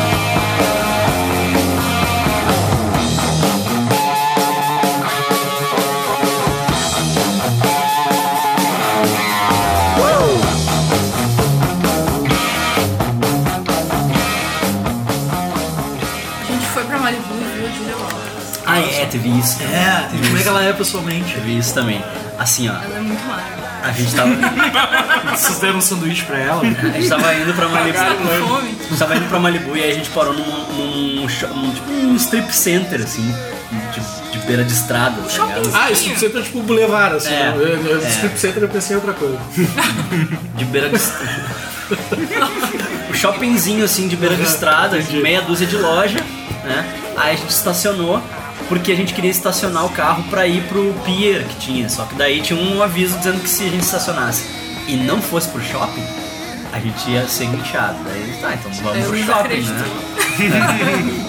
Ah, teve isso. também.
É, e como é que ela é pessoalmente?
Teve isso também. Assim, ó,
Ela é muito magra.
a gente tava,
Vocês deram um sanduíche pra ela?
a gente tava indo pra Malibu.
Fome.
A gente tava indo Um pra Malibu e aí a gente parou num, num, sho- num, tipo, um strip center, assim, de, de beira de estrada. tá ligado?
Ah, isso strip center é tipo boulevard, assim.
É,
né? Eu- eu-
é.
Strip center eu pensei em outra coisa.
De beira de estrada. o shoppingzinho assim de beira de estrada, meia dúzia de loja, né? Aí a gente estacionou, porque a gente queria estacionar o carro pra ir pro pier que tinha. Só que daí tinha um aviso dizendo que se a gente estacionasse e não fosse pro shopping, a gente ia ser guinchado. Daí, tá, então vamos
Eu
pro
não
shopping, né?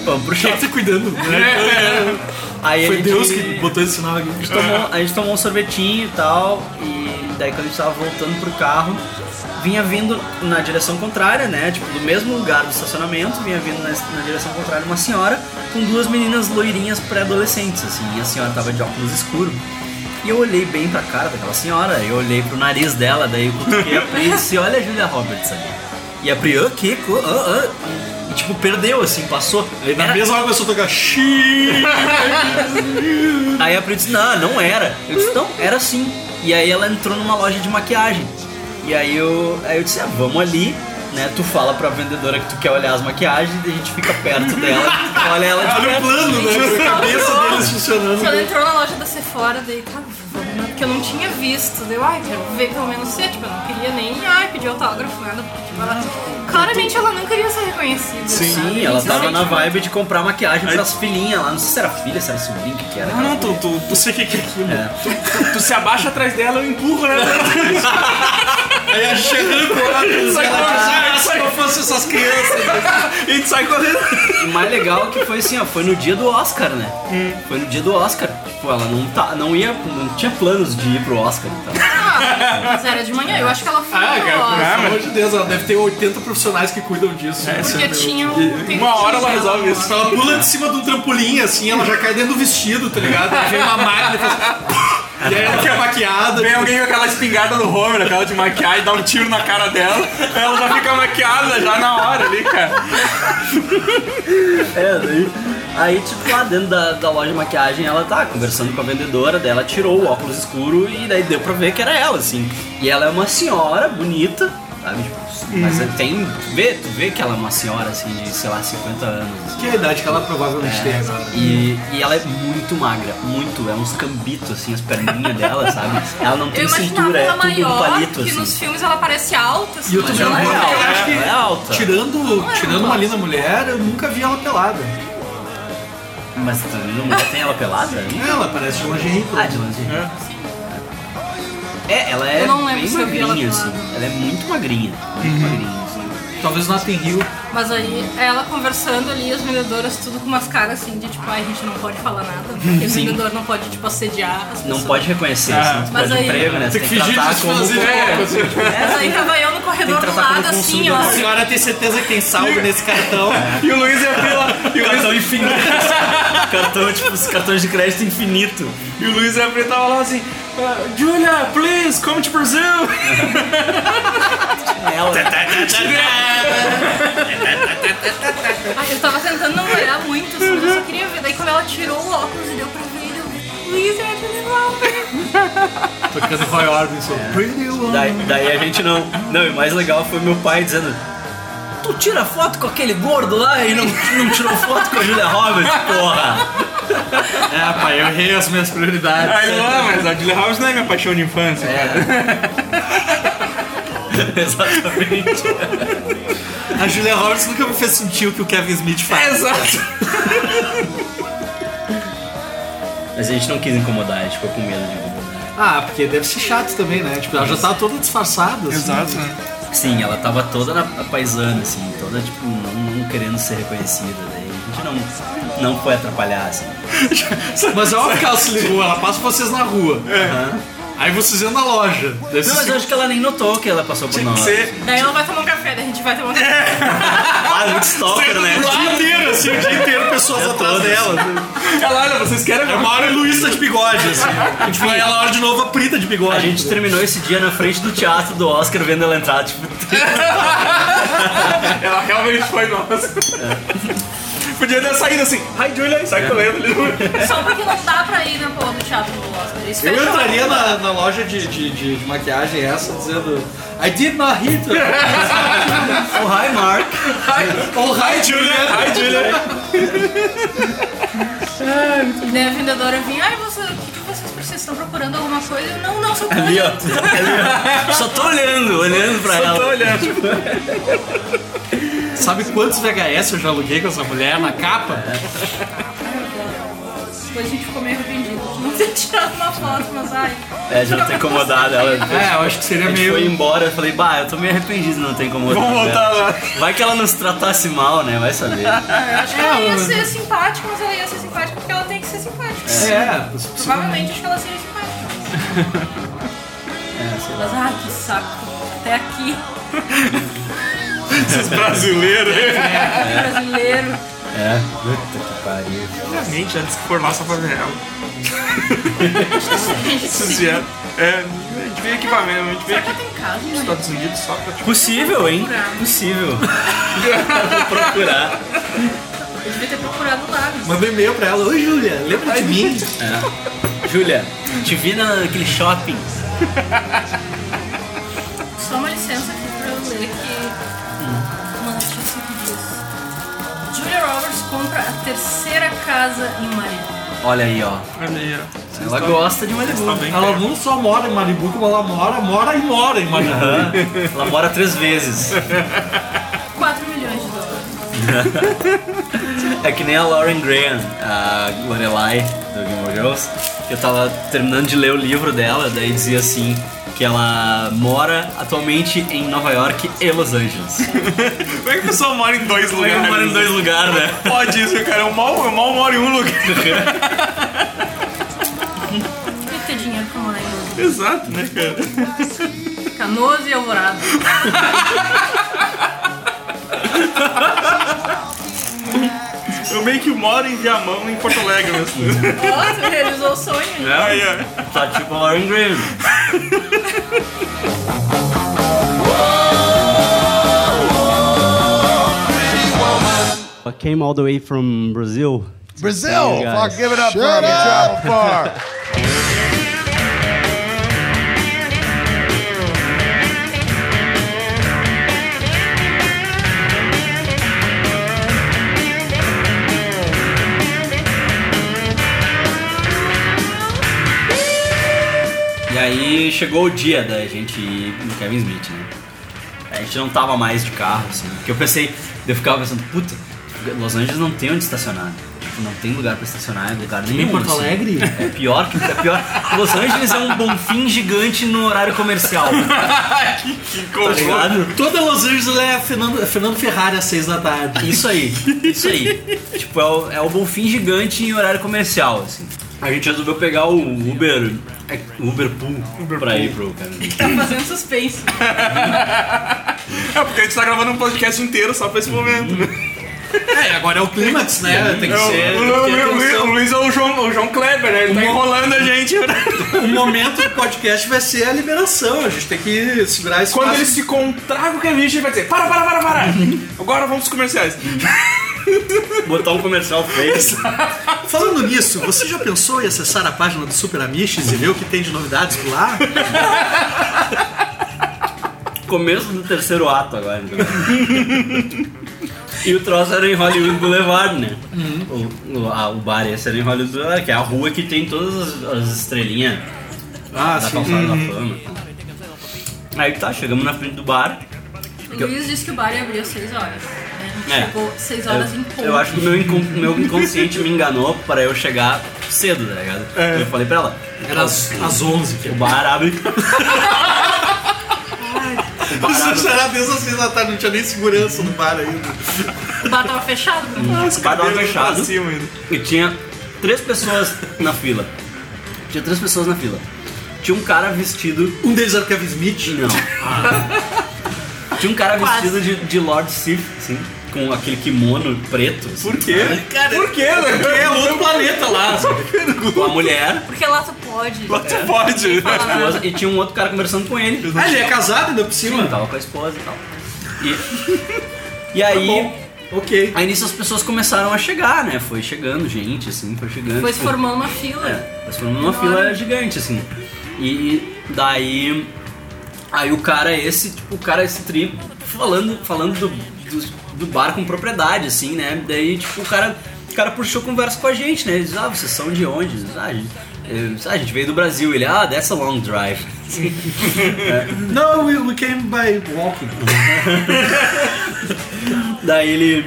Vamos pro shopping.
Tá cuidando, né?
Aí a
Foi
gente-
Deus que botou esse sinal aqui.
gente tomou- a gente tomou um sorvetinho e tal, e daí quando a gente tava voltando pro carro, vinha vindo na direção contrária, né? Tipo, do mesmo lugar do estacionamento, vinha vindo na, na direção contrária uma senhora com duas meninas loirinhas pré-adolescentes, assim, e a senhora tava de óculos escuro. E eu olhei bem pra cara daquela senhora, eu olhei pro nariz dela, daí eu cutuquei a Pri e disse, olha a Julia Roberts ali. E a Pri, ah, que? Co- ah, ah." E tipo, perdeu, assim, passou.
Na
Era-
mesma hora que eu sou tocar xiii.
Aí a Pri disse, não, não era. Eu disse, não, era sim. E aí ela entrou numa loja de maquiagem. E aí eu, aí eu disse, ah, vamos ali, né? Tu fala pra vendedora que tu quer olhar as maquiagens e a gente fica perto dela. Olha ela de
Olha o
perto.
plano, né? A cabeça deles
Quando ela
funcionando.
entrou na loja da Sephora, daí tá, vamos, né? porque eu não tinha visto. Daí eu, ai, quero ver pelo menos ser, tipo, eu não queria nem, ai, pedir autógrafo, nada, porque, tipo, ela... Claramente ela não queria ser reconhecida. sabe? Então, tipo,
Sim, ela tava na
Sinceramente,
vibe de comprar maquiagem pras filhinhas lá. Não sei se era filha, se era sobrinha, o que que era.
Não, Ah, não, tu, tu, tu sei o que que é aquilo. Tu,
É.
tu- tu se abaixa atrás dela, eu empurro, né?
Aí a gente arrancou.
Sai correndo,
"Ah, Se
sai
não fosse essas crianças.
correndo. E tu sai correndo.
O mais legal é que foi assim, ó, foi no dia do Oscar, né?
Hum.
Foi no dia do Oscar. Tipo, ela não, tá, não ia, não tinha planos de ir pro Oscar e tal.
Mas era de manhã, eu acho que ela foi
Ah,
na
cara,
loja.
pelo amor de Deus, ela deve ter 80 profissionais que cuidam disso. É,
Porque tinha um tempinho
Uma hora ela
dela
resolve
lá.
isso.
Ela pula de cima de um trampolim, assim, ela já cai dentro do vestido, tá ligado? Aí vem uma máquina e faz... E aí ela fica maquiada.
Vem alguém com aquela espingarda no Homer, aquela de maquiagem, dá um tiro na cara dela, ela já fica maquiada já na hora ali, cara.
É, daí. Aí, tipo, lá dentro da, da loja de maquiagem, ela tá conversando com a vendedora dela, tirou o óculos escuro e daí deu pra ver que era ela, assim. E ela é uma senhora bonita, sabe? Tipo, Mas é- tem. Tu vê, tu vê que ela é uma senhora, assim, de, sei lá, 50 anos. assim.
Que é a idade que ela provavelmente tem agora.
É, E, e ela é muito magra, muito. É uns cambitos, assim, as perninhas dela, sabe? Ela não
Eu
tem
imaginava
cintura, é
ela
tudo um
maior,
palito,
que
assim.
nos filmes ela parece alta, assim.
E eu tô
Mas
vendo
ela é
uma
alta,
que eu acho que-
ela é alta.
é
Tirando, tirando uma linda mulher, eu nunca vi ela pelada.
Mas tu não tem ela pelada?
Ela parece de lingerie.
Ah, de longe. É, ela é
Eu não lembro
bem
se eu vi ela
magrinha, assim.
pelada.
Ela é muito magrinha. Muito magrinha, assim.
Uhum. Talvez não tem Rio.
Mas aí, ela conversando ali, as vendedoras, tudo com umas caras assim de tipo, ai, a gente não pode falar nada, porque o
Sim. É.
vendedor não pode, tipo, assediar as pessoas.
Não pode reconhecer,
Ah,
assim, tu
mas
perde
aí-
emprego, né? Você tem que tratar como...
um assim.
Mas aí tava eu no corredor do
tratar como um
lado, assim, ó.
consumidor. É.
senhora tem certeza que tem saldo nesse cartão.
É. E o Luiz e a Pri lá, e o
é
Luiz,
infinito. cartão, tipo, os cartões de crédito infinito.
e o Luiz e a Pri tava lá assim, "Ah, Julia, please, come to Brazil.
Ela,
Ai, eu tava tentando não olhar muito, assim, eu só queria ver. Daí quando ela tirou o óculos e deu pra ver, eu é Luiz, eu acho legal.
Tocando Roy Orbison. Pretty Woman.
É. daí, daí a gente não... Não, e o mais legal foi meu pai dizendo... Tu tira foto com aquele gordo lá e não, não tirou foto com a Julia Roberts, porra!
É, pai, eu errei as minhas prioridades.
Aí ele lá, mas a Julia Roberts não é minha paixão de infância.
É. Exatamente.
A Julia Roberts nunca me fez sentir o que o Kevin Smith
É.
faz.
É, Exato.
Mas a gente não quis incomodar, a gente ficou com medo de incomodar.
Ah, porque deve ser chato também, né? Tipo, ela já tá toda disfarçada. assim.
Exato, né?
Sim, ela tava toda na na paisana, assim, toda, tipo, não, não querendo ser reconhecida. Daí a gente não, não foi atrapalhar, assim.
Mas é óbvio que ela se ligou, ela passa vocês na rua. Aí vocês iam na loja.
É.
Daí
Não,
vocês
mas eu
ficam-
acho que ela nem notou que ela passou por nós.
Você
Daí ela vai tomar um café, daí a gente vai tomar um café.
Ah, muito stalker, né?
O dia inteiro, assim, o dia inteiro pessoas atrás dela.
assim.
Ela, olha, vocês querem
É uma hora o Luiz tá de bigode, assim. A gente vai ela hora de novo a Prita de bigode.
A gente terminou esse dia na frente do teatro do Oscar vendo ela
Tipo,
entrar, tipo,
Ela realmente foi nossa. Podia ter saído assim, ai, Julia, e
É.
sai correndo ali.
Só porque não dá pra ir na porra do teatro do Oscar. Isso
Eu
fechou.
entraria na, na loja de, de, de- de maquiagem essa dizendo I did not hit her." Oh hi Mark Oh hi Julia
Ai, Julia.
E daí Né, a vendedora vinha, ai, você, o que que vocês precisam? Estão procurando alguma coisa? Não, não, só tô
Ali ó
olhando."
Só tô olhando, olhando pra
Eu tô
ela
olhando.
Sabe quantos VHS eu já aluguei com essa mulher na capa?
Depois a gente ficou meio arrependido de não ter tirado uma foto, mas ai. assim."
É, já tá incomodada ela
É, eu acho que seria
A gente
meio.
foi embora, eu falei, bah, eu tô meio arrependido, não tem como
Vamos voltar lá.
Vai que ela nos tratasse mal, né? Vai saber.
É, Acho que ela ia ser simpática, mas ela ia ser simpática porque ela tem que ser simpática.
É,
Provavelmente acho que ela seria simpática.
É,
Mas ai, que saco. Até aqui,
Esses brasileiros.
brasileiro.
É, puta que pariu.
Obviamente, antes que for lá só pra ver ela. Esses
Será
vieram. É, a gente veio aqui pra mesmo, a gente veio
que
aqui
ela tem casa,
nos
né?
Estados Unidos só pra tipo.
Possível, hein? Possível. Vou procurar.
Eu devia ter procurado lá. né? mas-
mandei um e-mail pra ela. Oi, Júlia, lembra de mim?
Júlia, te vi naquele shopping.
Só uma licença aqui pra eu ler que. Uma notícia que diz. Julia Roberts compra a terceira casa em Malibu.
Olha aí, ó.
Olha aí, ó.
Ela gosta de Malibu.
Tá bem
Ela não só mora em Maribu, como ela mora, mora e mora em Maribu.
né? Ela mora três vezes.
4 milhões de dólares.
É que nem a Lauren Graham, a Lorelai do Game of Thrones, que eu tava terminando de ler o livro dela, daí dizia assim que ela mora atualmente em Nova York e Los Angeles.
Como é que a pessoa mora em dois
Como é que
lugares?
ela mora em dois lugares, né?
Pode isso, cara. Eu mal, eu mal moro em um lugar.
Tem que ter dinheiro pra morar em Malibu.
Exato, né, cara?
Canoas e Alvorada.
Eu meio que moro em Viamão, em Porto Alegre mesmo.
Nossa, realizou o sonho.
Aí, ó.
Tá tipo a Lauren Graham.
I came all the way from Brazil.
Brazil,
Hey,
fuck,
guys.
give it up for me. Travel far.
E aí chegou o dia da gente ir no Kevin Smith, né? A gente não tava mais de carro, assim. Porque eu pensei, eu ficava pensando, puta, Los Angeles não tem onde estacionar. Tipo, não tem lugar pra estacionar em lugar nenhum.
Em Porto
assim.
Alegre?
É pior que. É pior. Los Angeles é um bonfim gigante no horário comercial.
Que
Tá
coisa.
ligado?
Toda Los Angeles é Fernando, Fernando Ferrari às seis da tarde.
Isso aí, isso aí. tipo, é o, é o Bonfim gigante em horário comercial, assim. A gente resolveu pegar o Uber. é, Uber Pool pra ir pro cara.
Tá fazendo suspense.
É porque a gente tá gravando um podcast inteiro só pra esse momento, né? É,
É, agora é o clímax, né? Tem que
O,
ser.
o- o-
tem
o-
atenção.
o Luiz é o João, o João Kleber, né? Ele tá enrolando a gente.
O momento do podcast vai ser a liberação. A gente tem que segurar esse
Quando
passo.
ele se contrai com o Kevin, ele vai dizer: para, para, para, para. Agora vamos pros comerciais.
Botar um comercial fake.
Falando nisso, você já pensou em acessar a página do Super Amiches e ver o que tem de novidades por lá?
Começo do terceiro ato agora, então. E o troço era em Hollywood Boulevard, né? O, o, a- o bar esse era em Hollywood Boulevard, que é a rua que tem todas as, as estrelinhas
Ah,
da calçada da fama. Aí tá, chegamos na frente do bar.
O Luiz disse que o bar ia abrir às 6 horas. Né? A gente
É.
chegou 6 horas em ponto.
Eu, eu acho que o meu, incon- meu inconsciente me enganou para eu chegar cedo, tá ligado? Eu falei pra ela,
Era às, às é. 11.
o bar abre. o bar abre.
Será desde às 6 da tarde? tá, Não tinha nem segurança no bar ainda.
O bar tava fechado. né?
Os
Cada um
cabelos
fechado.
assim.
pra cima ainda.
E tinha três pessoas na fila. Tinha três pessoas na fila. Tinha um cara vestido.
Um deles era o Kevin Smith. Ah.
Não. Tinha um cara
Quase.
vestido de, de Lord Sif, assim, com aquele kimono preto. assim,
Por quê?
Cara,
Por quê?
É outro planeta lá. sabe?
Com a mulher.
Porque lá tu pode.
Você pode.
esposa, E tinha um outro cara conversando com ele.
Ah, ele é casado ainda por
Sim,
cima.
tava com a esposa e tal. E, e aí
Tá Ok.
Aí nisso as pessoas começaram a chegar, né? Foi chegando gente, assim, foi chegando.
Foi se
tipo,
formando uma fila.
É, nós formamos uma fila gigante, assim. E daí. Aí o cara esse, tipo, o cara esse tri falando, falando do, do, do bar com propriedade, assim, né? Daí, tipo, o cara, o cara puxou conversa com a gente, né? Ele diz, ah, vocês são de onde? Diz, ah, a gente, eu, ah, a gente veio do Brasil. Ele, ah, that's a long drive.
No, we, we came by walking.
Daí ele,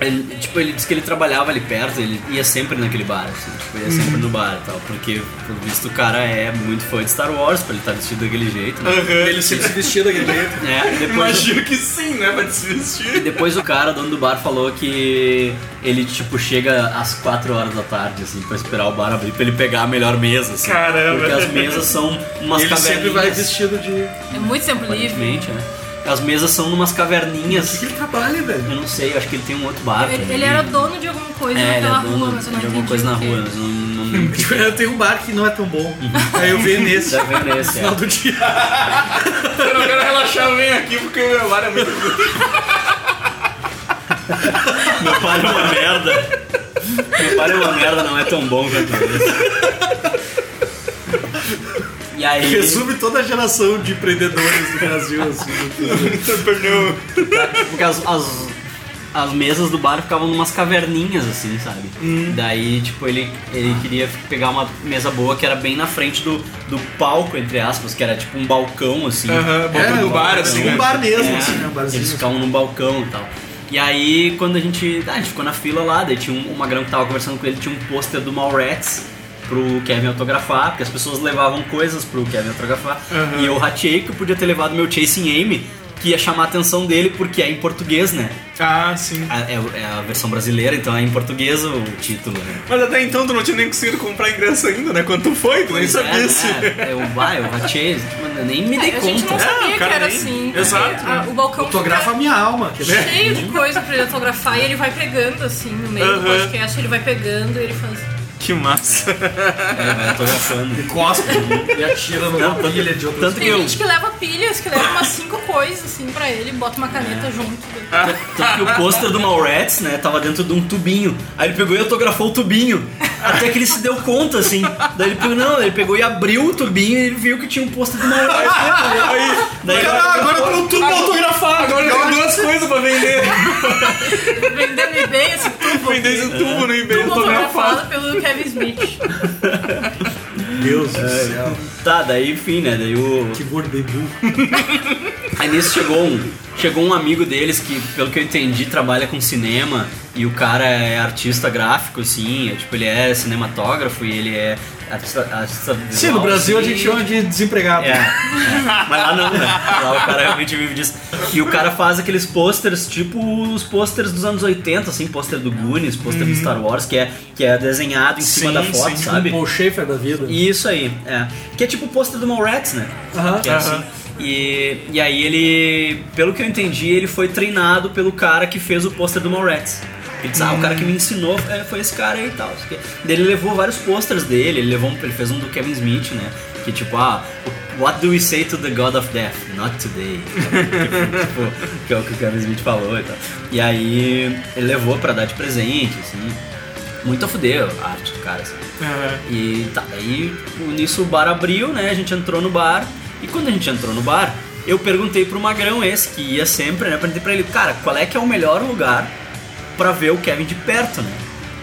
ele- Tipo, ele disse que ele trabalhava ali perto, ele ia sempre naquele bar, assim, tipo, ia sempre no bar e tal. Porque, pelo visto, o cara é muito fã de Star Wars, pra ele estar vestido daquele jeito, né?
Ele sempre se vestia daquele jeito.
É, e depois,
Imagino que sim, né? Vai desvestir.
depois o cara, dono do bar, falou que ele, tipo, chega às 4 horas da tarde, assim, pra esperar o bar abrir, pra ele pegar a melhor mesa, assim.
Caramba.
Porque as mesas são umas
Ele sempre vai
caverninhas,
vestido de.
É muito tempo livre.
aparentemente, né? As mesas são numas caverninhas,
Que ele trabalha, velho.
eu não sei, eu acho que ele tem um outro bar.
Ele,
também.
ele era dono de alguma coisa
É, ele é
naquela rua,
dono
mas eu não
de alguma
entendi
coisa na
o quê.
rua, né? mas não, não, não
Tipo, eu tenho um bar que não é tão bom. Aí eu venho nesse.
tá vendo
No
esse, é.
final do dia.
Eu não quero relaxar bem aqui porque o meu bar é muito grande.
Meu pai é uma merda. Meu pai é uma merda, não é tão bom quanto isso. E
É.
aí,
Resume toda a geração de empreendedores do Brasil, assim.
porque as, as, as mesas do bar ficavam numas caverninhas, assim, sabe? Daí, tipo, ele, ele queria pegar uma mesa boa que era bem na frente do, do palco, entre aspas, que era tipo um balcão, assim.
Aham, do bar, assim,
Um
né?
bar mesmo,
É,
assim, né? Um barzinho.
Eles ficavam num balcão e tal. E aí, quando a gente. ah, a gente ficou na fila lá, daí tinha um, o Magrão que tava conversando com ele, tinha um pôster do Mallrats pro Kevin autografar, porque as pessoas levavam coisas pro Kevin autografar. E eu rateei que eu podia ter levado meu Chasing Amy, que ia chamar a atenção dele, porque é em português, né?
Ah, sim.
A- É, é a versão brasileira, então é em português o título, né?
Mas até então tu não tinha nem conseguido comprar ingresso ainda, né? Quanto foi? Tu nem sabia
é,
se.
né? Eu, ah, eu rateei, tipo, nem me dei
É, a gente
conta.
não sabia que
cara,
era
nem-
assim.
Exato,
A- O balcão
Autografa a minha alma. que
fica cheio de coisa pra ele autografar e ele vai pegando assim no meio do
Aham.
podcast, ele vai pegando e ele faz.
Que massa.
É, vai autografando.
Cospe e atira numa pilha de outras
Tanto que
Tem
eu,
gente que leva pilhas, que leva umas cinco coisas assim pra ele, bota uma caneta junto.
Tanto que o pôster do Mallrats, né, tava dentro de um tubinho. Aí ele pegou e autografou o tubinho. Até que ele se deu conta, assim. Daí ele pegou, não, ele pegou e abriu o tubinho e ele viu que tinha um pôster do Mallrats. Aí, daí ele
Ah,
agora eu tenho tudo pra autografar. Agora eu tenho duas coisas pra vender.
Vendendo no eBay esse tubo.
Vender esse tubo no eBay
tubo
autografado.
autografado pelo Kevin Smith.
Deus do céu.
Tá, daí enfim, né, daí o...
Que gordebu.
Aí nisso chegou um, chegou um amigo deles que, pelo que eu entendi, trabalha com cinema e o cara é artista gráfico, assim, é, tipo, ele é cinematógrafo e ele é artista, artista
Sim, no
visual,
Brasil a
assim.
gente chama de desempregado.
É, é. Mas lá não, né? Lá o cara realmente vive disso. E o cara faz aqueles posters, tipo os posters dos anos 80, assim, pôster do Goonies, pôster do Star Wars, que é, que é desenhado em cima
Uhum. Sim,
da foto,
sim. tipo
Sabe?
sabe?
Paul tipo, Schaefer da vida.
E isso aí, é. Que é tipo o pôster do Mallrats, né?
Aham.
Que é assim.
Aham.
E, e aí ele, pelo que eu entendi, ele foi treinado pelo cara que fez o pôster do Mallrats. Ele disse, ah, o cara que me ensinou é, foi esse cara aí e tal. não sei o quê. Daí Ele levou vários posters dele, ele, levou um- ele fez um do Kevin Smith, né? Que tipo, ah, what do we say to the God of Death? Not today. tipo, que é o que o Kevin Smith falou e tal. E aí ele levou pra dar de presente, assim. Muito a fuder a arte do cara, assim. E tá, aí tipo, nisso o bar abriu, né? A gente entrou no bar. E quando a gente entrou no bar, eu perguntei pro Magrão esse, que ia sempre, né? Perguntei pra ele, cara, qual é que é o melhor lugar pra ver o Kevin de perto, né?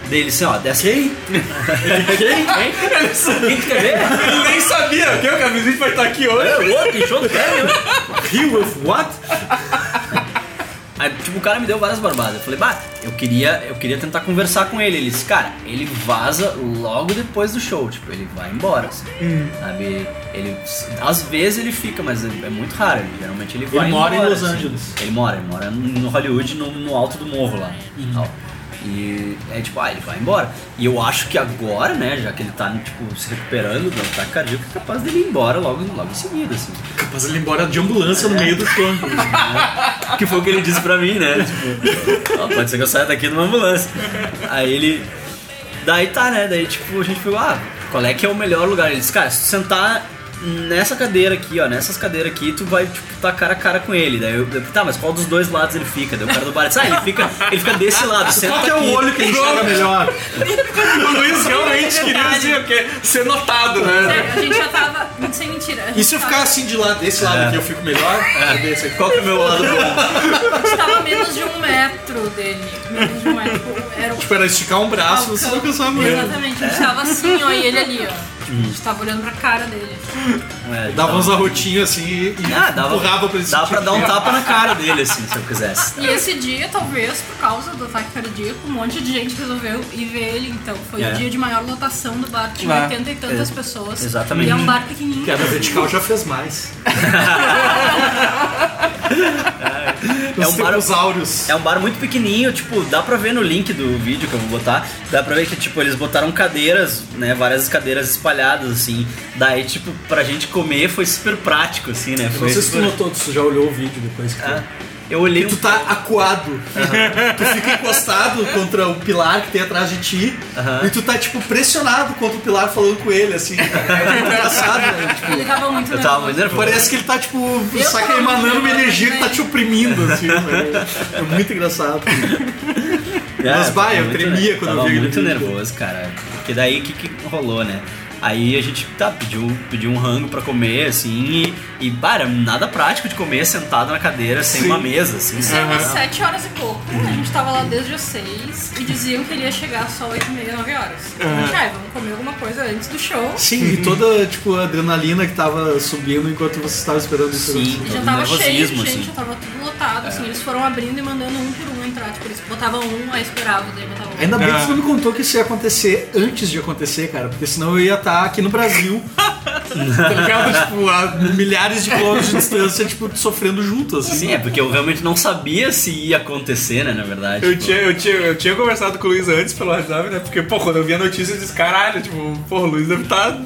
Dele assim, ó, desce. Quem? Quem? Quem que quer ver?
Ele nem sabia que o Camisite vai estar aqui hoje.
É, o outro, show do Kevin.
Rio of what?
Aí, tipo, o cara me deu várias barbadas. Eu falei, bah, eu queria, eu queria tentar conversar com ele. Ele disse, cara, ele vaza logo depois do show. Tipo, ele vai embora, assim.
Hum.
Sabe? Ele, às vezes ele fica, mas é, é muito raro. Ele- geralmente ele vai
mora em
embora,
Los
assim.
Angeles.
Ele mora, ele mora no Hollywood, no, no alto do morro lá. e
Uhum.
tal. E é tipo, ah, ele vai embora. E eu acho que agora, né, já que ele tá, tipo, se recuperando do ataque cardíaco, é capaz dele ir embora logo, logo em seguida, assim.
Capaz Tipo, ele ir embora de ambulância no meio do campo.
Que foi o que ele disse pra mim, né? Tipo, "Ó, pode ser que eu saia daqui numa ambulância. Aí ele. Daí tá, né? Daí tipo, a gente ficou, ah, qual é que é o melhor lugar? Ele disse, cara, se tu sentar nessa cadeira aqui, ó, nessas cadeiras aqui, tu vai, tipo, tá cara a cara com ele. Daí eu, eu, tá, mas qual dos dois lados ele fica? Daí o cara do bar diz, ah, ele fica, ele fica desse lado, senta
Qual que é
aqui.
o olho que enxerga melhor?
O Luiz realmente
É
queria dizer o quê? Ser notado, né?
Sério, É, a gente já tava. Sem mentira. a gente
E se eu ficar assim de lado, desse lado aqui eu fico melhor? É. Desse aqui.
Qual que é o meu lado bom?
tava- a gente tava a menos de um metro dele. Menos de um metro. Era o
Tipo, era esticar um braço, você não pensava muito.
Exatamente, a gente tava assim, ó, e ele ali, ó. Tipo, a gente tava olhando pra cara dele.
É,
Dava uns arrotinhos assim e e
Ah, dava,
empurrava pra ele
dava pra
sentir.
dar um tapa na cara dele, assim, se eu quisesse.
E esse dia, talvez, por causa do ataque cardíaco, um monte de gente resolveu ir ver ele, então. Foi
É.
o dia de maior lotação do bar, tinha
Lá.
80 e tantas pessoas.
exatamente.
E é um bar pequenininho.
Queda vertical já fez mais.
É um bar,
Os áureos.
é um bar muito pequenininho, tipo, dá pra ver no link do vídeo que eu vou botar, dá pra ver que, tipo, eles botaram cadeiras, né, várias cadeiras espalhadas, assim. Daí, tipo, pra gente comer foi super prático, assim, né? Foi
Não sei se tu
super...
notou, tu já olhou o vídeo depois que tu...
Ah, Eu olhei...
Tu
um-
tá acuado. tu fica encostado contra o pilar que tem atrás de ti.
Aham.
E tu tá, tipo, pressionado contra o pilar falando com ele, assim. É muito engraçado, né? Tipo,
Ele tava muito
Eu tava muito
nervoso.
nervoso.
parece que ele tá, tipo,
Eu
só que
tava
emanando uma
nervosa
energia que tá
também.
te oprimindo, assim. né? É muito engraçado.
É,
Mas, bah,
tava
eu
muito
tremia
ner-
quando eu
tava
vi aquele
muito
vídeo.
nervoso, cara. Porque daí o que, que rolou, né? Aí a gente tá, pediu, pediu um rango pra comer, assim, e, e bah, era nada prático de comer sentado na cadeira sem uma mesa, assim.
Isso é umas 7 horas e pouco. A gente tava lá desde as 6 e diziam que ele ia chegar só 8 e meia, 9 horas. Então, já, vamos comer alguma coisa antes do show.
Sim, e toda, tipo, a adrenalina que tava subindo enquanto você estava esperando isso.
Sim,
E
todo
já tava cheio de
um nervosismo,
gente,
assim. É.
já tava tudo lotado, assim, eles foram abrindo e mandando um por um entrar, tipo, eles botavam um, aí esperavam, daí botavam outro.
Ainda bem que
Ah.
você não me contou que isso ia acontecer antes de acontecer, cara, porque senão eu ia estar aqui no Brasil, tá ligado? Tipo, a milhares de quilômetros de distância, tipo, sofrendo junto, assim.
Sim, é porque eu realmente não sabia se ia acontecer, né, na verdade.
Eu
Tipo,
tinha, eu, tinha, eu tinha conversado com o Luiz antes pelo WhatsApp, né? Porque, pô, quando eu vi a notícia, eu disse, caralho, tipo, pô, o Luiz deve estar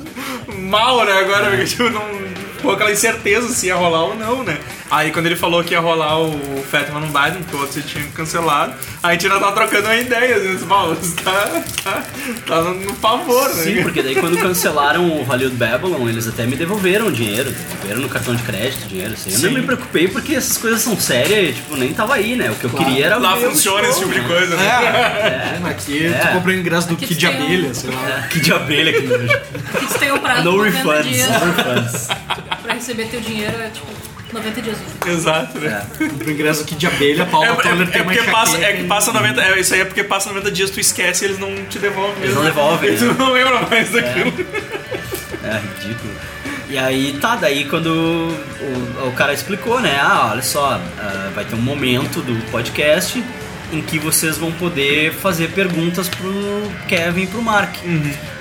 mal, né, agora, porque, tipo, não... Pô, aquela incerteza se ia rolar ou não, né? Aí quando ele falou que ia rolar o Fatman no Biden, que o outro você tinha cancelado, a gente ainda tava trocando uma ideia, às vezes, pô, você tá, tá, tá no pavor, né?
Sim, porque daí quando cancelaram o Hollywood Babylon, eles até me devolveram o dinheiro, devolveram no cartão de crédito o dinheiro, assim. Eu nem me preocupei porque essas coisas são sérias e, tipo, nem tava aí, né? O que eu queria era
Lá
ver o
funciona
show,
esse tipo de
né?
coisa, né?
É, aqui tu comprou o ingresso do
Aqui
Kid de
tem um-
Abelha, sei lá.
Que de abelha que nojo.
Eles têm um prazo de
No
90
né? refunds,
dias
no refunds.
pra receber teu dinheiro, é tipo, 90 dias úteis.
Exato,
É,
né?
Comprou o ingresso do Kid de Abelha,
É,
Paula
é-
Toller
é
tem uma
porque passa, é
enxaqueca.
que passa 90. É, isso aí é porque passa 90 dias, tu esquece e eles não te devolvem.
Eles não
mesmo.
devolvem, né?
Tu não lembra mais daquilo.
É ridículo. E aí, tá, daí quando o, o cara explicou, né? Ah, olha só, ah, vai ter um momento do podcast em que vocês vão poder fazer perguntas pro Kevin e pro Mark.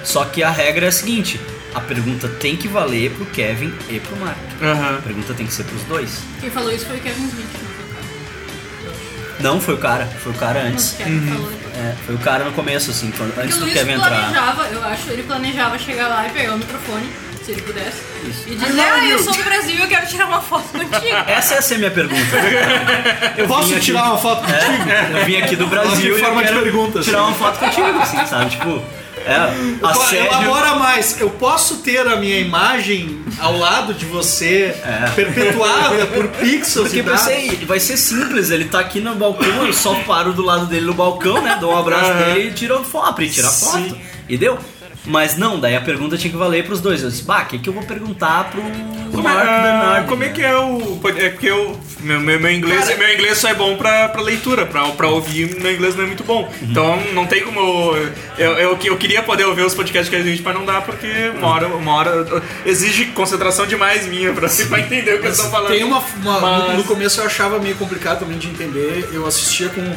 Só que a regra é a seguinte, a pergunta tem que valer pro Kevin e pro Mark. A
Aham.
pergunta tem que ser pros dois.
Quem falou isso foi o Kevin Smith, né? não foi o cara.
Não, foi o cara, foi o cara
Mas o
antes.
Kevin falou depois.
É, foi o cara no começo, assim, quando-
Uhum. Porque
antes
o
do
Luiz
Kevin entrar.
planejava, eu acho, ele planejava chegar lá e pegar o microfone, se ele pudesse, e dizer, ah, eu sou do Brasil e eu quero tirar uma foto contigo.
Essa ia ser a minha pergunta.
Eu
vim
posso
aqui- É.
tirar uma foto contigo?
Eu vim aqui do
Em
Brasil e eu
forma de
quero
pergunta, assim.
tirar uma foto contigo, assim, sabe? Tipo, é,
Pô,
assédio.
Elabora mais, eu posso ter a minha imagem ao lado de você, perpetuada por pixels
Porque
e dados?
pensei, vai ser simples, ele tá aqui no balcão, eu só paro do lado dele no balcão, né? Dou um abraço dele e tiro foto, pra ele tirar foto. E deu. Mas não, daí a pergunta tinha que valer pros dois. Eu disse, bah, o que, que eu vou perguntar pro
Como,
Marco
é-
Bernardo?
como é
né?
que é o. É porque eu. Meu, meu, meu inglês, meu inglês só é bom pra, pra leitura, pra, pra ouvir, meu inglês não é muito bom.
Uhum.
Então não tem como. Eu, eu, eu, eu queria poder ouvir os podcasts que a gente, mas não dá porque uma hora, uma hora exige concentração demais minha pra, pra entender o que eu tô falando.
Tem uma. uma-
Mas-
no, no começo eu achava meio complicado também de entender. Eu assistia com.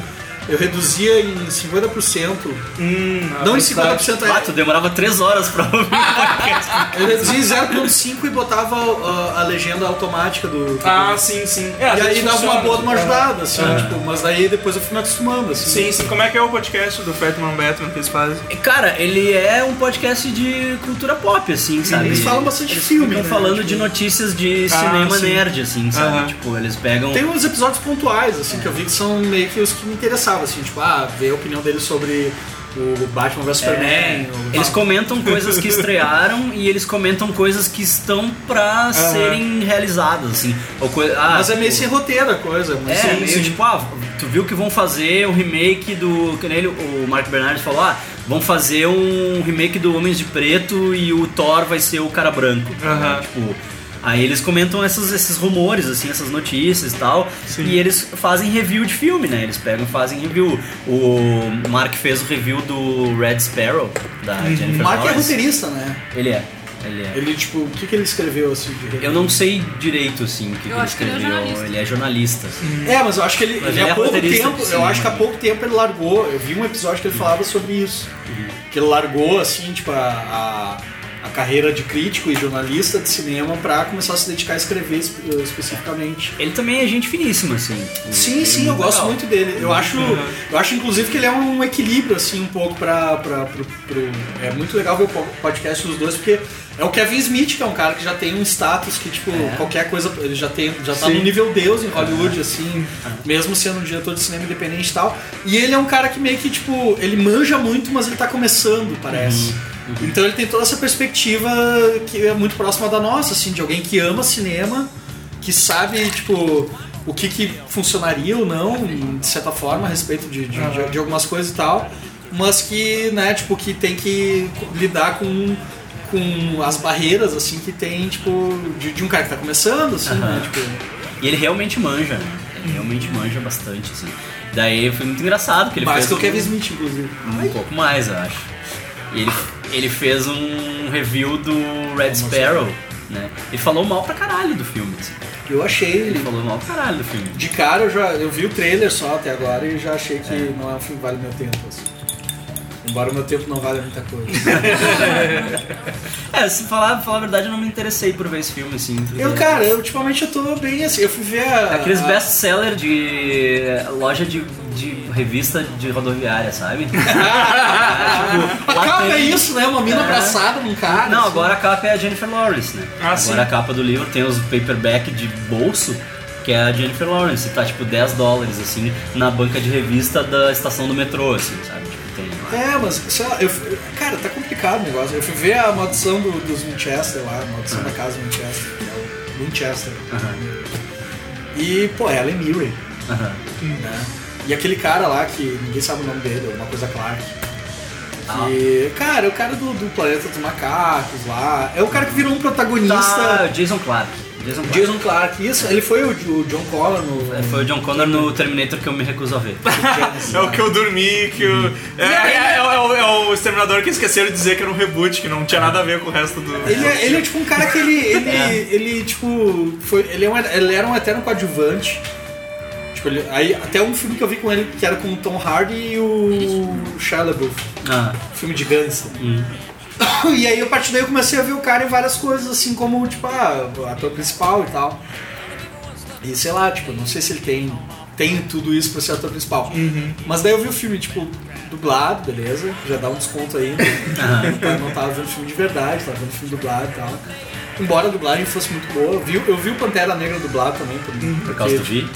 Eu reduzia em 50%.
Hum,
não
é
em 50%
Ah,
era-
tu demorava três horas pra ouvir o podcast.
é. Eu reduzia em 0,5 e botava uh, a legenda automática do. do-
Ah, sim, sim. É, às
e aí
vezes
dava uma
funciona. É.
boa de uma ajudada, assim, tipo, mas daí depois eu fui me acostumando, assim.
Sim, sim. Como é que é o podcast do Fatman Batman que eles fazem?
Cara, ele é um podcast de cultura pop, assim, sabe?
Eles falam bastante de filme,
Estão
né?
falando
Tipo,
de notícias de
Ah,
cinema
sim.
nerd, assim, sabe?
Aham.
Tipo, eles pegam.
Tem uns episódios pontuais, assim, que eu vi que são meio que os que me interessavam, assim, tipo, ah, ver a opinião dele sobre o Batman vs Superman. o-
É. né, Eles comentam coisas que estrearam e eles comentam coisas que estão pra serem realizadas, assim. Ou coi- ah,
Mas é meio
tipo,
sem roteiro a coisa.
É,
Mas sim,
meio
sim.
tipo, ah, tu viu que vão fazer o remake do. Que nem ele- o Mark Bernardes falou, ah, vão fazer um remake do Homens de Preto e o Thor vai ser o cara branco.
Aham.
Tipo. Aí eles comentam essas- esses rumores, assim, essas notícias e tal. E eles fazem review de filme, né? Eles pegam e fazem review. O Mark fez o review do Red Sparrow, da Jennifer
Mark é
Lawrence.
roteirista, né?
Ele é. Ele é.
Ele, tipo, o que, que ele escreveu assim? de-
Eu não sei direito, assim, o que,
Eu
ele
acho que ele é
escreveu.
jornalista.
ele é jornalista. assim.
É, mas eu acho que ele,
Mas
ele
ele é
há pouco
roteirista,
tempo,
sim,
eu acho que há
né?
pouco tempo ele largou. Eu vi um episódio que ele falava sobre isso.
Uhum.
Que ele largou, assim, tipo, a, a, a carreira de crítico e jornalista de cinema pra começar a se dedicar a escrever espe- especificamente.
Ele também é gente finíssima, assim.
Sim, sim, eu gosto muito dele. Eu acho, eu acho inclusive que ele é um equilíbrio, assim, um pouco pra. pra pro- pro- É muito legal ver o po- podcast dos dois, porque é o Kevin Smith, que é um cara que já tem um status que, tipo, qualquer coisa. Ele já, tem, já tá no nível Deus em Hollywood, assim, mesmo sendo um diretor de cinema independente e tal. E ele é um cara que meio que, tipo, ele manja muito, mas ele tá começando, parece. Então ele tem toda essa perspectiva que é muito próxima da nossa, assim, de alguém que ama cinema que sabe, tipo, o que, que funcionaria ou não, de certa forma, a respeito de, de, de- de algumas coisas e tal, mas que, né, tipo, que tem que lidar com, com as barreiras, assim, que tem, tipo, de, de um cara que tá começando, assim, né, tipo,
E ele realmente manja, né? Ele realmente manja bastante, assim. Daí foi muito engraçado que ele
mais
fez.
que o
um-
Kevin Smith, inclusive.
Um pouco mais, eu acho. E ele, ele fez um review do Red Sparrow, né? Ele falou mal pra caralho do filme. assim.
Eu achei,
Ele falou mal pra caralho do filme.
de cara, eu, já, eu vi o trailer só até agora e já achei que não é um filme que vale meu tempo, assim. Embora o meu tempo não valha muita coisa.
É, se falar, falar a verdade, eu não me interessei por ver esse filme, assim.
Eu, cara, eu, ultimamente eu tô bem assim. Eu fui ver a.
Aqueles
a-
best-seller de loja de, de revista de rodoviária, sabe? Tipo,
A capa é
Latam.
isso, né? Uma mina abraçada num cara.
Não,
assim.
agora a capa é a Jennifer Lawrence, né?
Ah,
agora
sim.
a capa do livro tem os paperback de bolso, que é a Jennifer Lawrence, tá tipo 10 dólares, assim, na banca de revista da estação do metrô, assim, sabe? Tipo, tem lá.
É, mas, sei lá, eu, fui- cara, tá complicado o negócio. Eu fui ver a maldição do, dos Winchester lá, a maldição da casa Winchester, que é o Winchester. E, pô, ela é Mirren,
Aham.
né? E aquele cara lá que ninguém sabe o nome dele, alguma coisa Clark. Que, cara, é o cara do, do Planeta dos Macacos lá. É o cara que virou um
Tá,
protagonista.
Jason Clark. Jason Clark.
é Jason Clark, isso, ele foi o, o John Connor no.
É, Foi o John Connor no Terminator que eu me recuso a ver.
Genesis,
É o que eu dormi, que o. É, é, é, é o, é o exterminador que esqueceram de dizer que era um reboot, que não tinha nada a ver com o resto do.
Ele é, ele é tipo um cara que ele. Ele, ele tipo. Foi, ele, é um, ele era um eterno coadjuvante. Tipo, ele- aí, até um filme que eu vi com ele, que era com o Tom Hardy e o Shia LaBeouf,
Ah,
filme de gangster. Uhum. E aí, a partir daí, eu comecei a ver o cara em várias coisas, assim, como, tipo, ah, o ator principal e tal. E sei lá, tipo, não sei se ele tem, tem tudo isso pra ser ator principal. Mas daí eu vi o filme, tipo, dublado, beleza, já dá um desconto aí. né? Eu não tava vendo filme de verdade, tava vendo filme dublado e tal. Embora a dublagem fosse muito boa, eu vi, eu vi o Pantera Negra dublado também. Por,
por causa do vídeo.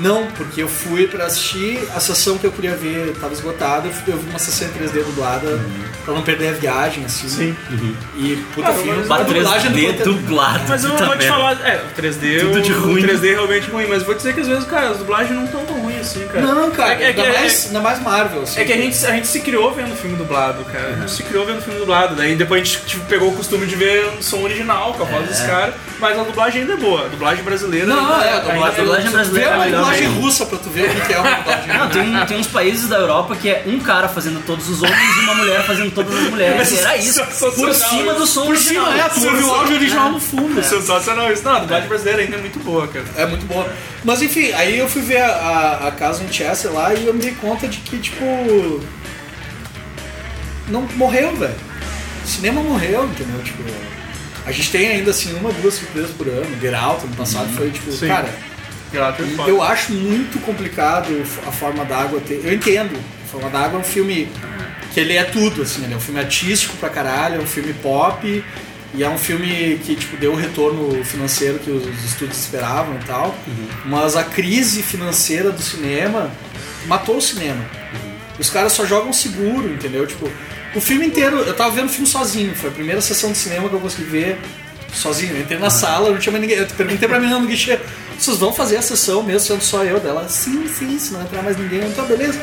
Não, porque eu fui pra assistir a sessão que eu queria ver, tava esgotada, eu fui- eu vi uma sessão em 3D dublada,
Uhum.
pra não perder a viagem, assim. Sim.
Uhum.
E puta
Ah,
filme,
mas-
a
Bah,
dublagem do
3D
Pantera-
dublado.
Mas eu
puta
vou te
merda.
falar, é, o 3D,
Tudo
o-
de ruim. né?
o 3D é realmente ruim, mas vou dizer que às vezes, cara, as dublagens não estão tão ruins assim, cara.
Não, cara,
é, é, que-
ainda,
é,
mais, ainda mais Marvel, assim.
é que a gente, a gente se criou vendo filme dublado, cara. A gente se criou vendo filme dublado, daí depois a gente tipo, pegou o costume de ver o som original com a voz
É.
dos caras, mas a dublagem ainda é boa, a dublagem brasileira.
Não,
ainda-
é, a
ainda
dublagem,
dublagem brasileira
Vê
é
uma
melhor
dublagem
mesmo.
russa pra tu ver o que que é uma dublagem
Não, tem, um- tem uns países da Europa que é um cara fazendo todos os homens e uma mulher fazendo todas as mulheres. Era isso. Por
Sensacional
cima do som
Por cima, é,
original. É.
tu ouve o áudio original no fundo. assim.
Sensacional isso. Não, a dublagem brasileira ainda é muito boa, cara.
É muito boa. Mas enfim, aí eu fui ver a, a, a casa em Chester lá e eu me dei conta de que, tipo. Não morreu, velho. O cinema morreu, entendeu? Tipo. A gente tem ainda assim uma, duas surpresas por ano. Get Out ano passado foi tipo,
Sim.
cara,
Grato
E Eu acho muito complicado a forma d'água ter. Eu entendo. A forma d'água é um filme que ele é tudo, assim, ele é um filme artístico pra caralho, é um filme pop e é um filme que tipo deu o retorno financeiro que os os estúdios esperavam e tal. Mas a crise financeira do cinema matou o cinema. Os caras só jogam seguro, entendeu? Tipo, o filme inteiro, eu tava vendo o filme sozinho, foi a primeira sessão de cinema que eu consegui ver sozinho. Eu entrei na sala, não tinha mais ninguém. Eu perguntei pra menina no guichê, vocês vão fazer a sessão mesmo sendo só eu dela? Sim, sim, se não entrar mais ninguém, então beleza.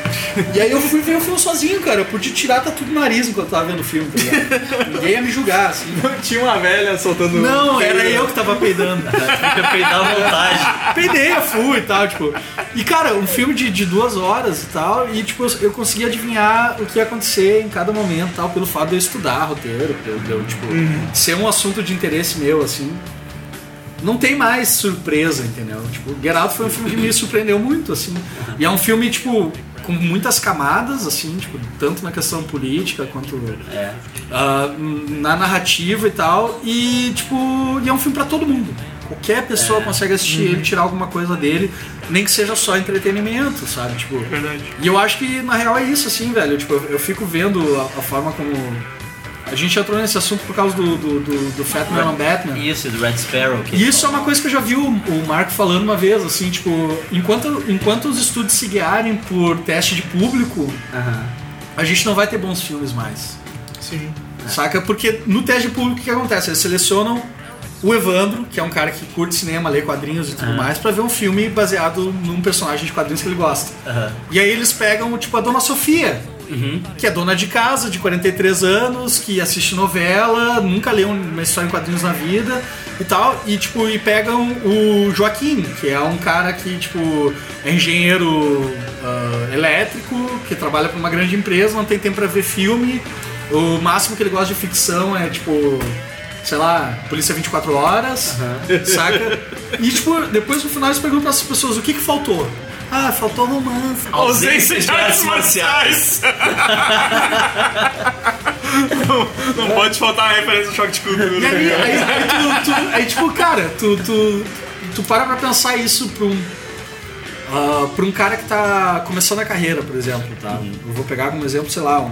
E aí eu fui ver o filme sozinho, cara. Eu podia tirar tatu do nariz enquanto eu tava vendo o filme, tá ligado? Ninguém ia me julgar, assim.
Tinha uma velha soltando. um
Não, era eu que tava peidando.
Fica peidar à vontade.
Peidei a full e tal, tipo. E cara, um filme de, de duas horas e tal, e tipo, eu, eu consegui adivinhar o que ia acontecer em cada momento e tal, pelo fato de eu estudar roteiro, de eu, de eu, tipo,
Uhum.
ser um assunto de interesse meu, assim. Não tem mais surpresa, entendeu? Tipo, Get Out foi um filme que me surpreendeu muito, assim. E é um filme, tipo, com muitas camadas, assim, tipo, tanto na questão política quanto ah, na narrativa e tal. E, tipo, e é um filme pra todo mundo. Qualquer pessoa consegue assistir ele, tirar alguma coisa dele, nem que seja só entretenimento, sabe? Tipo,
Verdade.
e eu acho que na real é isso, assim, velho. Tipo, eu, eu fico vendo a, a forma como. A gente entrou nesse assunto por causa do, do, do, do Fat Man on Batman.
Isso, do Red Sparrow. que-
E isso é uma coisa que eu já vi o, o Marco falando uma vez, assim, tipo, enquanto, enquanto os estúdios se guiarem por teste de público, a gente não vai ter bons filmes mais. É.
Sim.
Saca? Porque no teste de público o que acontece? Eles selecionam o Evandro, que é um cara que curte cinema, lê quadrinhos e tudo mais, pra ver um filme baseado num personagem de quadrinhos que ele gosta. E aí eles pegam, tipo, a Dona Sofia, que é dona de casa, de 43 anos, que assiste novela, nunca leu uma história em quadrinhos na vida e tal. E, tipo, e pegam o Joaquim, que é um cara que, tipo, é engenheiro ah, elétrico, que trabalha pra uma grande empresa, não tem tempo pra ver filme. O máximo que ele gosta de ficção é, tipo, sei lá, Polícia 24 Horas, saca? E, tipo, depois no final eles perguntam para as pessoas o que que faltou. Ah, faltou romance.
Ausência de artes marciais. não, não pode faltar a referência do choque de cultura.
E
tá
aí,
ligado?
aí, aí tu, tu- aí, tipo, cara, tu, tu, tu para pra pensar isso pra um. ah, pra um cara que tá começando a carreira, por exemplo, tá?
Uhum.
Eu vou pegar como exemplo, sei lá, um,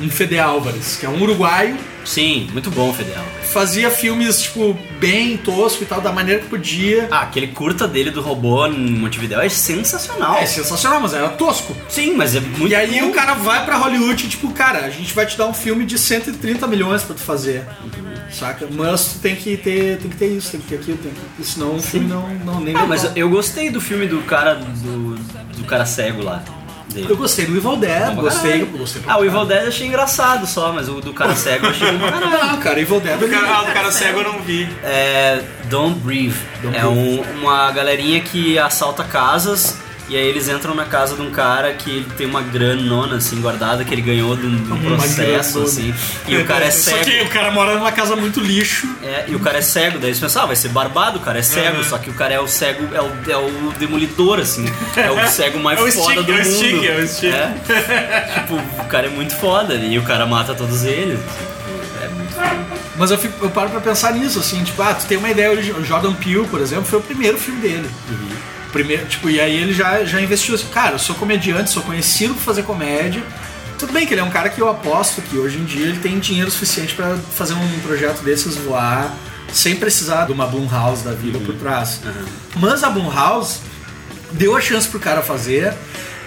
um Fede Álvares, que é um uruguaio,
Sim, muito bom, Fidel.
que fazia filmes, tipo, bem tosco e tal, da maneira que podia.
Ah, aquele curta dele do robô em Montevideo é sensacional.
É sensacional, mas era tosco.
Sim, mas é muito
E aí
bom.
o cara vai pra Hollywood e tipo, cara, a gente vai te dar um filme de 130 milhões pra tu fazer. Saca? Mas tu tem que ter, tem que ter isso, tem que ter aquilo, tem que... senão o filme não, não nem
Ah,
vai
mas
rolar.
eu gostei do filme do cara do, do cara cego lá. dele.
eu gostei do Evil Dead,
Bom pra
gostei,
caralho.
gostei pra
Ah, o
caralho.
Evil Dead eu achei engraçado só, mas o do cara cego eu achei bom pra caralho.
Não, é cara, Evil Dead
O cara,
ele...
ah, do cara cego eu não vi.
É Don't Breathe. é um- uma galerinha que assalta casas e aí eles entram na casa de um cara que ele tem uma granona assim guardada que ele ganhou de um, de um processo
granona.
assim. E o cara é
Só
cego.
que o cara mora numa casa muito lixo.
É, e o cara é cego, daí eles pensam, ah, vai ser barbado, o cara é cego, só que o cara é o cego, é o, é o demolidor, assim. É o cego mais
É o
foda
stick,
do
é o
mundo.
stick, é o stick.
Tipo, o cara é muito foda e o cara mata todos eles. É muito
Mas eu, fico- eu paro pra pensar nisso, assim, tipo, ah, tu tem uma ideia, o Jordan Peele, por exemplo, foi o primeiro filme dele. Primeiro, tipo, e aí ele já, já investiu assim, cara, eu sou comediante, sou conhecido por fazer comédia. Tudo bem que ele é um cara que eu aposto que hoje em dia ele tem dinheiro suficiente pra fazer um projeto desses voar sem precisar de uma Blumhouse da vida por trás. Mas a Blumhouse deu a chance pro cara fazer,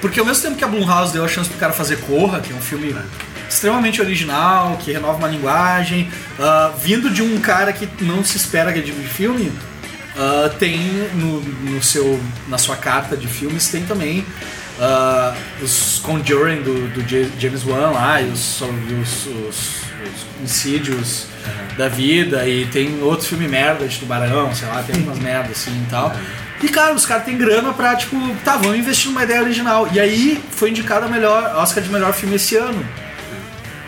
porque ao mesmo tempo que a Blumhouse deu a chance pro cara fazer Corra, que é um filme extremamente original, que renova uma linguagem, ah, vindo de um cara que não se espera que é de filme, ah, tem no, no seu, na sua carta de filmes tem também ah, os Conjuring do, do Ja- James Wan lá, e os, e os, os- os Insidious da vida, e tem outros filmes merda de tubarão, sei lá, tem umas merdas assim e tal. E cara, os caras têm grana pra, tipo, tá, vamos investir numa ideia original. E aí foi indicado a melhor Oscar de melhor filme esse ano.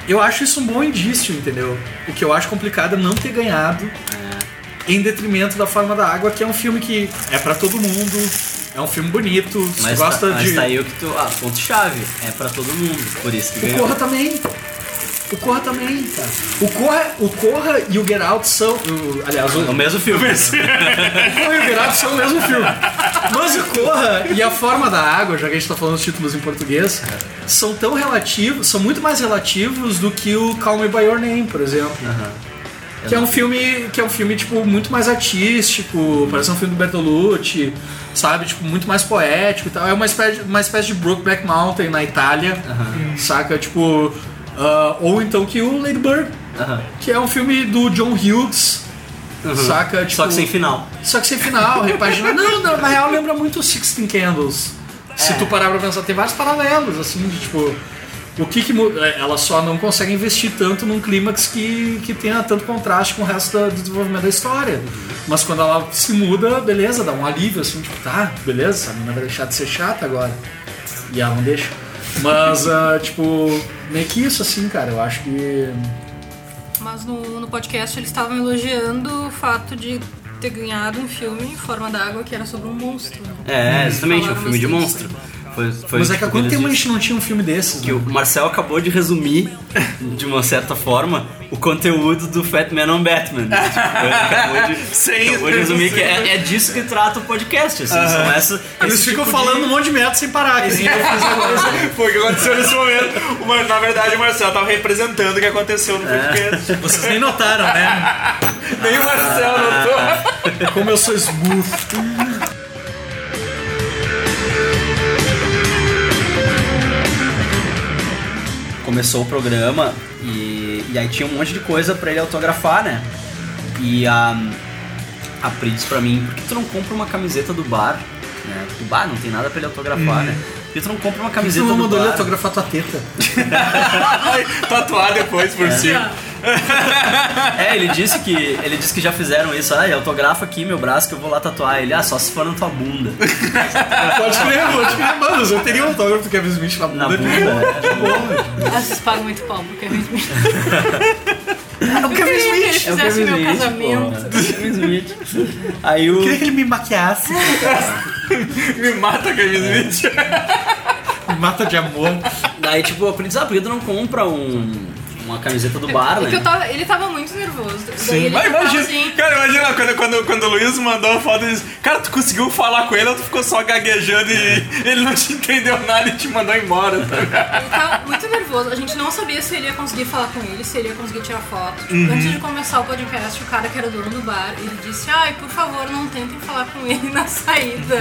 Eu acho isso um bom indício, entendeu? O que eu acho complicado é não ter ganhado em detrimento da Forma da Água, que é um filme que é pra todo mundo, é um filme bonito, se
Mas,
tu gosta
tá, mas
de.
tá aí o que tu. Ah, ponto-chave. É pra todo mundo. Por isso que
O
ganhou.
Corra também. O Corra também, cara. O Corra, o Corra e o Get Out são. o- aliás, o,
É o mesmo filme.
Corra e o Get Out são o mesmo filme. Mas o Corra e a Forma da Água, já que a gente tá falando os títulos em português, são tão relativos, são muito mais relativos do que o Calm Me By Your Name, por exemplo. Que é um filme, que é um filme tipo muito mais artístico, parece um filme do Bertolucci, sabe, tipo muito mais poético e tal. É uma espécie, uma espécie de Brokeback Mountain na Itália, saca, tipo ah, ou então que o Lady Bird, que é um filme do John Hughes, saca, tipo,
Só que sem final.
só que sem final, repagina. não, não, na real lembra muito o Sixteen Candles. Se tu parar pra pensar, tem vários paralelos, assim, de tipo. O que que mu- é, Ela só não consegue investir tanto num clímax que, que tenha tanto contraste com o resto da- do desenvolvimento da história. Mas quando ela se muda, beleza, dá um alívio, assim, tipo, tá, beleza, essa menina vai deixar de ser chata agora. E ela não deixa. Mas, ah, tipo, meio que isso, assim, cara, eu acho que.
Mas no, no podcast eles estavam elogiando o fato de ter ganhado um filme em forma d'água que era sobre um monstro.
É, exatamente, é um
Falaram
filme de monstro.
bastante.
Foi, foi
Mas é que há
tipo,
quanto
eles
tempo a gente não tinha um filme desses?
que o Marcel acabou de resumir, de uma certa forma, o conteúdo do Fat Man on Batman. né? Tipo, ele acabou de,
Sem-
acabou de resumir
sem-
que é, é disso que trata o podcast. Assim, são essa,
Eles
esse tipo de- tipo
ficam falando um monte de merda sem parar, que nem eu fiz agora.
Foi o que aconteceu nesse momento. O Mar- na verdade, o Marcel tava representando o que aconteceu no
É.
podcast.
Vocês nem notaram, né?
Nem o Marcel notou.
É Como eu sou smooth.
Começou o programa e, e aí tinha um monte de coisa pra ele autografar, né? E a, a Pri disse pra mim, por que tu não compra uma camiseta do bar? Né? Do bar não tem nada pra ele autografar,
Uhum.
né? Por que tu não compra uma
Você
camiseta
não
tá do
mandou ele
bar?
autografar tua teta.
Tatuar depois por cima.
É, ele disse que ele disse que já fizeram isso. Ah, autografa aqui meu braço que eu vou lá tatuar ele. Ah, só se for na tua bunda.
Pode crer, pode crer. Mano, eu teria um autógrafo do Kevin Smith na
Na
bunda.
bunda. né?
Ah, vocês pagam muito pau porque Kevin Smith.
Ah, o
Eu
Kevin
queria que ele
Smith.
É o
fizesse meu
Smith,
casamento.
pô. É o Kevin Smith. Aí o
Eu queria que ele me maquiasse.
Me mata,
É.
Kevin Smith.
Me mata de amor.
daí tipo, a Prince, ah, por que tu não compra um uma camiseta do bar,
É que eu
né?
tava- ele tava muito nervoso. Daí ele
Mas
tava
imagina,
assim.
cara, imagina quando, quando, quando o Luiz mandou a foto, ele disse: Cara, tu conseguiu falar com ele ou tu ficou só gaguejando e
É.
ele não te entendeu nada e te mandou embora? tá ligado?
Ele tava muito nervoso. A gente não sabia se ele ia conseguir falar com ele, se ele ia conseguir tirar foto. Tipo, Antes de começar o podcast, o cara que era o dono do bar, ele disse: Ai, por favor, não tentem falar com ele na saída.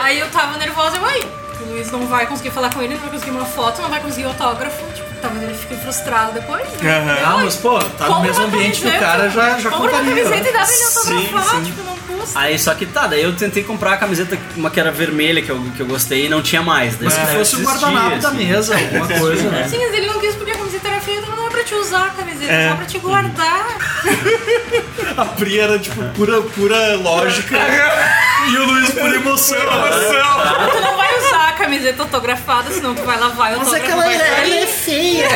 Aí eu tava nervosa, eu, ai, o Luiz não vai conseguir falar com ele, não vai conseguir uma foto, não vai conseguir autógrafo. Tipo, talvez ele fique frustrado depois. Né?
Ah, mas pô, tá no
Compra
mesmo
uma
ambiente que o
camiseta.
cara já, já
Compra uma
compraria.
camiseta e dá pra ele
Sim,
autografar,
sim.
tipo, não custa.
Aí só que tá, daí eu tentei comprar a camiseta, uma que era vermelha, que eu, que eu gostei, e não tinha mais. Daí
Mas
eu
se fosse o
desisti,
guardanapo da
assim.
mesa, alguma coisa, né?
Sim, mas ele não quis porque a camiseta era feia, então não é pra te usar a camiseta, é só pra te guardar.
A Pri era, tipo, pura, pura lógica. E o Luiz por emoção.
Tu não vai usar a camiseta autografada, senão tu vai lavar e autografar. Mas
é feia.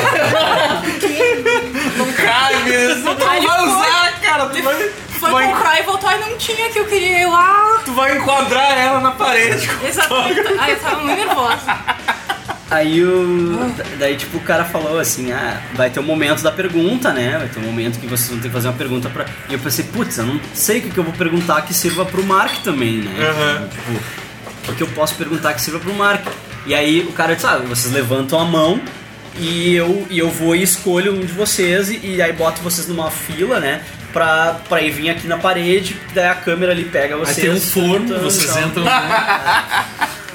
Cabe, tu
Aí
vai
foi.
usar, cara. Tu vai,
Foi
vai-
comprar e voltou e não tinha que eu queria. Eu, ah,
tu vai enquadrar ela na parede.
exatamente. Aí eu tava muito nervosa.
Aí o. Daí, tipo, o cara falou assim: ah, vai ter um momento da pergunta, né? Vai ter um momento que vocês vão ter que fazer uma pergunta pra. E eu pensei, putz, eu não sei o que que eu vou perguntar que sirva pro Mark também, né? Tipo, o que eu posso perguntar que sirva pro Mark? E aí o cara disse: ah, vocês levantam a mão e eu, e eu vou e escolho um de vocês e, e aí boto vocês numa fila, né? Pra, pra ir vir aqui na parede, daí a câmera ali pega
Aí
vocês.
tem um forno,
cantando,
vocês
tal.
entram, né?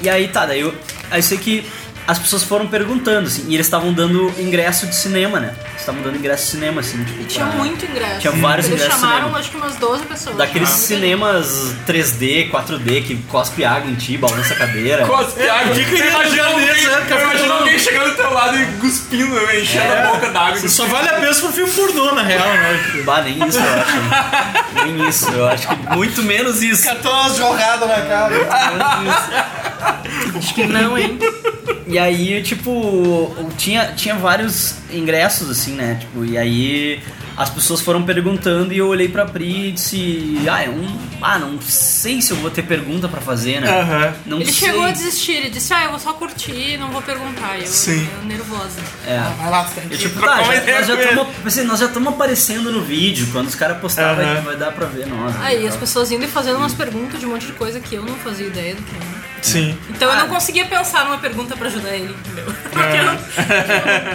E aí tá, daí eu, aí sei que as pessoas foram perguntando, assim, e eles estavam dando ingresso de cinema, né? Eles estavam dando ingresso de cinema, assim, tipo.
Tinha
pra-
muito ingresso.
Tinha vários
Eles
ingressos
chamaram,
cinema.
acho que umas 12 pessoas.
Daqueles
Muito
cinemas 3D, 4D, que cospe água em ti, balança a cadeira.
Tiago, que que
ele
imagina
imagina
alguém,
isso, né?
eu imagino alguém chegando do teu lado e cuspindo, né? enchendo
É.
a boca d'água. e
Só vale a pena se for filme pornô, na real, né?
Bah, nem isso, eu acho. nem isso, eu acho que muito menos isso.
Cartões jogado na cara.
Acho que não, hein? E aí, tipo, tinha, tinha vários ingressos, assim, né? Tipo, e aí as pessoas foram perguntando e eu olhei pra Pri e disse, ah, eu não, ah, não sei se eu vou ter pergunta pra fazer, né?
Aham.
Não
Ele
sei.
chegou a desistir, ele disse, ah, eu vou só curtir, não vou perguntar. Eu,
Sim.
eu nervosa.
É.
Vai lá, tu tem
Eu
que
tipo,
trocar
tá,
uma
já,
ideia
nós já
com ele.
tamo- pensei, nós já estamos aparecendo no vídeo, quando os caras postarem vai-
Aham.
vai, dar pra ver nós. né?
Aí as pessoas indo e fazendo umas perguntas de um monte de coisa que eu não fazia ideia do que era.
Sim.
Então eu
Ah.
não conseguia pensar numa pergunta pra ajudar ele, entendeu? Porque eu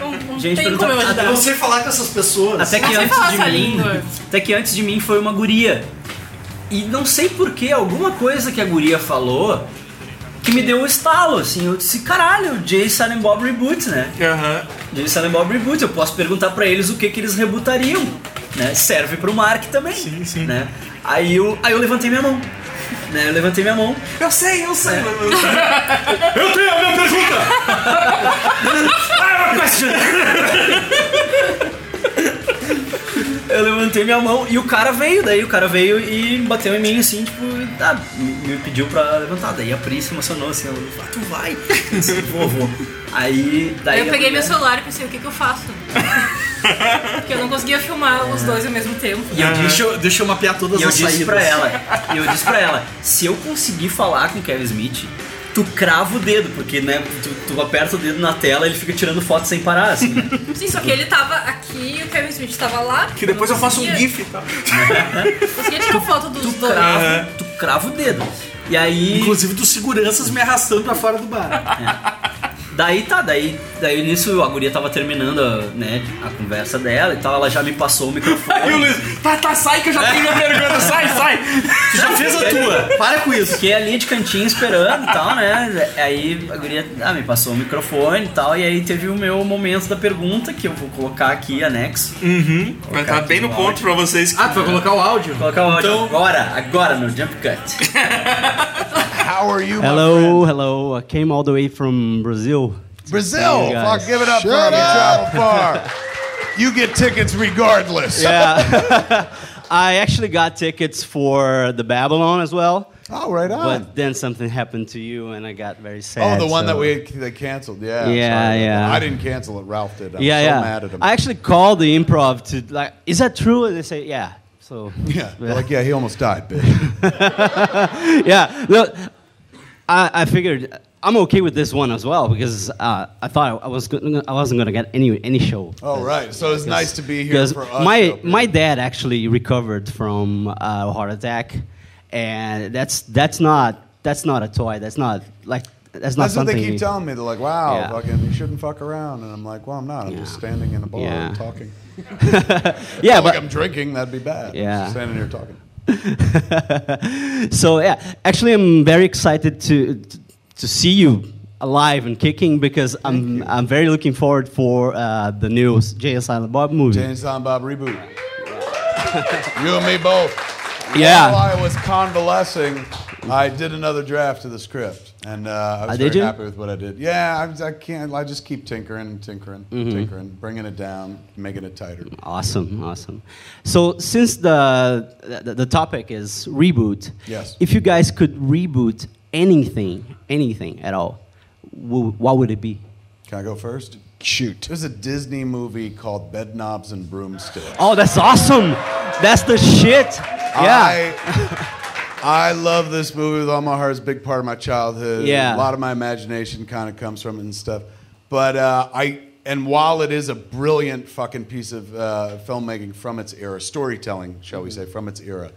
não, não- não
Gente,
tem como eu
pergunta-
Eu
ajudar.
não sei falar com essas pessoas.
Até que
Não sei
antes
falar
de
essa
mim,
língua.
até que antes de mim foi uma guria. E não sei porquê, alguma coisa que a guria falou que me deu um estalo, assim, eu disse, caralho, Jay Silent Bob Reboot, né?
Aham.
Jay Silent Bob Reboot, eu posso perguntar pra eles o que que eles rebutariam, né? Serve pro Mark também,
Sim, sim.
né? Aí eu, aí eu levantei minha mão, né? Eu levantei minha mão, É.
Eu sei, eu sei.
Eu tenho a minha pergunta! Eu levantei minha mão e o cara veio, daí o cara veio e bateu em mim assim, tipo, ah, me me pediu pra levantar. Daí a Pri se emocionou assim, ela falou, ah, tu vai! Eu disse, vou, vou. Aí, daí.
Aí eu
a
peguei
mulher-
meu celular e pensei, o que, que eu faço? Porque eu não conseguia filmar os dois ao mesmo tempo.
E eu disse,
Deixa eu, deixa eu mapear todas
Ah. E eu
as
disse
saídas.
pra ela, e eu disse pra ela, se eu conseguir falar com o Kevin Smith, tu crava o dedo, porque né, tu, tu aperta o dedo na tela ele fica tirando foto sem parar, assim, né?
Sim, só que ele tava aqui e o Kevin Smith tava lá.
Que depois eu faço um
conseguia-
gif, tá?
Conseguia tirar foto dos
tu
dois.
crava, tu crava o dedo. E aí.
Inclusive dos seguranças me arrastando pra fora do bar.
Daí tá, daí, daí nisso a guria tava terminando né, a conversa dela e tal, ela já me passou o microfone.
E o Luiz, tá, tá, sai que eu já tenho minha pergunta, sai, sai.
Tu já fez a tua, para com isso.
Fiquei ali de cantinho esperando e tal, né? Aí a guria ah, me passou o microfone e tal, e aí teve o meu momento da pergunta, que eu vou colocar aqui, anexo.
Uhum. Vai estar bem no ponto pra vocês. que-
Ah, tu vai colocar o áudio?
Vou colocar o áudio
Então-
agora, agora no Jump Cut.
How are you, my friend?
Hello, hello. I came all the way from Brazil.
Brazil.
Hey, guys.
Fuck, give it up for him. You travel far. You get tickets regardless.
Yeah. I actually got tickets for the Babylon as well,
Oh, right on.
but then something happened to you, and I got very
Oh,
sad.
the one
so-
that we that canceled. Yeah. sorry
Yeah,
about that.
yeah.
I didn't cancel it. Ralph did. I'm
yeah,
so
yeah.
mad at him.
I actually called the improv to like, is that true? And they say, yeah. So
yeah. They're Like, yeah, he almost died, bitch.
yeah, no, I, I figured I'm okay with this one as well because uh, I thought I was gonna, I wasn't gonna get any any show.
Oh, right. So it's nice to be here
Because
for us.
my
though.
my dad actually recovered from a heart attack, and that's that's not that's not a toy. That's not like that's not
That's what
something.
they keep telling me. They're like, "Wow,
Yeah.
fucking, you shouldn't fuck around." And I'm like, "Well, I'm not. I'm just
Yeah.
standing in a bar
Yeah.
talking.
yeah,
like
but
I'm drinking. That'd be bad. I'm
Yeah.
just standing here talking.
so yeah, actually, I'm very excited to to, to see you alive and kicking because I'm I'm very looking forward for uh, the new Jay and Silent Bob movie.
James Silent Bob reboot. you and me both. While
yeah,
I was convalescing, I did another draft of the script, and uh, I was
Uh, did
very
you?
happy with what I did. Yeah, I, was- I can't. I just keep tinkering and tinkering,
Mm-hmm.
tinkering, bringing it down, making it tighter.
awesome, awesome. So since the, the the topic is reboot,
Yes.
if you guys could reboot anything, anything at all, w- what would it be?
Can I go first? Shoot. There's a Disney movie called Bedknobs and Broomsticks.
Oh, that's awesome! That's the shit. Yeah,
I, I love this movie with all my heart. It's a big part of my childhood.
Yeah.
A lot of my imagination kind of comes from it and stuff. But uh, I, and while it is a brilliant fucking piece of uh, filmmaking from its era, storytelling, shall we
Mm-hmm.
say, from its era,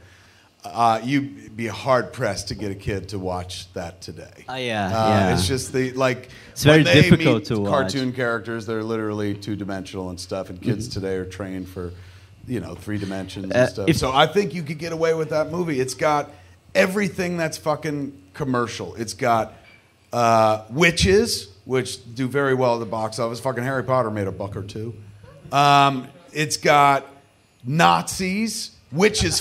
uh, you'd be hard pressed to get a kid to watch that today.
Oh, yeah,
Uh,
yeah.
It's just the, like,
It's very
when they
difficult
meet
to watch.
cartoon characters, they're literally two dimensional and stuff, and kids today are trained for, you know, three dimensions and
Mm-hmm. Uh,
stuff.
if-
so I think you could get away with that movie. It's got everything that's fucking commercial. It's got uh, witches, which do very well at the box office. Fucking Harry Potter made a buck or two. Um, it's got Nazis, witches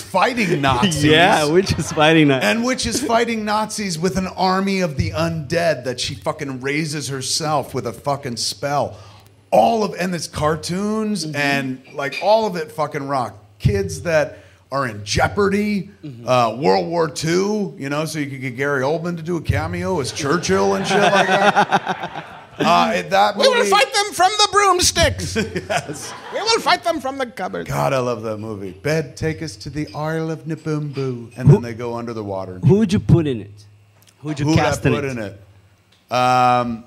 fighting Nazis.
yeah, which is fighting that.
And which is fighting Nazis with an army of the undead that she fucking raises herself with a fucking spell. All of and it's cartoons and like all of it fucking rock. Kids that are in jeopardy, uh, World War II, you know, so you could get Gary Oldman to do a cameo as Churchill and shit like that. Uh, it- that movie,
them from the broomsticks.
Yes.
We will fight them from the cupboard.
God, I love that movie. Bed, take us to the Isle of Nabumbu, and then they go under the water.
Who would you put in it? Who would you
Who would I
cast in
put
it?
in it? Um,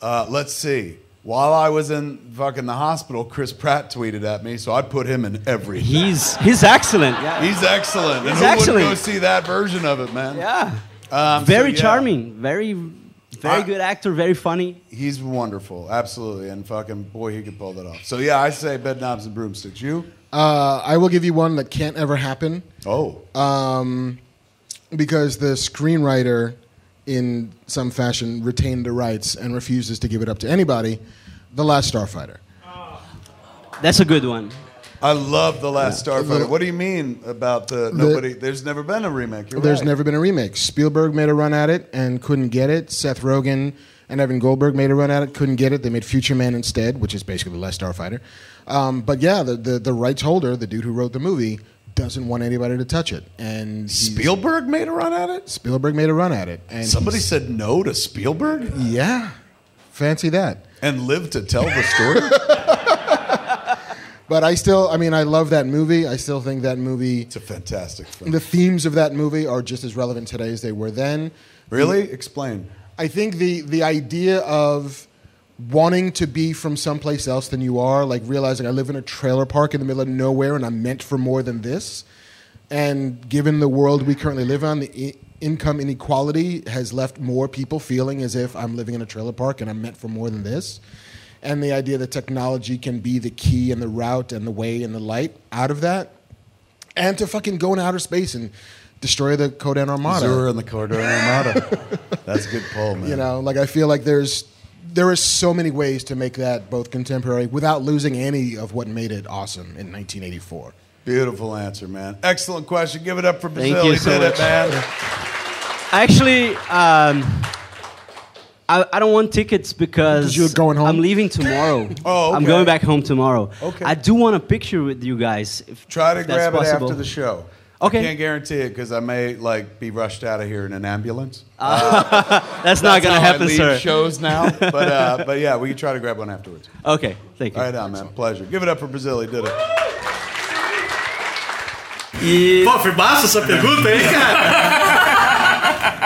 uh, let's see. While I was in fucking the hospital, Chris Pratt tweeted at me, so I put him in every.
He's he's excellent. Yeah.
He's excellent. and
He's
who would
excellent.
go see that version of it, man?
Yeah.
Um,
very
so, yeah.
charming, very, very
I-
good actor, very funny.
He's wonderful, absolutely, and fucking boy, he could pull that off. So yeah, I say bed knobs and broomsticks. You?
Uh, I will give you one that can't ever happen.
Oh.
Um, because the screenwriter, in some fashion, retained the rights and refuses to give it up to anybody. The Last Starfighter.
That's a good one.
I love the Last
Yeah.
Starfighter. What do you mean about the, nobody? There's never been a remake. You're
There's
right.
never been a remake. Spielberg made a run at it and couldn't get it. Seth Rogen and Evan Goldberg made a run at it, couldn't get it. They made Future Man instead, which is basically the last Starfighter. Um, but yeah, the, the the rights holder, the dude who wrote the movie, doesn't want anybody to touch it. And he's-
Spielberg made a run at it.
Spielberg made a run at it. And
Somebody
he's-
said no to Spielberg
yeah, fancy that.
and lived to tell the story.
But I still, I mean, I love that movie. I still think that movie,
it's a fantastic film.
the themes of that movie are just as relevant today as they were then.
Really? Explain.
I think the the idea of wanting to be from someplace else than you are, like realizing I live in a trailer park in the middle of nowhere and I'm meant for more than this. And given the world we currently live on, the I- income inequality has left more people feeling as if I'm living in a trailer park and I'm meant for more than this. And the idea that technology can be the key and the route and the way and the light out of that. And to fucking go in outer space and destroy the Codan Armada.
Zur and the Corridor Armada. That's a good poll, man.
You know, like I feel like there's there are so many ways to make that both contemporary without losing any of what made it awesome in 1984.
Beautiful answer, man. Excellent question. Give it up for
Thank
Brazil.
you
he
so
did
much.
it, man.
Actually, um, I, I don't want tickets because
you're going home?
I'm leaving tomorrow.
Oh, okay.
I'm going back home tomorrow.
Okay.
I do want a picture with you guys. If
Try to
that's
grab it
possible.
after the show.
Okay.
I can't guarantee it because I may like be rushed out of here in an ambulance.
That's, not gonna
how I
happen,
leave
sir.
Shows now, but uh, but yeah, we can try to grab one afterwards.
Okay, thank you.
Right on, man. Pleasure. Give it up for Brazil. He did it.
E.
Pô, foi massa essa pergunta, hein, cara?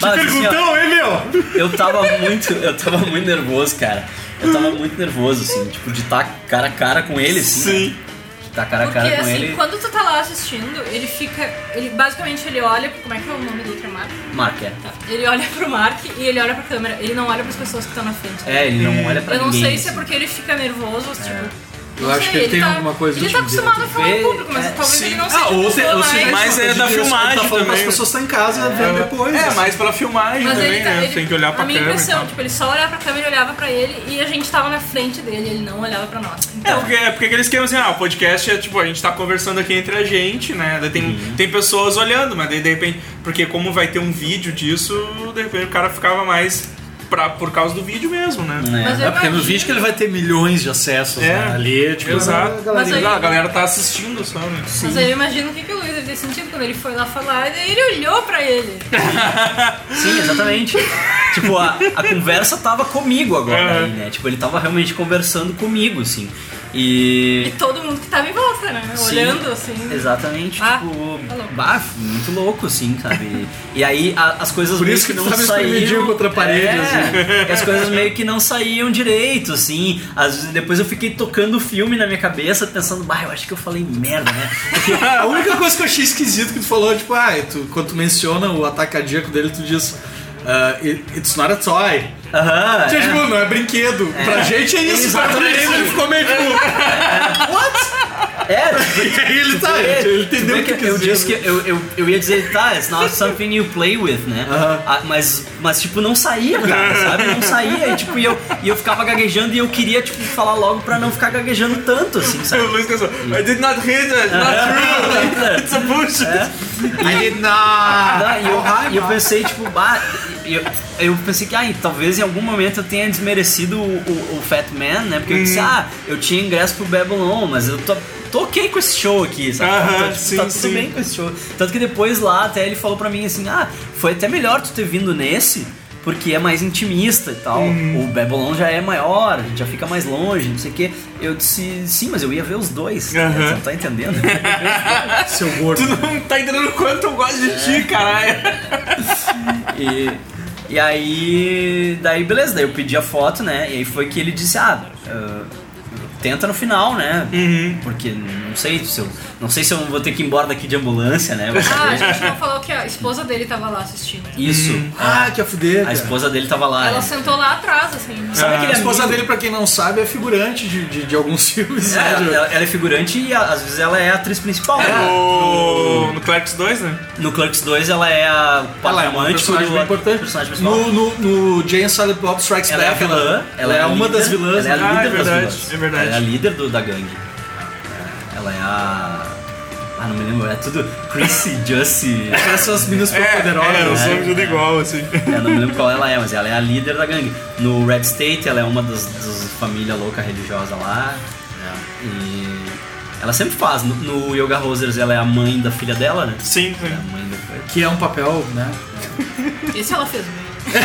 Mas, assim, ó,
Perguntão, hein, meu?
eu tava muito, eu tava muito nervoso, cara. Eu tava muito nervoso, assim, tipo, de estar cara a cara com ele, assim. Sim. De estar cara a
Porque
cara com
assim,
ele.
quando tu tá lá assistindo, ele fica. Ele basicamente ele olha. Como é que é o nome do outro Mark?
Marca. é.
Tá. Ele olha pro Mark e ele olha pra câmera. Ele não olha pras pessoas que estão na frente.
É, ele não olha pra
Eu não
ninguém.
sei se é
assim.
porque ele fica nervoso, tipo.
Eu
não
acho
sei,
que ele tem
tá,
alguma coisa do
Ele tá
tipo de-
acostumado a falar
Vê-
em público, mas
é,
talvez
sim.
ele não
Ah,
seja.
ou
uma
se-
pessoa
ou se-
mais-
mas-
Mas é da filmagem
Tá falando
também.
pras pessoas que estão em casa vendo depois.
É, mais pela filmagem
Mas
também,
ele tá,
né?
ele,
Tem que olhar pra
A minha
câmera. e
impressão,
tal.
tipo, ele só olhava pra câmera, olhava pra ele e a gente tava na frente dele, ele não olhava pra nós.
É
Então,
porque, é porque aquele esquema assim, ah, o podcast é tipo, a gente tá conversando aqui entre a gente, né? Daí tem,
Uhum.
tem pessoas olhando, mas daí de repente. Porque como vai ter um vídeo disso, de repente o cara ficava mais pra, por causa do vídeo mesmo, né?
mas eu
É
um
porque no vídeo que ele vai ter milhões de acessos,
É.
né? Ali, tipo,
Exato.
Mas aí-
Ah, a galera tá assistindo só, né?
Mas aí eu imagino o que, que o Luiz deve ter sentido quando ele foi lá falar, e daí ele olhou pra ele.
Sim, exatamente. tipo, a, a conversa tava comigo agora,
Aham.
aí, né? Tipo, ele tava realmente conversando comigo, assim. E.
E todo mundo que tava em volta, né?
Sim.
Olhando assim.
Exatamente,
Ah,
tipo,
tá louco.
bah, muito louco, assim, sabe? E aí a- as coisas
Por
meio
isso que tu
não
tava
saíam.
espremidinho contra a parede,
é,
assim.
e As coisas meio que não saíam direito, assim. Às vezes, depois eu fiquei tocando o filme na minha cabeça, pensando, bah, eu acho que eu falei merda, né?
A única coisa que eu achei esquisito que tu falou, tipo, ah, e tu, quando tu menciona o ataque cardíaco dele, tu diz, ah, it- it's not a toy.
Aham.
Tipo,
é.
não é brinquedo. Pra gente é isso, pra pra ele ele ficou meio tipo.
É, tipo,
E aí ele tá,
É,
ele
tu vê
entendeu o que
que eu
quis
disse
dizer.
que eu, eu, eu ia dizer, tá, it's not something you play with, né? Ah, mas, mas, tipo, não saía, cara, sabe? Não saía. E, tipo, e eu, e eu ficava gaguejando e eu queria, tipo, falar logo pra não ficar gaguejando tanto, assim, sabe?
O Luiz pensou, I did not hit it, not true, it's a bullshit.
Ele, não.
Não, e eu, e eu pensei, tipo, bah, e eu, eu pensei que, ah, talvez em algum momento eu tenha desmerecido o, o- o Fat Man, né? Porque eu
Uhum.
disse, ah, eu tinha ingresso pro Babylon, mas eu tô, tô ok com esse show aqui, sabe?
Aham,
Então, tipo,
sim,
tá tudo
sim.
bem com esse show. Tanto que depois lá até ele falou pra mim assim, ah, foi até melhor tu ter vindo nesse. Porque é mais intimista e tal.
Uhum.
O Babylon já é maior, a gente já fica mais longe, não sei o quê. Eu disse, sim, mas eu ia ver os dois. né?
Aham.
Você não tá entendendo?
Seu gordo.
Tu não tá entendendo o quanto eu gosto de ti, caralho.
E, e aí, daí beleza, daí eu pedi a foto, né? E aí foi que ele disse, ah, ah, tenta no final, né?
Uhum.
Porque não sei se eu. Não sei se eu vou ter que ir embora daqui de ambulância, né? Vai
Ah,
saber.
a gente não falou que a esposa dele tava lá assistindo.
Isso.
Ah, que a fuder.
É. A esposa dele tava lá.
Ela
né?
sentou lá atrás, assim.
Ah, é. Sabe aquele Ah, esposa dele, pra quem não sabe, é figurante de, de, de alguns filmes.
É,
né?
ela, ela é figurante e a- às vezes ela é a atriz principal. né?
No, no Clerks 2, né?
No Clerks 2 ela é a par
Ela é uma
romântico
personagem
do-
bem importante.
personagem principal.
No, no, no Jane Silent Bob Strikes
Ela é a
Back,
vilã, ela é
é
a
uma
líder,
das vilãs.
ela é a
né?
Ah, é
líder das
verdade,
vilãs.
é verdade.
Ela é a líder do, da gangue. Ela é a. Ah, não me lembro, é tudo Chrissy, Jussie.
Parece umas meninas super
É,
poderosas.
é, eu
né?
sou tudo igual, assim.
Eu não me lembro qual ela é, mas ela é a líder da gangue. No Red State, ela é uma das, das família louca religiosa lá. E ela sempre faz. No, no Yoga Rosers, ela é a mãe da filha dela, né?
Sim,
É a
sim.
mãe do.
Que é um papel, né?
Ah, Isso ela fez bem.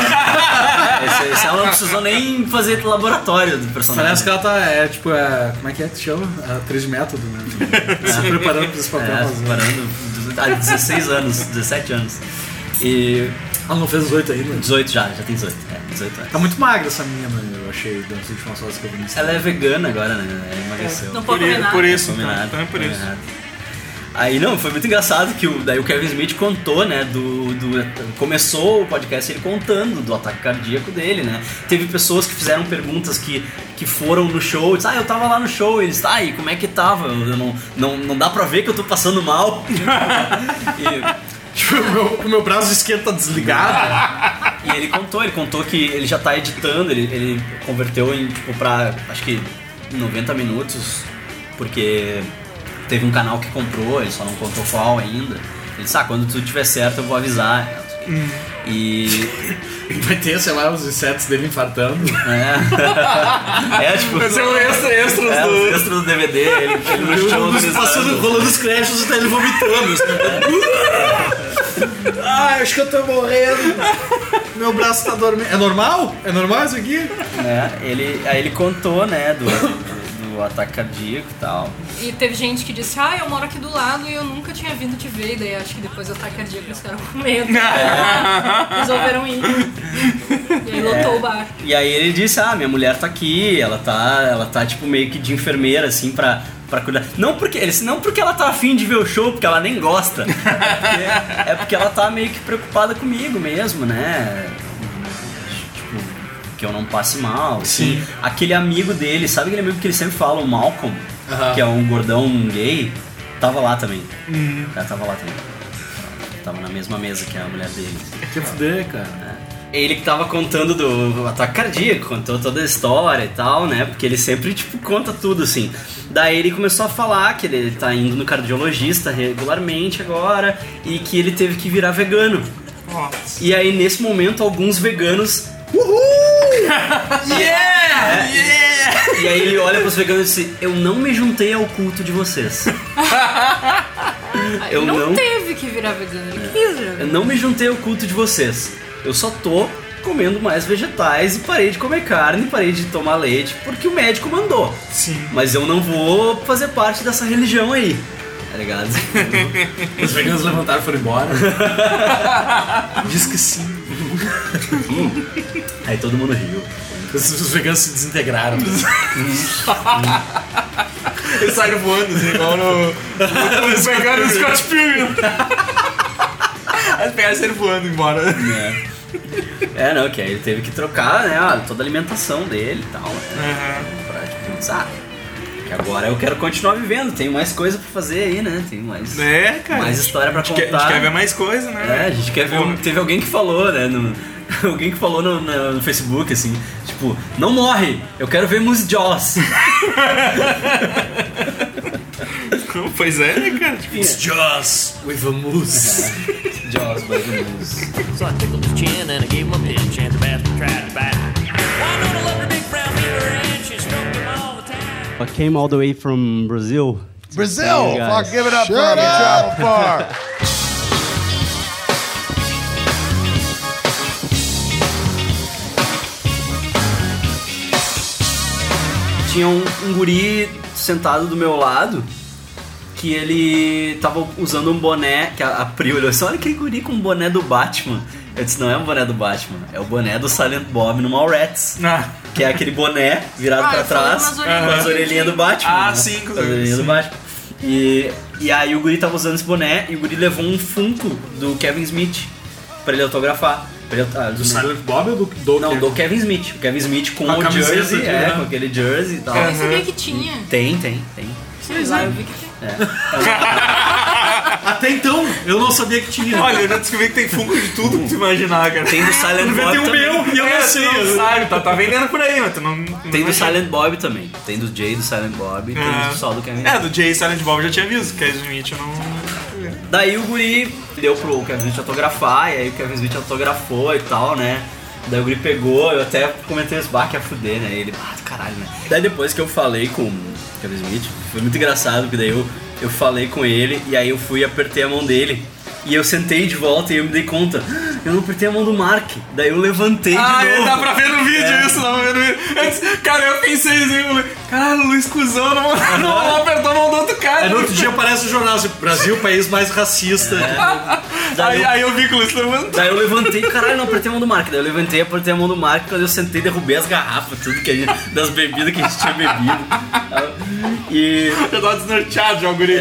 Esse, esse ela não precisou nem fazer laboratório do personagem.
Parece que ela tá, é, tipo, é, como é que é que se chama? A atriz de método, né? Se preparando pra esse papel.
É,
fazer.
parando há 16 anos, 17 anos. E
Ah,
Ela não fez os oito ainda.
18 já, já tem 18. É, 18 anos.
Tá muito magra essa menina, eu achei, das últimas fotos que eu vi. no
Ela
Instagram.
é vegana agora, né? Ela emagreceu.
Não
Por,
pode comer
i-
nada.
por
Não
isso,
come
então.
nada,
Então é por
não come
isso.
nada. Aí não, foi muito engraçado que o, daí o Kevin Smith contou, né? Do, do- começou o podcast ele contando do ataque cardíaco dele, né? Teve pessoas que fizeram perguntas que, que foram no show, disse, ah, eu tava lá no show, eles, tá, e como é que tava? Eu não, não, não dá pra ver que eu tô passando mal. E-
Tipo, o meu, o meu braço esquerdo tá
Ah.
desligado.
E ele contou, ele contou que ele já tá editando, ele, ele converteu em, tipo, pra, acho que 90 minutos, porque teve um canal que comprou, ele só não contou qual ainda. Ele disse, ah, quando tudo tiver certo eu vou avisar. E...
Hum.
Vai ter, sei lá, os insetos dele infartando.
É, é tipo...
Mas é um extra, extras
É,
do...
os extras do DVD, ele, ele no show
Passando,
organizando.
rolando os créditos
tá
até ele vomitando. assim.
Ah,
Ai, acho que eu tô morrendo. Meu braço tá dormindo. É normal? É normal isso aqui?
né? Ele, aí ele contou, né, do, do, do ataque cardíaco e tal.
E teve gente que disse, ah, eu moro aqui do lado e eu nunca tinha vindo te ver. E daí acho que depois do ataque cardíaco eles ficaram com medo. Resolveram ir. E aí lotou o bar.
E aí ele disse, ah, minha mulher tá aqui, ela tá, ela tá tipo meio que de enfermeira, assim, pra, pra cuidar. Não porque, ele disse, não porque ela tá afim de ver o show, porque ela nem gosta. É porque, é porque ela tá meio que preocupada comigo mesmo, né? Tipo, que eu não passe mal. assim.
Sim.
Aquele amigo dele, sabe aquele amigo que ele sempre fala, o Malcolm, que é um gordão gay, tava lá também. Ela tava lá também. Tava na mesma mesa que a mulher dele. É.
Que fuder, cara.
Ele que tava contando do ataque cardíaco, contou toda a história e tal, né? Porque ele sempre, tipo, conta tudo, assim. Daí ele começou a falar que ele tá indo no cardiologista regularmente agora e que ele teve que virar vegano.
Nossa.
E aí, nesse momento, alguns veganos. Uhul! Yeah! yeah! E aí ele olha pros veganos e diz: Eu não me juntei ao culto de vocês.
Aí
Eu
não,
não-
teve que virar vegano, ele quis virar
Eu
vegano.
não me juntei ao culto de vocês. Eu só tô comendo mais vegetais e parei de comer carne, parei de tomar leite, porque o médico mandou.
Sim.
Mas eu não vou fazer parte dessa religião aí. Tá ligado?
Os veganos levantaram e foram embora. Diz que sim.
aí todo mundo riu.
Os, os veganos se desintegraram.
Eles saíram voando, assim, igual no... no pegando o Scott Pilgrim. As pegaram e saíram voando embora.
É, não, que aí ele teve que trocar, né, ó, toda a alimentação dele e tal, né?
Uhum.
Pra, tipo, pensar. Que agora eu quero continuar vivendo, tem mais coisa pra fazer aí, né? Tem mais,
É, cara.
mais história pra
A gente, quer, a
contar.
gente quer ver mais coisa,
É, a
né?
gente quer ver.
Pô.
Teve alguém que falou, né? No, alguém que falou no, na- no Facebook, assim, tipo, não morre, eu quero ver Moose Jaws.
Pois é, né, cara? Tipo,
It's Jaws with a moose.
Jaws, mas não Moose.
So I tickled his chin and I gave him a pinch and the bastard tried to bite. Why don't I love her big brown beaver and she stroked him all the time?
I came all the way from Brazil.
Brazil,
Hey, guys.
fuck, give it up,
Shut
bro. We
up.
traveled far.
Tinha um, um guri sentado do meu lado que ele tava usando um boné, que a, a Pri olhou assim, olha aquele guri com um boné do Batman. Eu disse, não é o boné do Batman, é o boné do Silent Bob no Mallrats. Que é aquele boné virado
Ah,
pra
eu falei
trás,
umas
com
orelhinhas.
as orelhinhas do Batman.
Ah,
né?
sim, com
Com as orelhinhas do
sim.
Batman. E, e aí o guri tava usando esse boné e o guri levou um Funko do Kevin Smith pra ele autografar. Pra ele, ah, do
Silent Bob ou do, do
Não, do Kevin Smith. O Kevin Smith com,
Com a
o
camiseta
jersey,
de-
é,
né?
com aquele jersey e tal.
Eu nem sabia que tinha.
Tem, tem, tem.
Sei lá, eu vi
é.
que
Até então, eu não sabia que tinha.
Olha, eu já descobri que tem funko de tudo que tu imaginar, cara.
Tem do Silent
Vamos ver,
Bob
Tem o
também.
meu e eu
É,
não
tu
sei.
não
eu-
sabe.
Tá, tá vendendo por aí, mas tu não... não
Tem do
vai-
Silent Bob também. Tem do Jay, do Silent Bob, e tem do Sol do Kevin
É, do Jay Silent Bob eu já tinha visto, que é Smith, eu não...
Daí o guri deu pro Kevin Smith autografar, e aí o Kevin Smith autografou e tal, né? Daí o guri pegou, eu até comentei esse bar que ia fuder, né? E ele, ah, do caralho, né? Daí depois que eu falei com o Kevin Smith, foi muito engraçado, porque daí eu, eu falei com ele, e aí eu fui e apertei a mão dele. E eu sentei de volta e eu me dei conta, "Ah, eu não apertei a mão do Mark. Daí eu levantei
Ah,
de
é,
novo.
dá pra ver no vídeo
É.
isso, dá pra ver no vídeo. Eu disse, cara, eu pensei assim, eu falei, caralho, o Luiz Cusão não, não, não apertou a mão do outro cara.
É
Aí no outro dia aparece o jornal assim, Brasil, país mais racista.
É.
Daí eu-
vi que o Luiz levantou.
Daí eu levantei, caralho, não apertei a mão do Mark. Daí eu levantei, apertei a mão do Mark, quando eu sentei, derrubei as garrafas, tudo que a gente, das bebidas que a gente tinha bebido. E.
Eu tava desnorteado já, guri.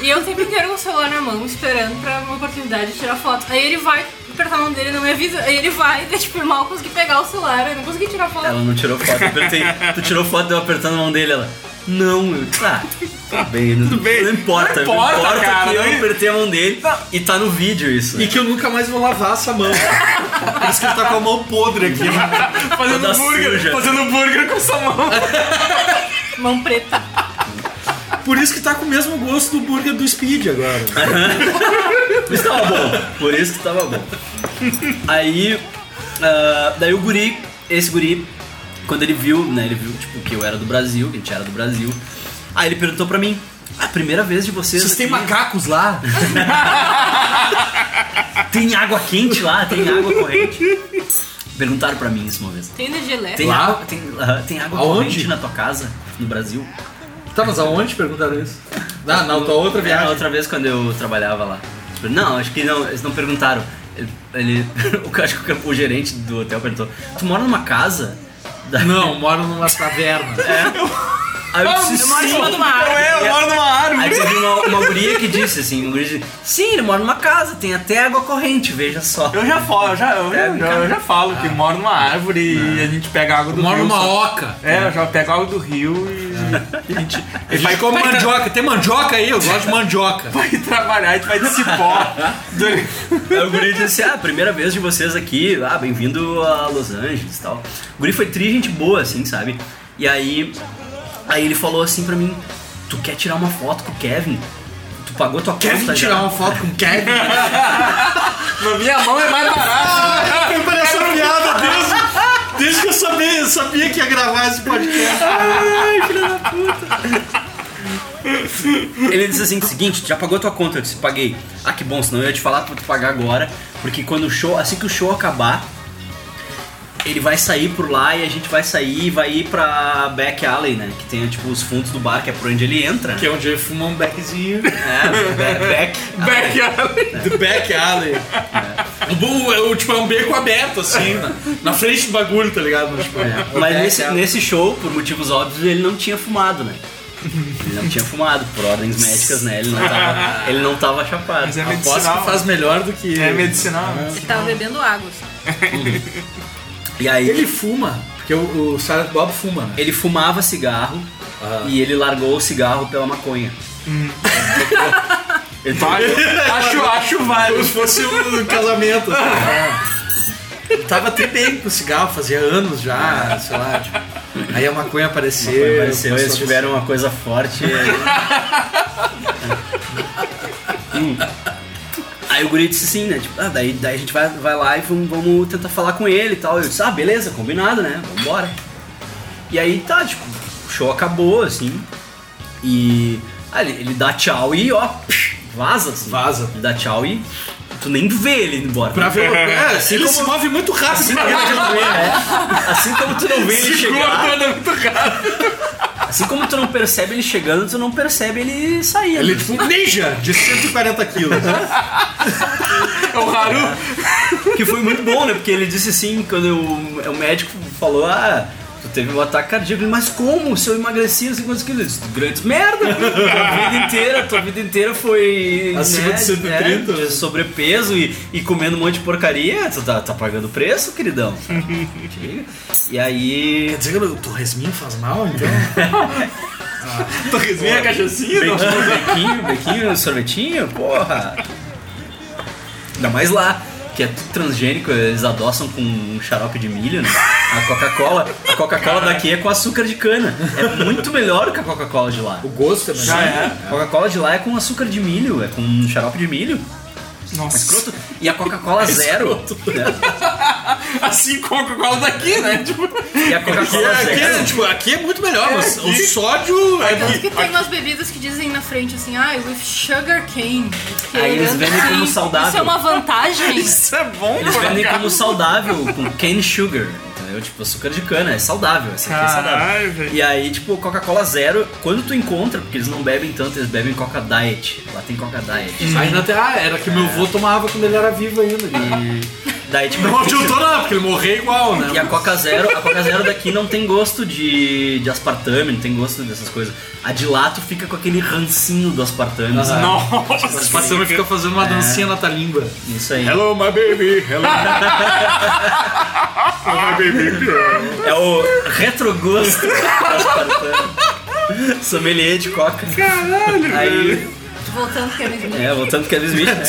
E eu sempre quero um celular na mão, esperando pra uma oportunidade de tirar foto. Aí ele vai apertar a mão dele, não me avisa. Aí ele vai, daí, tipo, eu mal consegui pegar o celular, eu não consegui tirar foto.
Ela não tirou foto, eu apertei. Tu tirou foto de eu apertando a mão dele, ela. Não, eu tá. Tá bem, não, não importa.
Não importa, cara,
que eu
não-
apertei a mão dele e tá no vídeo isso.
E que eu nunca mais vou lavar essa mão. Por isso que ele tá com a mão podre aqui.
Fazendo
Toda
burger,
suja.
fazendo burger com essa mão.
Mão preta.
Por isso que tá com o mesmo gosto do burger do Speed agora.
Por isso tava bom. Por isso que tava bom. Aí. ah, daí o guri, esse guri, quando ele viu, né? Ele viu tipo, que eu era do Brasil, que a gente era do Brasil. Aí ele perguntou pra mim: "Ah, é a primeira vez de vocês.
Vocês têm
aqui-
macacos lá?
Tem água quente lá? Tem água corrente? Perguntaram pra mim isso uma vez.
Tem energia elétrica.
Tem água, tem, ah, tem água
Aonde?
corrente na tua casa, no Brasil?
Tá, mas aonde perguntaram isso? Na, na tua Ah, outra
É,
viagem.
na outra vez quando eu trabalhava lá. Tipo, Não, acho que não, eles não perguntaram. Ele, ele- o, cara- acho que o gerente do hotel perguntou: Tu mora numa casa?
Não, moro numa taverna.
Aí eu
Ah,
disse,
eu moro em
"Sim."
cima de uma árvore.
é,
Aí-
Eu moro numa árvore.
Aí teve uma, uma guria que disse assim, um guri disse, sim, ele mora numa casa, tem até água corrente, veja só.
Eu já falo, eu já, eu, já- eu já, eu já falo que moro numa árvore e a gente pega água do
Moro
rio.
numa
só-
oca.
É, eu já pego água do rio e e a gente.
A gente come mandioca. Tem mandioca aí? Eu gosto de mandioca.
Vai trabalhar, a gente vai de cipó.
Aí o guri disse, ah, primeira vez de vocês aqui, ah, bem-vindo a Los Angeles e tal. O guri foi tri gente boa, assim, sabe? E aí, aí ele falou assim pra mim, tu quer tirar uma foto com o Kevin? Tu pagou tua
Kevin
conta já?"
tirar tá uma foto com Kevin?
Na minha mão é mais barato.
Eu pareço é uma piada desde, desde que eu sabia, eu sabia que ia gravar esse podcast.
Ai, filha da puta. Ele disse assim, seguinte, tu já pagou tua conta, eu disse, paguei. Ah, que bom, senão eu ia te falar pra tu pagar agora, porque quando o show, assim que o show acabar, ele vai sair por lá e a gente vai sair e vai ir pra Back Alley, né? Que tem, tipo, os fundos do bar, que é por onde ele entra.
Que é onde ele fuma um beckzinho.
É, ba- back.
Back alley. The back alley. O bu- É. o- tipo, é um beco aberto, assim, na, na frente do bagulho, tá ligado? Mas, tipo,
É, Mas nesse, nesse show, por motivos óbvios, ele não tinha fumado, né? Ele não tinha fumado, por ordens médicas, né? Ele não tava, ele não tava chapado. Mas
é
Posso que faz melhor do que.
É medicinal.
Ele tava bebendo água. só.
E aí
Ele fuma, porque o, o Silent Bob fuma, né?
Ele fumava cigarro e ele largou o cigarro pela maconha. Ele
acho, acho válido.
Como se fosse um casamento. Assim. Ele Tava até bem com cigarro, fazia anos já, sei lá. Tipo. Aí a maconha apareceu.
Maconha apareceu,
começou
eles
a
tiveram uma coisa forte. Hum. Aí o guri disse assim, né? Tipo, ah, daí, daí a gente vai, vai lá e vamos, vamos tentar falar com ele e tal. Eu disse, ah, beleza, combinado, né? Vambora. E aí tá, tipo, o show acabou, assim. E. ah, ele, ele dá tchau e ó, vaza. Assim. Vaza. Ele dá tchau e. tu nem vê ele indo embora.
Pra ver, é, assim
ele
como-
se move muito rápido.
Assim
né?
como tu não vê,
É. Assim como tu não vê ele
Segura,
chegar. Assim como tu não percebe ele chegando, tu não percebe ele sair. né?
Ele é tipo um ninja de 140 quilos.
É
um
o Haru. Que foi muito bom, né? Porque ele disse assim, quando eu- o médico falou, ah, tu teve um ataque cardíaco. Ele, Mas como? Se eu emagreci não sei quantos quilos. Ele disse, Grandes merda! Tua vida inteira, tua vida inteira foi... né,
Acima de 130.
de sobrepeso e, e comendo um monte de porcaria. Tu tá, tá pagando preço, queridão. e aí... Quer dizer que o torresminho faz mal, então?
Torresminho é cachaçinha, não?
bequinho, bequinho, bequinho, sorvetinho, porra. Ainda mais lá, que é tudo transgênico, eles adoçam com um xarope de milho, né? A Coca-Cola, a Coca-Cola daqui é com açúcar de cana. É muito melhor que a Coca-Cola de lá. O gosto é
melhor.
A Coca-Cola de lá é com açúcar de milho, é com xarope de milho. Nossa. Escroto. E a Coca-Cola zero. né?
Assim como a Coca-Cola daqui, né? Tipo,
e a Coca-Cola
aqui, é-
zero.
aqui, é, tipo, aqui é muito melhor,
É,
mas
aqui.
o sódio é
Tanto
aqui.
que tem umas bebidas que dizem na frente assim, ah, with sugar cane. Porque,
Aí eles vendem
assim,
como saudável.
Isso é uma vantagem.
Isso é bom,
Eles vendem como saudável, com cane sugar, entendeu? Tipo, açúcar de cana, é saudável. Essa aqui é
Caralho,
saudável. E aí, tipo, Coca-Cola zero, quando tu encontra, porque eles não bebem tanto, eles bebem Coca Diet. Lá tem Coca Diet.
Ainda tem, ah, era que meu avô tomava quando ele era vivo ainda.
Daí, tipo,
Não adiantou nada, porque ele morreu igual, né?
E a Coca Zero, a Coca Zero daqui não tem gosto de, de aspartame, não tem gosto dessas coisas. A de lato fica com aquele rancinho do aspartame.
Ah,
sabe?
nossa.
Tipo,
O aspartame fica fazendo uma dancinha na tua língua.
Isso aí.
Hello, my baby. Hello.
É o retrogosto do aspartame. Sommelier de Coca.
Caralho,
Aí,
Voltando que é mesmo.
é, voltando que é Smith, né?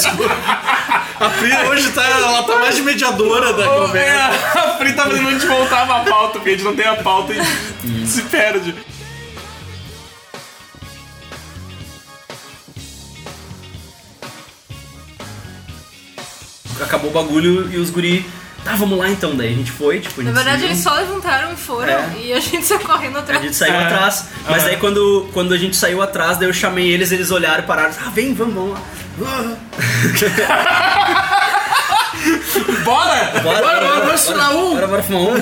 A Pri hoje tá, ela tá mais de mediadora da
Ô, é,
conversa.
a Pri tá fazendo a gente voltar pra pauta, porque a gente não tem a pauta e se perde.
Acabou o bagulho e os guri. Tá, vamos lá então. Daí a gente foi, tipo, a
Na
gente
verdade,
seguiu.
eles só levantaram e foram.
É.
E a gente só correndo atrás.
A gente saiu atrás. Mas daí quando, quando a gente saiu atrás, daí eu chamei eles, eles olharam e pararam. Ah, vem, vamos, vamos lá.
Bora!
Bora,
Bora, bora, bora fumar um.
Bora, bora fumar um.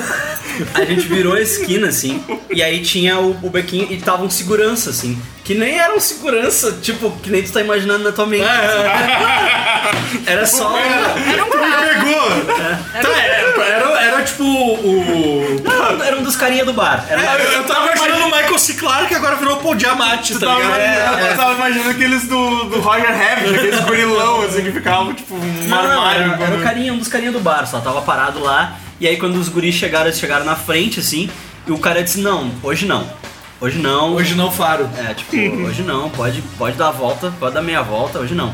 A gente virou a esquina, assim, e aí tinha o, o bequinho e tava um segurança, assim. Que nem era um segurança, tipo, que nem tu tá imaginando na tua mente. assim. Era só.
Era um
Pegou! Tá, era, era, era tipo o.
Não, era um dos carinha do bar. Era-
Eu, eu tava imaginando o Michael C. Clarke é que agora virou o Paul Diamante, tá
Tava,
ligado?
né?
É,
eu
né?
tava imaginando aqueles do, do Roger Rabbit, aqueles gorilão, assim, que ficavam, tipo,
é,
um
Não, não,
armário.
era, era o carinha, um dos carinha do bar, só tava parado lá. E aí quando os guris chegaram, eles chegaram na frente, assim, e o cara disse, não, hoje não. Hoje não.
Hoje não, Faro.
É, tipo, hoje não, pode, pode dar a volta, pode dar meia volta, hoje não.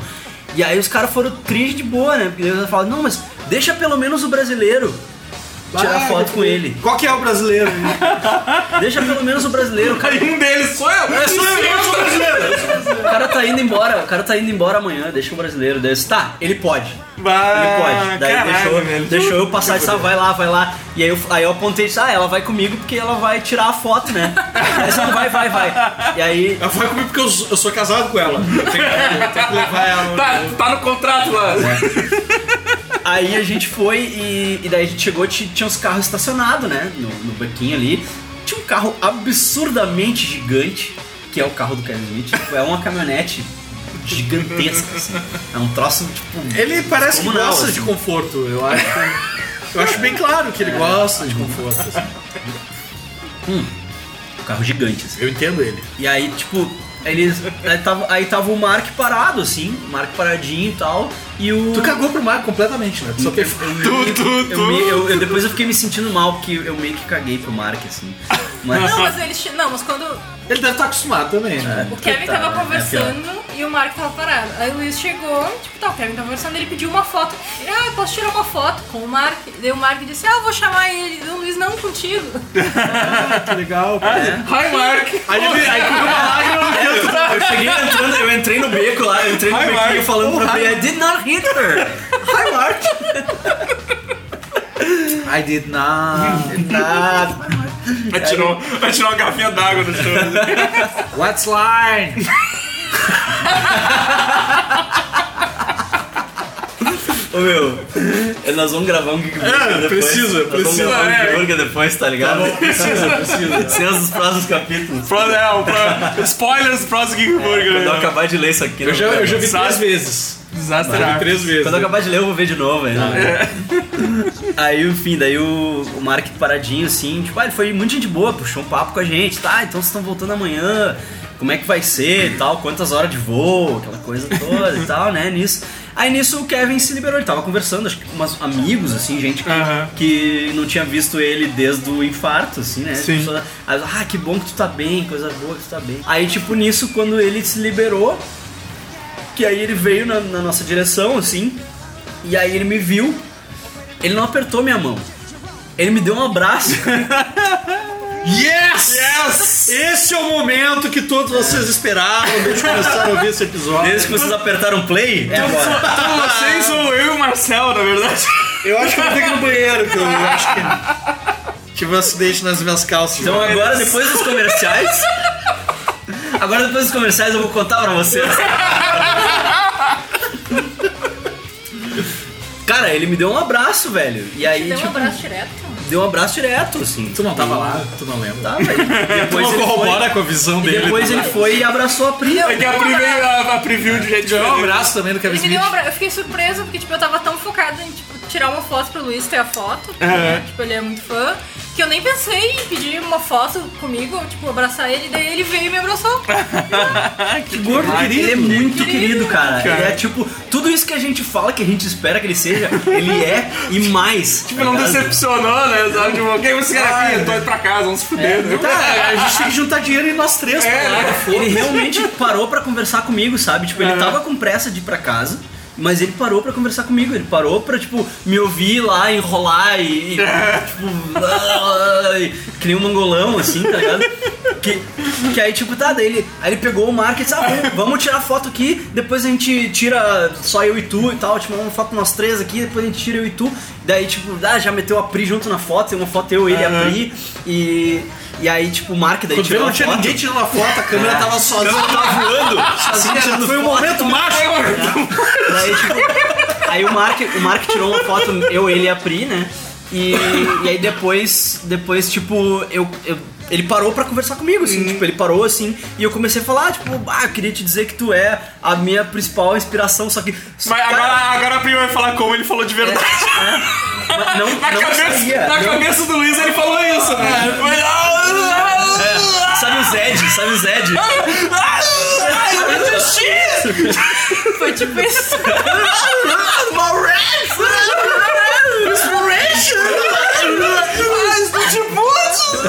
E aí os caras foram triste de boa, né? Porque eles falaram, não, mas deixa pelo menos o brasileiro tirar
Vai,
foto com ele.
Qual que é o brasileiro?
Deixa pelo menos o brasileiro, cara.
Aí um deles sou eu!
É só eu, eu sou brasileiro!
O cara tá indo embora, o cara tá indo embora amanhã, deixa o brasileiro. Daí eu disse, tá, ele pode. Ele
Ah,
pode. Daí deixou, deixou eu passar e disse, ah, vai lá, vai lá. E aí eu, aí eu apontei e disse, ah, ela vai comigo porque ela vai tirar a foto, né? Aí eu disse, "Não, vai, vai, vai. E aí...
Ela vai comigo porque eu, sou- eu sou casado com ela. Tem que, tem que levar ela.
Tá, tá no contrato, mano.
Aí a gente foi e, e daí a gente chegou, ti- tinha uns carros estacionados, né? No, no banquinho ali. Tinha um carro absurdamente gigante, que é o carro do Kevin Smith. Tipo, é uma caminhonete gigantesca, assim. É um troço, tipo.
Ele parece que
descomunal,
gosta
assim.
de conforto, eu acho. Eu acho bem claro
É.
que ele gosta de conforto. assim.
Um carro gigante, assim.
Eu entendo ele.
E aí, tipo, eles. Aí tava, aí tava o Mark parado, assim. O Mark paradinho e tal. E o.
Uhum.
Tu cagou pro Marco completamente, né? Tu só teve...
Eu- eu me- eu- eu- depois eu fiquei me sentindo mal, porque eu meio que caguei pro Mark, assim. Mas.
Não, mas eles. che- Não, mas quando
Ele deve estar acostumado também, né?
o Kevin
Tá,
tava
é
conversando e o Mark tava parado. Aí o Luiz chegou, tipo, tá, o Kevin tava conversando, ele pediu uma foto. Ele, ah, eu posso tirar uma foto com o Mark? Daí o Mark disse, ah, eu vou chamar ele. Daí o Luiz, não, contigo.
Que legal. pô.
É.
Hi, Mark!
Aí ele aí quando uma lágrima no canto da...
Eu cheguei entrando, eu entrei no beco lá, eu entrei no
Hi,
bequinho
Mark.
falando pra
Oh,
mim,
hi.
I did not hit her!
Hi, Mark! I did not.
Nada.
Atirou, atirou um, uma garrafinha d'água no chão.
What's line?
Ô meu, é, nós vamos gravar um Geek Burger
É,
depois.
precisa,
nós
precisa,
Vamos gravar um
é.
Geek Burger depois, tá ligado?
Tá bom, precisa, precisa.
Sem os próximos capítulos.
Pro, é, o pro, spoilers pro próximo Geek Burger.
Quando É, eu
né?
acabar de ler isso aqui...
Eu
não
já-
vai
eu já vi
mais.
três
Sabe?
vezes. Desastre
Vai.
Arts. Três vezes,
Quando eu
né?
acabar de ler, eu vou ver de novo ainda. Aí, enfim, daí o, o Mark paradinho, assim, tipo, ah, ele foi muito gente boa, puxou um papo com a gente, tá, então vocês estão voltando amanhã, como é que vai ser e tal, quantas horas de voo, aquela coisa toda e tal, né, nisso. Aí nisso o Kevin se liberou, ele tava conversando, acho que com umas amigos, assim, gente que, que não tinha visto ele desde o infarto, assim, né.
Sim.
Pessoa- aí, ah, que bom que tu tá bem, coisa boa que tu tá bem. Aí, tipo, nisso, quando ele se liberou, que aí ele veio na, na nossa direção, assim, e aí ele me viu, ele não apertou minha mão. Ele me deu um abraço.
Yes! Esse é o momento que todos vocês esperavam desde que começaram a ouvir esse episódio. Então,
Desde que vocês apertaram play, é agora.
Todos vocês sou eu e o Marcel, na verdade.
Eu acho que eu vou ter que ir no banheiro, que eu acho que tive um acidente nas minhas calças.
Então agora, depois dos comerciais. Agora, depois dos comerciais, eu vou contar pra vocês. Cara, ele me deu um abraço, velho. E aí,
Deu um
tipo,
abraço direto.
deu um abraço direto, assim.
Tu não tava lá, tu não lembra.
Tá, velho. Depois
tu
ele
não corrobora
foi-
com a visão
E
dele. tá
depois ele foi e abraçou a Pri.
É que a preview, a, a preview de gente
Deu um abraço também do Kevin
Ele me
Smith.
deu um abraço. Eu fiquei surpresa porque, tipo, eu tava tão focada em, tipo, tirar uma foto pro Luiz ter a foto. porque,
Aham.
Tipo, ele é muito fã. Que eu nem pensei em pedir uma foto comigo, ou, tipo, abraçar ele. Daí ele veio e me abraçou.
Que gordo querido. Ele é muito querido, cara.
Cara.
Ele é tipo, tudo isso que a gente fala, que a gente espera que ele seja, ele é e mais.
Tipo, não decepcionou, né? Sabe? Tipo, quem você quer aqui? Eu tô indo pra casa, vamos se fuder. né?
Tá, a gente tem que juntar dinheiro e nós três,
É,
pra lá,
né?
foda-se.
Ele realmente parou pra conversar comigo, sabe? Tipo, ele
É.
tava com pressa de ir pra casa. Mas ele parou pra conversar comigo, ele parou pra, tipo, me ouvir lá, enrolar e. e,
É.
tipo. ah, e- que nem um mangolão, assim, tá ligado? Que, que aí, tipo, tá, daí ele, aí ele pegou o Mark e disse: ah, vamos, vamos tirar foto aqui, depois a gente tira só eu e tu e tal, tipo, uma foto nós três aqui, depois a gente tira eu e tu. Daí, tipo, ah, já meteu a Pri junto na foto, tem uma foto eu, ele e a Pri. E, e aí, tipo, o Mark daí
Quando viu,
tirou
não
a
tinha
foto.
ninguém tirando a foto, a câmera
É.
tava sozinha.
Ela tava voando.
Sozinha,
Tirando
foi um
foto.
momento mágico.
Daí, tipo, aí o Mark, o Mark tirou uma foto, eu, ele e a Pri, né? E, e aí depois, depois tipo, eu, eu- ele parou pra conversar comigo, assim,
Uhum.
tipo, ele parou assim, e eu comecei a falar, tipo, ah, eu queria te dizer que tu é a minha principal inspiração, só que.
Mas agora, agora a Pri vai falar como ele falou de verdade.
Mas não,
Na,
não
cabeça,
sabia,
na
não-
cabeça do Luiz ele falou isso, né? Mas-
É, sabe o Zed, sabe o Zed?
Ah,
Foi tipo isso.
Ah,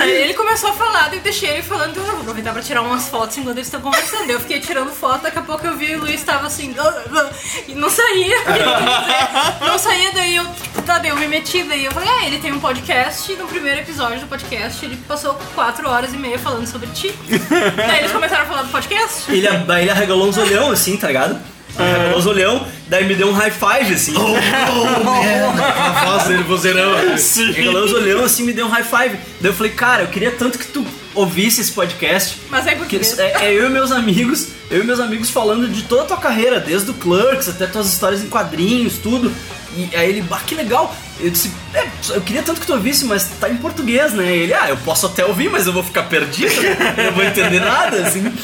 Aí ele começou a falar, daí eu deixei ele falando, então eu vou aproveitar pra tirar umas fotos enquanto eles estão conversando. Eu fiquei tirando foto, daqui a pouco eu vi o Luiz tava assim, e não saía. Não saía, daí eu, tipo, tá, daí eu me meti, daí eu falei, ah, ele tem um podcast, e no primeiro episódio do podcast ele passou 4 horas e meia falando sobre ti. daí eles começaram a falar do podcast.
Ele, daí ele arregalou uns olhão, assim, tá ligado? Ele Arregalou os olhão, daí me deu um high five, assim.
A voz dele, vozeirão.
Sim. Arregalou os olhão, assim, me deu um high five. Daí eu falei, cara, eu queria tanto que tu ouvisse esse podcast.
Mas é
Porque
porque.
isso é, é eu e meus amigos, eu e meus amigos falando de toda a tua carreira, desde o Clerks até tuas histórias em quadrinhos, tudo. E aí ele, bah, que legal! Eu disse, é, eu queria tanto que tu ouvisse, mas tá em português, né? E ele, ah, eu posso até ouvir, mas eu vou ficar perdido, eu não vou entender nada, assim.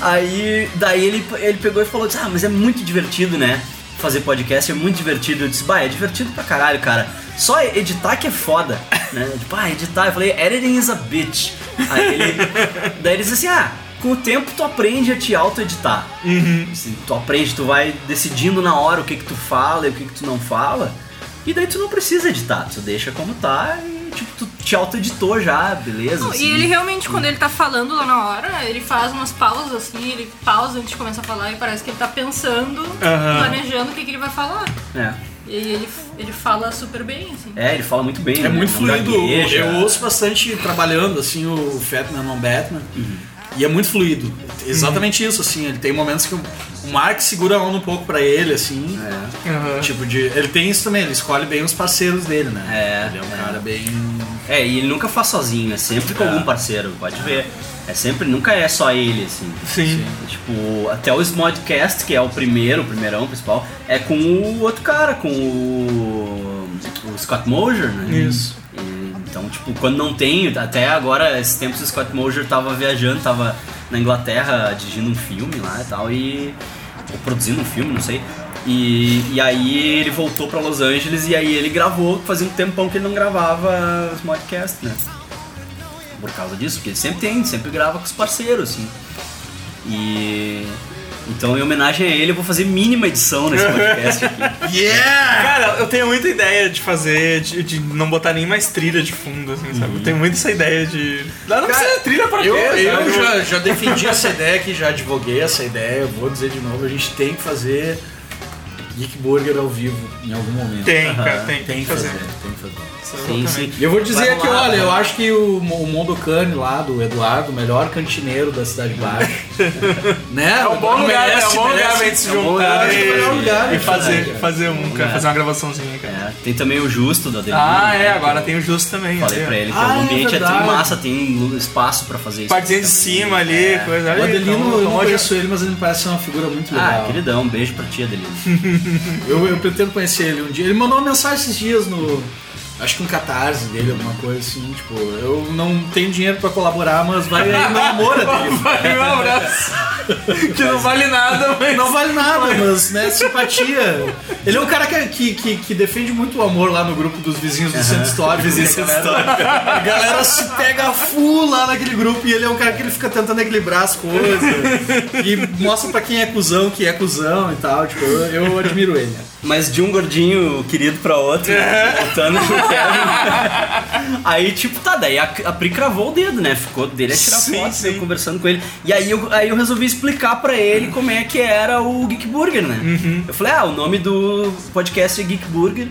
Aí, daí ele, ele pegou e falou, disse, ah, mas é muito divertido, né? Fazer podcast é muito divertido. Eu disse, bah, é divertido pra caralho, cara. Só editar que é foda, né? Tipo, ah, editar. Eu falei, editing is a bitch. Aí ele, daí ele disse assim, ah, com o tempo tu aprende a te auto-editar.
Uhum.
Assim, tu aprende, tu vai decidindo na hora o que que tu fala e o que que tu não fala. E daí tu não precisa editar, tu deixa como tá e tipo, tu te auto-editou já, beleza?
Não,
assim.
E ele realmente, quando ele tá falando lá na hora, ele faz umas pausas assim, ele pausa antes de começar a falar e parece que ele tá pensando,
Aham.
planejando o que, que ele vai falar.
É.
E ele, ele fala super bem, assim.
É, ele fala muito bem.
É
né?
muito
Não
fluido.
gagueja.
Eu ouço bastante trabalhando, assim, Uhum. o Fatman on Batman. E é muito fluido. Exatamente isso, assim. Ele tem momentos que eu
O Mark segura a onda um pouco pra ele, assim.
É.
Uhum.
Tipo de. Ele tem isso também, ele escolhe bem os parceiros dele, né?
É,
Ele é um cara bem.
É, e ele nunca faz sozinho, é sempre com
É.
algum parceiro, pode ver. É sempre, nunca é só ele, assim.
Sim.
Tipo, até o Smodcast, que é o primeiro, o primeirão principal, é com o outro cara, com o, o Scott Mosier, né?
Isso.
E, então, tipo, quando não tem, até agora, esses tempos o Scott Mosier tava viajando, tava na Inglaterra dirigindo um filme lá e tal, e. ou produzindo um filme, não sei. E, e aí ele voltou pra Los Angeles e aí ele gravou, fazia um tempão que ele não gravava os podcasts, né? Por causa disso, porque ele sempre tem, sempre grava com os parceiros, assim. E. Então, em homenagem a ele, eu vou fazer mínima edição nesse podcast aqui.
Yeah!
Cara, eu tenho muita ideia de fazer, de, de não botar nem mais trilha de fundo, assim, sabe? Eu tenho muito essa ideia de. Não, não precisa de trilha pra
eu,
quê? sabe?
eu já, já defendi essa ideia aqui, já advoguei essa ideia, eu vou dizer de novo, a gente tem que fazer Geek Burger ao vivo em algum momento.
Tem, cara, tem, tem
que
que
fazer.
fazer.
Tem que fazer.
Sim,
Exatamente.
sim.
E eu vou dizer
Vai
aqui,
rolar,
olha,
né?
eu acho que o, Mo- o Mondocane lá do Eduardo, o melhor cantineiro da Cidade Baixa, né?
É um bom lugar,
merece,
é um bom
merece.
lugar pra gente se
É um bom
juntar
lugar,
e,
acho que é o melhor lugar,
e
né,
fazer,
cara?
fazer, um,
É.
cara, fazer uma gravaçãozinha, cara.
É, tem também o Justo da Delirio.
Ah,
né,
é, agora
que
tem o Justo também.
eu Falei pra ele
ali, ó.
que
Ah,
o
é
ambiente é, tão
verdade.
massa, tem espaço pra fazer isso.
Partezinha de cima ali,
É.
coisa ali.
O Adelino,
então,
eu não
então,
conheço ele, mas ele me parece ser uma figura muito legal.
Ah, queridão, um beijo pra ti, Adelino.
Eu, eu pretendo conhecer ele um dia. Ele mandou uma mensagem esses dias no. Acho que um catarse dele, alguma coisa assim. Tipo, eu não tenho dinheiro pra colaborar, mas vai aí meu amor dele.
Vai, um abraço. que não vale nada, mas.
Não vale nada, mas, né, simpatia. Ele é um cara que, que, que, que defende muito o amor lá no grupo dos vizinhos do centro histórico. Vizinhos do A galera se pega full lá naquele grupo e ele é um cara que ele fica tentando equilibrar as coisas. e mostra pra quem é cuzão que é cuzão e tal. Tipo, eu, eu admiro ele.
Mas de um gordinho querido pra outro, né? voltando pro Kevin. aí, tipo, tá, daí a, a Pri cravou o dedo, né? Ficou dele a tirar
Sim,
foto,
sim.
eu conversando com ele. E aí eu, aí eu resolvi explicar pra ele como é que era o Geek Burger, né? Eu falei, ah, o nome do podcast é Geek Burger.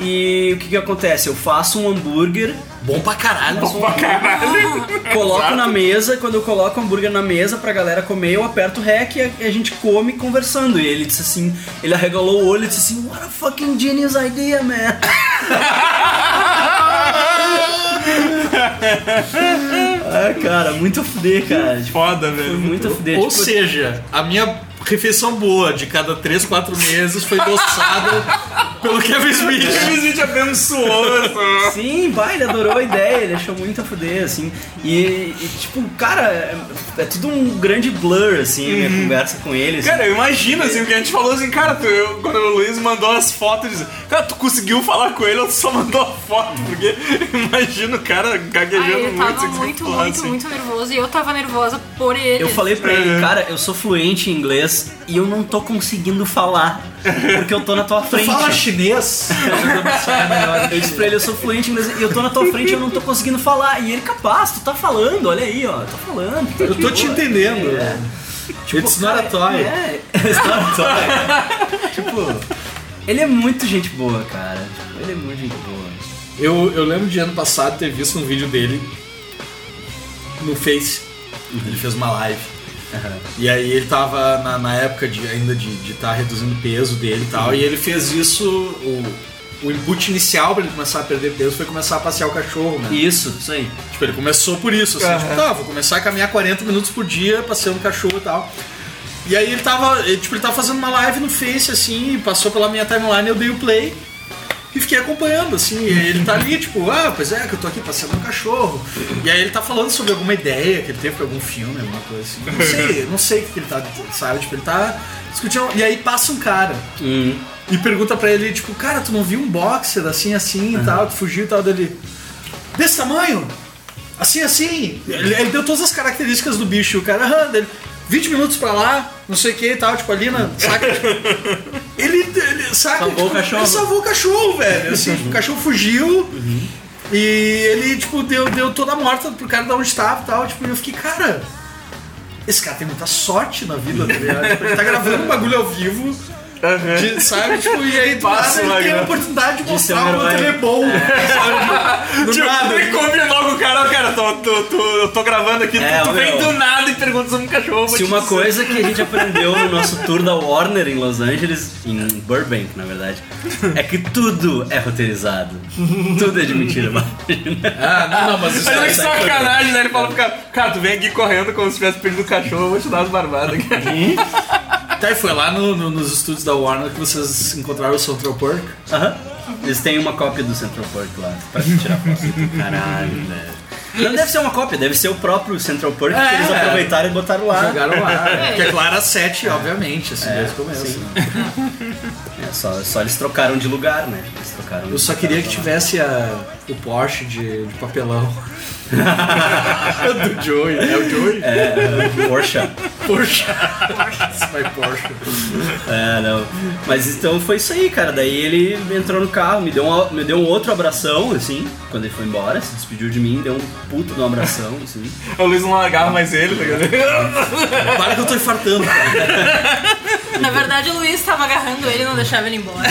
E o que que acontece? Eu faço um hambúrguer um
Bom pra caralho.
Bom pra caralho. Coloco na mesa, quando eu coloco o hambúrguer na mesa pra galera comer, eu aperto o rec e a, e a gente come conversando. E ele disse assim, ele arregalou o olho e disse assim, what a fucking genius idea, man. ah, cara, muito a fuder, cara. Tipo,
Foda, velho.
muito a fuder.
Ou
tipo,
seja, a minha refeição boa de cada 3, 4 meses foi doçada pelo Kevin Smith.
Kevin Smith abençoou essa.
Sim, vai, ele adorou a ideia, ele achou muito a fuder, assim. E, e, tipo, cara, é, é tudo um grande blur, assim, a minha conversa com ele. assim.
Cara, eu imagino assim, porque a gente falou assim, cara, tu- eu- quando o Luiz mandou as fotos, ele disse, cara, tu conseguiu falar com ele ou tu só mandou a foto? Porque imagino o cara gaguejando
Ai,
é
ele Ah,
muito,
tava muito,
sem
muito,
falar,
muito,
assim.
nervoso e eu tava nervosa por ele.
Eu falei pra
É.
ele, cara, eu sou fluente em inglês e eu não tô conseguindo falar porque eu tô na tua
Tu
frente. É
fala chinês?
Eu disse pra ele, eu sou fluente em inglês e eu tô na tua frente e eu não tô conseguindo falar. E ele, capaz, tu tá falando, olha aí, ó, tá falando.
Eu tô te entendendo.
É.
It's not a toy.
É, it's not a toy. tipo, ele é muito gente boa, cara. Tipo, ele é muito gente boa.
Eu, eu lembro de ano passado ter visto um vídeo dele no Face. Ele fez uma live. E aí ele tava na, na época de, ainda de estar reduzindo o peso dele e tal. E ele fez isso. O, o input inicial pra ele começar a perder peso foi começar a passear o cachorro, né?
Isso, isso aí.
Tipo, ele começou por isso, assim, tipo, tá, vou começar a caminhar 40 minutos por dia, passeando cachorro e tal. E aí ele tava, ele, tipo, ele tava fazendo uma live no Face, assim, e passou pela minha timeline, eu dei o play e fiquei acompanhando, assim. E aí ele tá ali, tipo, ah, pois é, que eu tô aqui passeando um cachorro. E aí ele tá falando sobre alguma ideia que ele teve pra algum filme, alguma coisa assim. Não sei, não sei o que que ele tá, sabe? Tipo, ele tá discutindo. E aí passa um cara e pergunta pra ele, tipo, cara, tu não viu um boxer assim, assim e tal, que fugiu e tal dele. Desse tamanho? Assim, assim. Ele, ele deu todas as características do bicho. O cara, ah, dele, 20 minutos pra lá, não sei o que e tal, tipo, ali na. Saca? ele, ele, saca?
Salvou
Tipo,
o cachorro.
Ele salvou o cachorro, velho. Assim, tipo, o cachorro fugiu. Uhum. E ele, tipo, deu, deu toda a morta pro cara dar um estava e tal. Tipo, e eu fiquei, cara, esse cara tem muita sorte na vida, tá ligado? Tipo, ele tá gravando um bagulho ao vivo. De, sabe? Tipo, e aí do nada
Passa
ele
uma
tem a
grana.
oportunidade de
De
mostrar
ser um
o quanto ele
herói.
é bom. sabe? Do
Tipo,
nada.
ele come logo o cara, cara, tô, tô, tô, eu tô gravando aqui,
É,
tu, tu vem
meu.
do nada e pergunta sobre um cachorro. vou
Se
te
uma
dizer.
coisa que a gente aprendeu no nosso tour da Warner em Los Angeles, em Burbank, na verdade, é que tudo é roteirizado. Tudo é de mentira, imagina.
Ah, não, não, mas isso
Mas
aí
é que
sai coisa.
sacanagem, né? Ele fala pro cara, cara, tu vem aqui correndo como se tivesse perdido o cachorro, eu vou te dar umas barbadas aqui.
Tá, e foi lá no- no- nos estúdios da Warner que vocês encontraram o Central Park.
Aham. Eles têm uma cópia do Central Park lá pra tirar foto. Caralho, velho. Não deve ser uma cópia, deve ser o próprio Central Park que
É,
eles
é.
aproveitaram e botaram lá.
Jogaram lá. Que é claro, a 7, obviamente, assim,
É,
desde o começo.
sim.
né?
É, só, só eles trocaram de lugar, né? Eles trocaram
Eu só queria que tivesse a- o Porsche de, de papelão. Do Joey. É o Joey?
É, Porsche.
Porsche. Isso vai Porsche.
É, não. Mas então foi isso aí, cara. Daí ele entrou no carro, me deu, um, me deu um outro abração, assim, quando ele foi embora, se despediu de mim, deu um puto de um abração, assim.
É O Luiz não largava mais ele, tá ligado?
Para que eu tô infartando.
Na verdade, o Luiz tava agarrando ele e não deixava ele embora.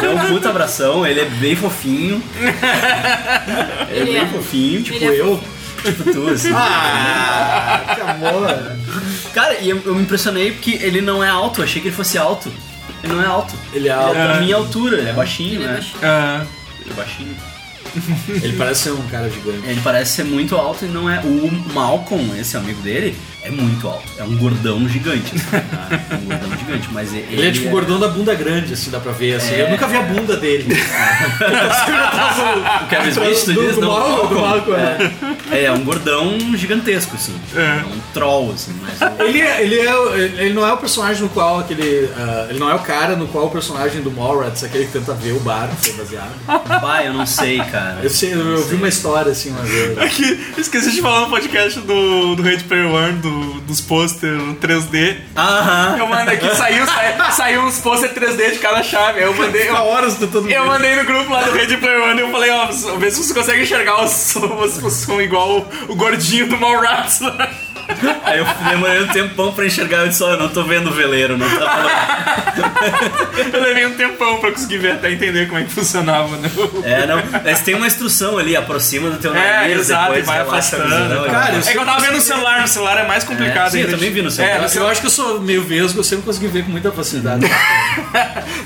Deu um puto abração, ele é bem fofinho. Ele é bem fofinho, tipo
ele é
eu. Tipo tu, assim.
Ah, que amor.
Cara, e eu, eu me impressionei porque ele não é alto, eu achei que ele fosse alto. Ele não é alto. Ele é
alto.
da minha altura, ele é baixinho, né? Ele é baixinho.
Ele parece ser um cara gigante.
Ele parece ser muito alto e não é. O Malcolm, esse amigo dele, é muito alto. É um gordão gigante. assim, tá? É um gordão gigante, mas ele.
Ele é tipo o gordão da bunda grande, assim, dá pra ver, assim.
É.
Eu nunca vi a bunda dele.
O Kevin Smith, tu
Do-
diz?
do
Não,
Malcolm, do Malcolm,
é. É, é um gordão gigantesco, assim. É. um troll, assim, mas.
Ele, é- ele, é, o- ele não é o personagem no qual aquele. ah, ele não é o cara no qual o personagem do Mallrats, aquele que tenta ver o bar, foi baseado.
Pai, eu não sei, cara.
Eu, sei, eu vi uma história assim uma vez.
Aqui, esqueci de falar no podcast do, do Red Player One, do- dos pôster 3D.
Aham.
Eu mando aqui, saiu, sai- saiu uns pôster 3D de cada chave. Aí Eu mandei. Eu,
horas tentando
eu mandei no grupo lá do Red Player One e eu falei, ó, vê se você consegue enxergar o som, o som igual o, o gordinho do Mallrats.
Aí eu demorei um tempão pra enxergar, eu disse, ó, eu não tô vendo o veleiro, não tá
Eu levei um tempão pra conseguir ver até entender como é que funcionava, né?
É, não. Mas tem uma instrução ali, aproxima do teu
É,
nariz,
exato, e
depois
vai
relaxa a visão,
afastando.
e
Cara,
vai-
é que eu tava vendo no celular, no celular é mais complicado
É, sim, eu
ainda.
também vi no
É,
celular.
no,
Mas eu
celular-
acho que eu sou meio vesgo, eu sempre consegui ver com muita facilidade.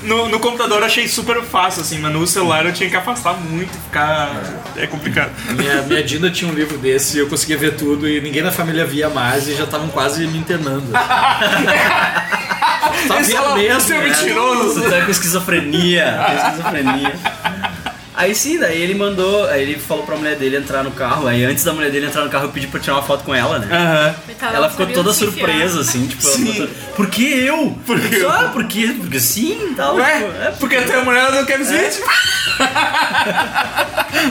no, no computador eu achei super fácil, assim, mas no celular eu tinha que afastar muito, ficar. É complicado.
assim.
minha, minha Dina tinha um livro desse e eu conseguia ver tudo e ninguém na família via mais e já estavam quase me internando. Tá
Esse é
vendo
lá-
mesmo?
esse é
né?
mentiroso.
Tá com esquizofrenia, tá com esquizofrenia. Aí sim, daí ele mandou, aí ele falou pra mulher dele entrar no carro, aí antes da mulher dele entrar no carro eu pedi pra tirar uma foto com ela, né?
Aham.
Coitada,
Ela
não
ficou
sabia
toda
onde se enfiar.
surpresa, assim, tipo, ela ficou toda, por que eu? Por que eu? Ah, porque, porque sim, tal. tipo,
Ué,
é,
porque tu é mulher do Kevin Smith?
É?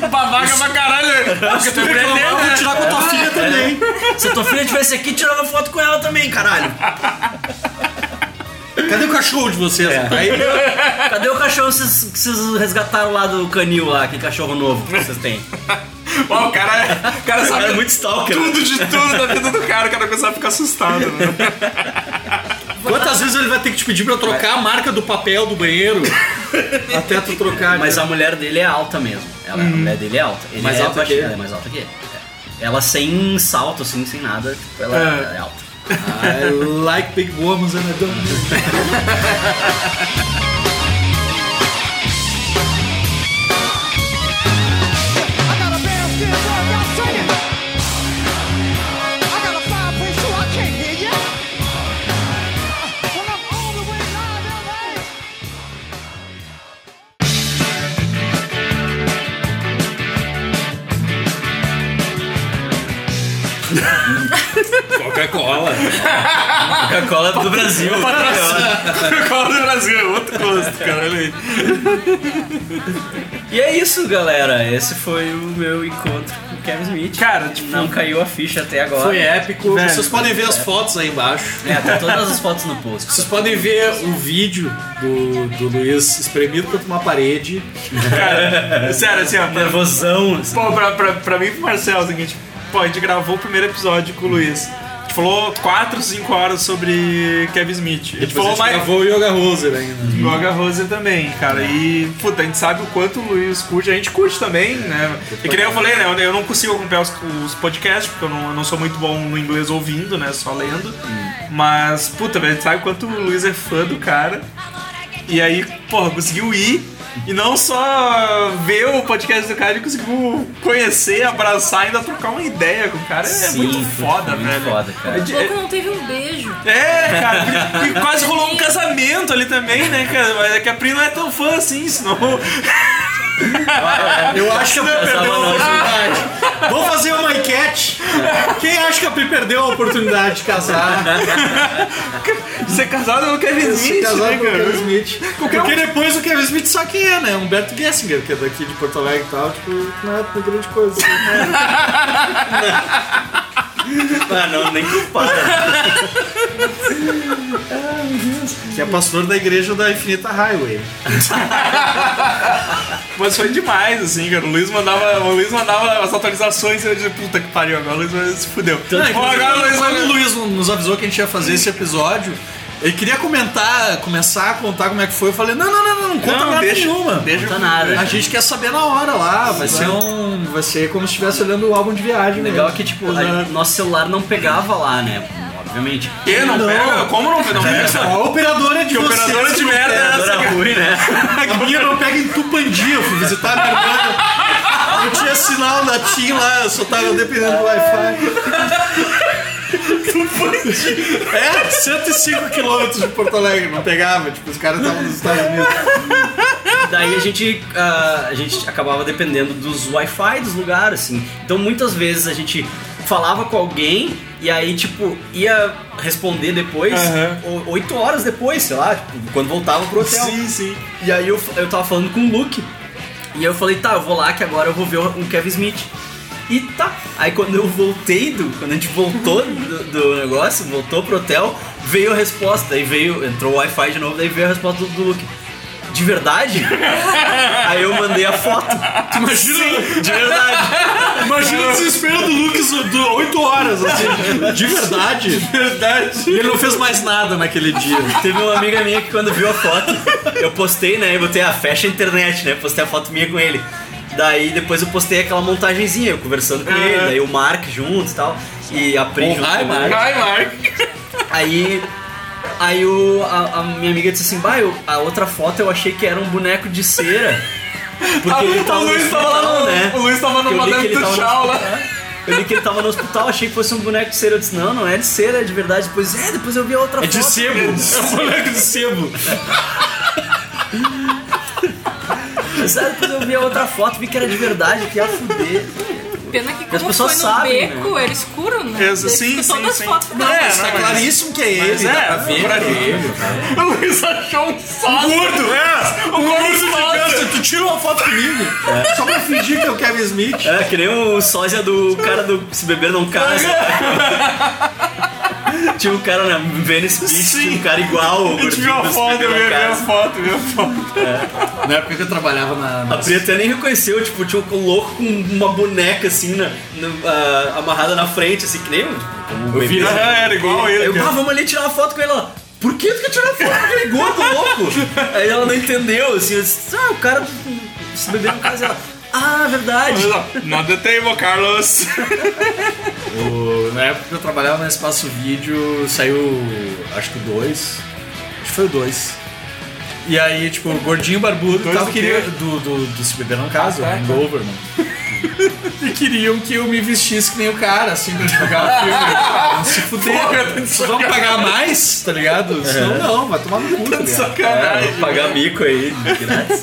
Babaca pra caralho. Porque tu é mulher dele,
Vou
né?
tirar com a tua filha
tá
também.
Se a tua filha estivesse aqui, tirava foto com ela também, caralho.
Cadê o cachorro de vocês? Aí
É. Cadê o cachorro que vocês, que vocês resgataram lá do canil lá, aquele cachorro novo que vocês têm?
Ó, o cara, o cara sabe
Cara, é muito stalker.
tudo de tudo da vida do cara, o cara começava a ficar assustado. Né?
Quantas vezes ele vai ter que te pedir pra trocar a marca do papel do banheiro até tu trocar?
Mas
né?
a mulher dele é alta mesmo. Ela, A mulher dele é alta. Ele
Hum. Mais
é
alta
baixinho,
que ele?
Ela é mais alta que ele. É. Ela sem salto, assim, sem nada, tipo, ela,
É.
ela é alta.
I like big women and I don't.
I got a band still broke out singing. I got a fireplace so I can't hear you. When I'm all the way live LA.
Coca-Cola.
Coca-Cola do Brasil.
Cola do Brasil, é outro gosto, cara. Olha aí.
e é isso, galera. Esse foi o meu encontro com o Kevin Smith.
Cara, tipo,
Não caiu a ficha até agora.
Foi épico.
Velho,
Vocês podem ver as
é.
fotos aí embaixo.
É, tá todas as fotos no post.
Vocês podem ver o vídeo do, do Luiz espremido contra uma parede. É.
Cara, sério, assim, ó. pra-
Nervosão. assim.
Pô, pra, pra, pra mim e pro Marcelo, é o seguinte, pô, a gente gravou o primeiro episódio com o Luiz. A gente falou 4, 5 horas sobre Kevin Smith.
Ele falou mais. gravou o Yoga Roser ainda.
O Yoga Roser também, cara. E, puta, a gente sabe o quanto o Luiz curte, a gente curte também, né? E que nem eu falei, né? Eu não consigo acompanhar os, os podcasts, porque eu não, eu não sou muito bom no inglês ouvindo, né? Só lendo.
Hum.
Mas, puta, velho, a gente sabe o quanto o Luiz é fã do cara. E aí, porra, conseguiu ir. E não só ver o podcast do cara, ele conseguiu conhecer, abraçar, ainda trocar uma ideia com o cara. É
Sim,
muito foda,
muito
velho.
foda, cara.
É de- é-
Pouco não teve um beijo.
é, cara, e quase rolou um casamento ali também, né, cara? Mas é que a Pri não é tão fã assim, senão.
Eu acho que a Pri
Pensava
perdeu a
não.
oportunidade. Vamos fazer uma enquete. Quem acha que a Pri perdeu a oportunidade de casar?
Ser casado é o Kevin
Ser
Smith,
casado
né,
com o
cara?
Kevin Smith.
Qualquer
Porque
um-
depois o Kevin Smith sabe quem é, né? Humberto Gessinger, que é daqui de Porto Alegre e tal. Tipo, não é uma grande coisa. assim.
Ah, não, nem culpado.
que é pastor da igreja da Infinita Highway.
Mas foi demais, assim, cara. O Luiz mandava, o Luiz mandava as atualizações e eu dizia, puta que pariu, agora o Luiz vai se fudeu.
Então, tipo, Não,
Bom, agora o Luiz vai.
quando o Luiz nos avisou que a gente ia fazer esse episódio, ele queria comentar, começar a contar como é que foi. Eu falei, não, não, não, não, não conta
Não,
merda
deixa-
nenhuma.
deixa-
Não tá nada.
A gente quer saber na hora lá. Vai ser um. Vai ser como se estivesse olhando o álbum de viagem.
O legal é
mesmo.
que, tipo, a- nosso celular não pegava lá, né? Obviamente.
Que? Não,
Não.
pega? Como não, não pega?
A operadora
Que
de vocês
operadora de
não
merda
pega.
é essa,
Era
cara?
ruim, né?
A minha não pega em Tupandi, eu fui visitar a minha irmã. né? Não tinha sinal da TIM lá, eu só tava dependendo do Wi-Fi. Tupandi? É, 105 quilômetros de Porto Alegre, não pegava, tipo, os caras estavam nos Estados Unidos.
Daí a gente, ah, a gente acabava dependendo dos Wi-Fi dos lugares, assim. Então muitas vezes a gente falava com alguém e aí, tipo, ia responder depois, o- oito horas depois, sei lá, tipo, quando voltava pro hotel.
Sim, sim.
E aí eu, eu tava falando com o Luke. E eu falei, tá, eu vou lá que agora eu vou ver o Kevin Smith. E tá. Aí quando eu voltei do. Quando a gente voltou do, do negócio, voltou pro hotel, veio a resposta. Aí veio. Entrou o Wi-Fi de novo, daí veio a resposta do, do Luke. De verdade? aí eu mandei a foto.
Imagina,
De verdade.
imagina o desespero do Lucas do 8 horas, assim, de verdade. De verdade. E ele não fez mais nada naquele dia.
Teve uma amiga minha que quando viu a foto, eu postei, né? Eu botei a fecha a internet, né? Postei a foto minha com ele. Daí depois eu postei aquela montagenzinha, eu conversando com ele, daí o Mark junto e tal. E a
Oh,
Pri junto com o Mark.
Vai, Mark.
Aí. Aí o, a, a minha amiga disse assim, bah, eu- a outra foto eu achei que era um boneco de cera. Porque ele
Então O
tava no
Luiz tava
hospital,
lá no.
né?
O Luiz tava no
Eu li que
Madame
ele tava no
Tuchau lá.
Eu li que ele tava no hospital, achei que fosse um boneco de cera. Eu disse, não, não é de cera, é de verdade. Depois, é, depois eu vi a outra
É
foto.
de sebo. É um moleque de sebo.
Sabe, é, depois eu vi a outra foto, vi que era de verdade, que ia fuder.
Pena que
as
como
pessoas
foi no
sabem, né?
beco, era escuro, né?
Isso,
Daí
sim,
ficou
sim,
todas
sim.
as fotos
Não, é, não, mas-
Claríssimo que é ele.
Mas é,
dá pra ver.
pra mim. O Luiz achou um sócio.
Gordo, é!
O gordo
Nossa,
gigante.
tu tira uma foto comigo só pra fingir que é o Kevin Smith.
É, que nem o sósia do cara do Se Beber Não Casa. tinha um cara na Venice Beach, tinha um cara igual. o
A gente
gordinho
viu a
do Se
foto,
Beber
eu
Não
vi a
Casa.
foto, viu a foto.
Na época que eu trabalhava na.
A Pri até nem reconheceu, tipo, tinha um louco com uma boneca assim, na, na- ah, amarrada na frente, assim, que nem o. Como o bebê.
Ah, Era igual
Aí eu,
ele.
ah,
cara.
vamos ali tirar uma foto com ele. Ela, por que tu quer tirar foto com aquele gordo louco? Aí ela não entendeu, assim, eu disse, ah, o cara se beber no caso, ela, ah, verdade.
Nada table, Carlos.
O- na época que eu trabalhava no Espaço Vídeo, saiu, acho que o 2. Acho que foi o 2. E aí, tipo, o gordinho barbudo
Dois
tava
do
queria,
quê?
do, do, do Se Beber Não Casa,
Ah, tá.
Hangover, né? mano. e queriam que eu me vestisse que nem o cara, assim, pra jogar o filme. Ah, vão Se fuder, vocês vão pagar mais, tá ligado? Senão não, vai tomar no cu, tá ligado?
Sacanagem.
né?
pagar mico aí, de grátis.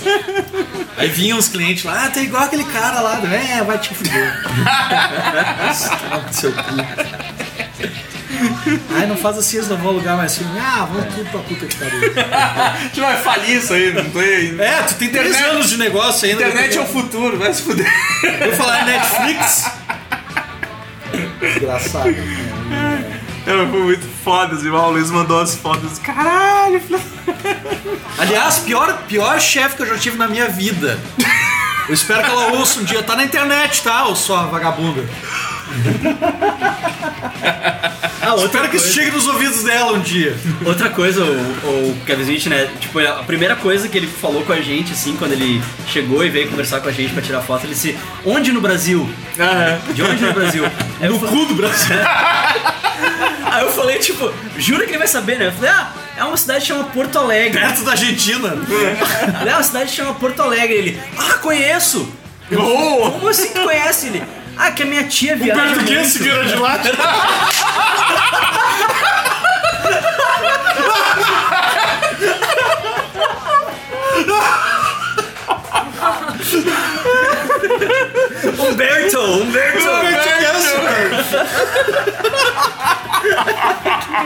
Aí vinham os clientes lá, ah, tá igual aquele cara lá, é, vai te fuder. Toma no seu cu. Ai, não faz assim, eles não vão alugar mais filme. Ah, vamos tudo pra puta que pariu.
A gente vai falir isso aí, não tem.
É, tu tem três
Internet-
anos de negócio ainda.
Internet é o
eu
futuro, vai se fuder.
vou falar em Netflix. Engraçado.
Era, foi muito foda, assim, o Luiz mandou as fotos. Caralho, filha.
Aliás, pior, pior chefe que eu já tive na minha vida. Eu espero que ela ouça um dia. Tá na internet, tá, ô sua vagabunda?
Ah, outra Espero que isso chegue nos ouvidos dela um dia.
Outra coisa, o, o Kevin Smith, né? Tipo, a primeira coisa que ele falou com a gente, assim, quando ele chegou e veio conversar com a gente pra tirar foto, ele disse: Onde no Brasil? De onde no Brasil? Aí eu
No
falei-
cu do Brasil.
Aí eu falei, tipo, jura que ele vai saber, né? Eu falei, ah, é uma cidade que chama Porto Alegre.
Perto da Argentina.
É uma cidade que chama Porto Alegre. Ele, ah, conheço! Eu,
Oh! é
Como assim tu conhece ele? Ah, que a minha tia
O
viaja.
português se
muito."
vira
assim.
de lá.
Humberto! Humberto!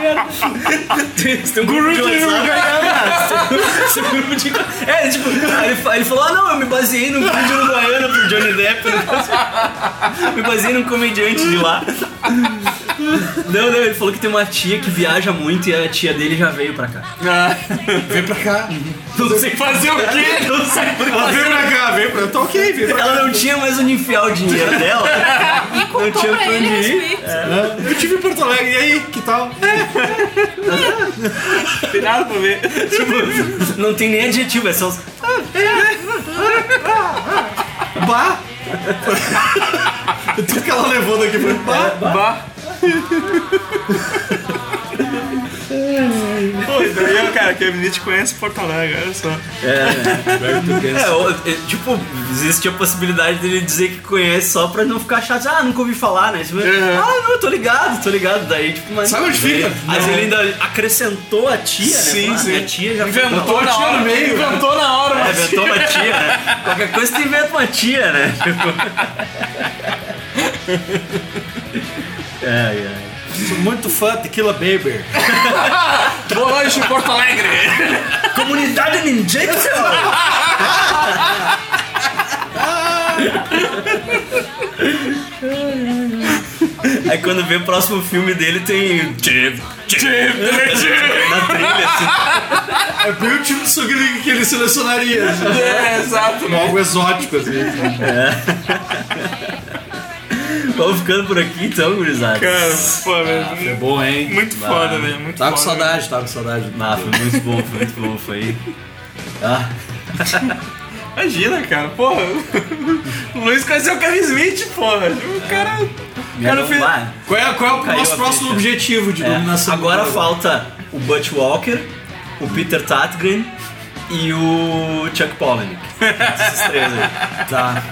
Tem um grupo de WhatsApp. Tem um grupo de- É, tipo, aí ele, fa- ele falou: ah, não, eu me baseei num vídeo uruguaiano pro Johnny Depp. Me baseei num comediante de lá. Não, não, ele falou que tem uma tia que viaja muito e a tia dele já veio pra cá.
Vem pra cá.
Não sei
Fazer o quê?
Não sei por
Ela vem pra cá, vem pra cá. Tá ok, vem pra cá.
Ela não tinha mais onde enfiar o dinheiro dela. Não tinha pra onde ir.
Eu tive em Porto Alegre, e aí, que tal?
Tem nada pra ver.
Tipo, não tem nem adjetivo, é só. os-
Bah! Tudo que ela levou daqui foi bah!
Bah. Pô, e daí, ó, cara, que a Minute conhece Porto Alegre, olha só.
É, ou- é, tipo, existe a possibilidade dele dizer que conhece só pra não ficar chato. Ah, nunca ouvi falar, né? Tipo, Ah, não, tô ligado, tô ligado. Daí, tipo, mas.
É. Sabe onde
Daí-
fica?
Mas ele ainda acrescentou a tia, né?
Sim,
Falou, "Ah,
sim.
Minha tia já
Inventou
foi-
a tia no meio. Inventou na hora,
É,
mas-
inventou uma tia, né? Qualquer coisa tu inventa uma tia, né? Tipo- Ai, ai.
Sou muito fã de Tequila Baby.
Boa noite, Porto Alegre!
Comunidade ninjitsu! Aí quando vê o próximo filme dele tem. Tip, tip, na trilha, assim.
É bem o tipo de sangue que ele selecionaria.
É, exato, né?
Algo exótico, assim.
Vamos ficando por aqui então, gurizada.
Cara, pô, velho.
É bom, hein?
Muito foda, velho. Muito
Tava com
foda.
saudade, tava com saudade.
Ah, foi muito bom, foi muito bom, foi. Ah,
Imagina, cara, porra. O Luiz conheceu o Kevin Smith, porra. O cara. O cara
não
fez.
vai.
Qual é, qual é o
Caiu
nosso
a
próximo
ficha.
objetivo de
É,
dominação?
Agora falta o Butch Walker, o Peter Tatgren e o Chuck Palahniuk. Esses três aí.
Tá.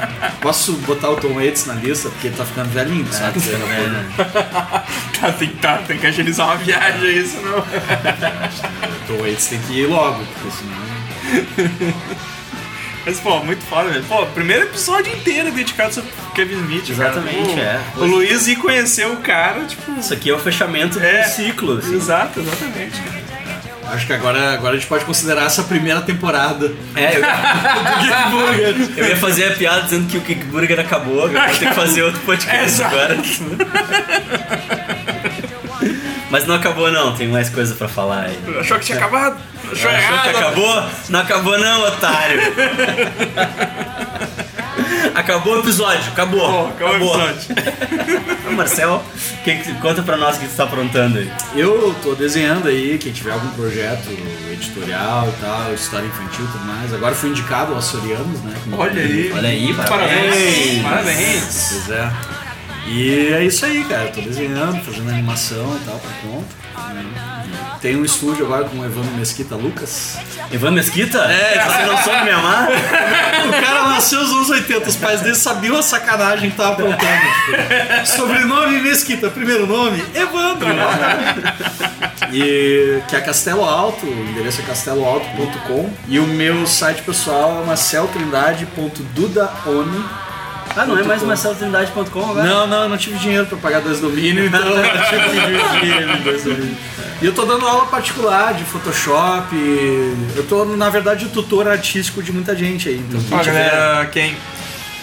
Posso botar o Tom Waits na lista? Porque ele tá ficando
É,
velhinho, sabe?
Tá, tem, que- tá, tem que agilizar uma viagem é aí, senão.
O Tom Waits tem que ir logo, porque senão...
Mas, pô, muito foda, velho. Pô, primeiro episódio inteiro dedicado sobre Kevin Smith,
Exatamente,
cara.
é.
O, o Luiz ir conhecer o cara, tipo.
Isso aqui é o fechamento
É.
do ciclo. assim.
Exato, exatamente.
Acho que agora, agora a gente pode considerar essa primeira temporada.
É, eu... eu ia fazer a piada dizendo que o Kick Burger acabou, agora eu vou ter que fazer outro podcast
Exato.
agora. Mas não acabou não, tem mais coisa pra falar aí.
Achou que tinha acabado? Achou
É, Achou que
errado?
acabou? Não acabou não, otário. acabou o episódio, acabou.
Pô, acabou o episódio.
Marcel, que que- conta pra nós o que tu tá aprontando aí.
Eu tô desenhando aí, quem tiver algum projeto editorial e tal, história infantil e tudo mais. Agora fui indicado ao Açorianos, né? como-
Olha aí.
Olha aí,
Parabéns.
É parabéns.
Parabéns.
Pois é. E é isso aí, cara. Eu tô desenhando, fazendo animação e tal, por conta. né. E Tem um estúdio agora com o Evandro Mesquita Lucas.
Ivan Mesquita? É, você não soube me amar?
O cara nasceu nos anos 80, os pais dele sabiam a sacanagem que tava aprontando. tipo. Sobrenome Mesquita, primeiro nome, Evandro. E que é Castelo Alto, o endereço é casteloalto.com. E o meu site pessoal é marceltrindade.dudaone.
Ah, não é mais
Com.
marceltrindade.com agora?
Não, não, eu não tive dinheiro pra pagar dois domínios, então eu tive que dividir em dois domínios. E eu tô dando aula particular de Photoshop. Eu tô, na verdade, o tutor artístico de muita gente aí. Então, quem
Ó,
tiver-
Ah, galera, quem.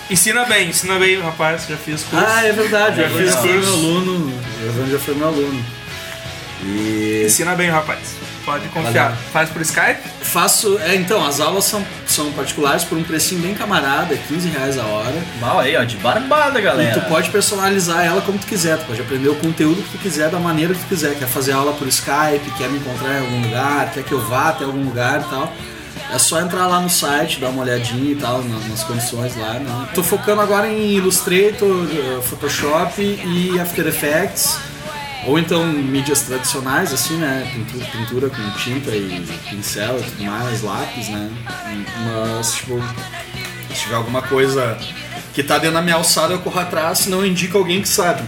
Ensina bem, ensina bem, rapaz. Já fiz curso.
Ah, é verdade.
Já
o
fiz
Evandro já foi
curso.
meu aluno. O Evandro já foi meu aluno. E
Ensina bem, rapaz. Pode confiar.
Valeu.
Faz por Skype?
faço. É, então, as aulas são, são particulares por um precinho bem camarada, 15 reais a hora.
Mal aí, ó, de barbada,
E
galera.
tu pode personalizar ela como tu quiser, tu pode aprender o conteúdo que tu quiser, da maneira que tu quiser. Quer fazer aula por Skype, quer me encontrar em algum lugar, quer que eu vá até algum lugar e tal. É só entrar lá no site, dar uma olhadinha e tal, na- nas condições lá. Né? Tô focando agora em Illustrator, eh, Photoshop e After Effects. Ou então mídias tradicionais, assim, né? Pintu- Pintura, com tinta e pincel e tudo mais, lápis, né? Mas, tipo, se tiver alguma coisa que tá dentro da minha alçada, eu corro atrás, senão eu indico alguém que sabe.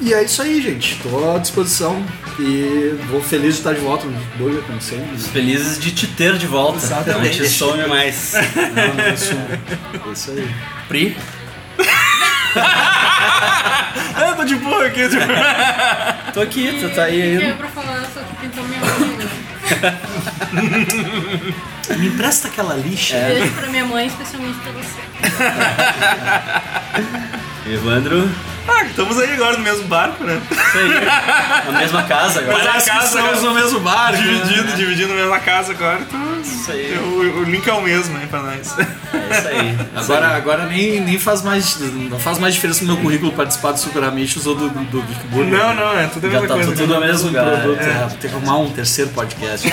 E é isso aí, gente. Tô à disposição e vou feliz de estar de volta no Boja, como sempre.
Felizes de te ter de volta. Não
Exatamente.
te some mais.
Não, não sou. Então, É isso aí.
Pri?
Eu tô de boa aqui, tipo.
Tô aqui, tu tá
Eu
aí
ia
ainda.
pra falar, só que pintou minha mãe. né?
Me empresta aquela lixa.
É,
Beijo pra minha mãe, especialmente pra você.
Evandro,
Ah, estamos aí agora no mesmo barco, né?
isso aí. Na mesma casa agora.
Mas a casa,
estamos
cara,
no mesmo barco,
Dividido,
né?
dividindo a mesma casa agora. Então,
Isso aí.
o, o link é o mesmo aí pra nós.
É isso aí.
Agora, agora nem, nem faz mais. Não faz mais diferença no meu currículo participar do Super Amichos ou do, do, do Geek Burger.
Não, não, é tudo a
Já tá
mesma coisa.
tudo no mesmo lugar.
né? Produto, é, Tem que arrumar um terceiro podcast.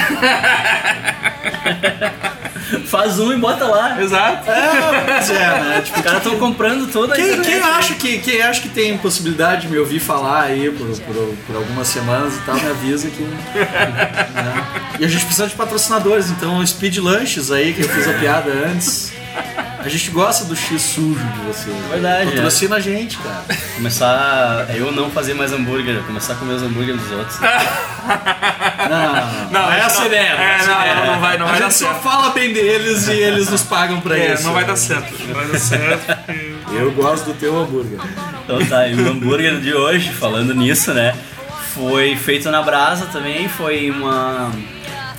Faz um e bota lá.
Exato.
Pois é, né? Tipo,
Os caras estão comprando toda a
Quem,
internet,
quem,
né?
acha que, quem acha que tem possibilidade de me ouvir falar aí por, por, por algumas semanas e tal, me avisa que. né? E a gente precisa de patrocinadores, então Speed Lunches aí, que eu fiz a piada antes. A gente gosta do X sujo de vocês. né?
Verdade, é.
Patrocina a gente, cara.
Começar a eu não fazer mais hambúrguer, começar a comer os hambúrguer dos outros.
Não,
Não,
não é
isso
essa a
não-
ideia.
é,
essa
não,
a ideia.
não, não vai- não vai
a
dar
gente só
certo.
fala bem deles e eles nos pagam pra
É,
isso.
não vai dar certo. Não vai dar certo. É,
Eu gosto do teu hambúrguer.
Então tá, e o hambúrguer de hoje, falando nisso, né? Foi feito na brasa também, foi uma.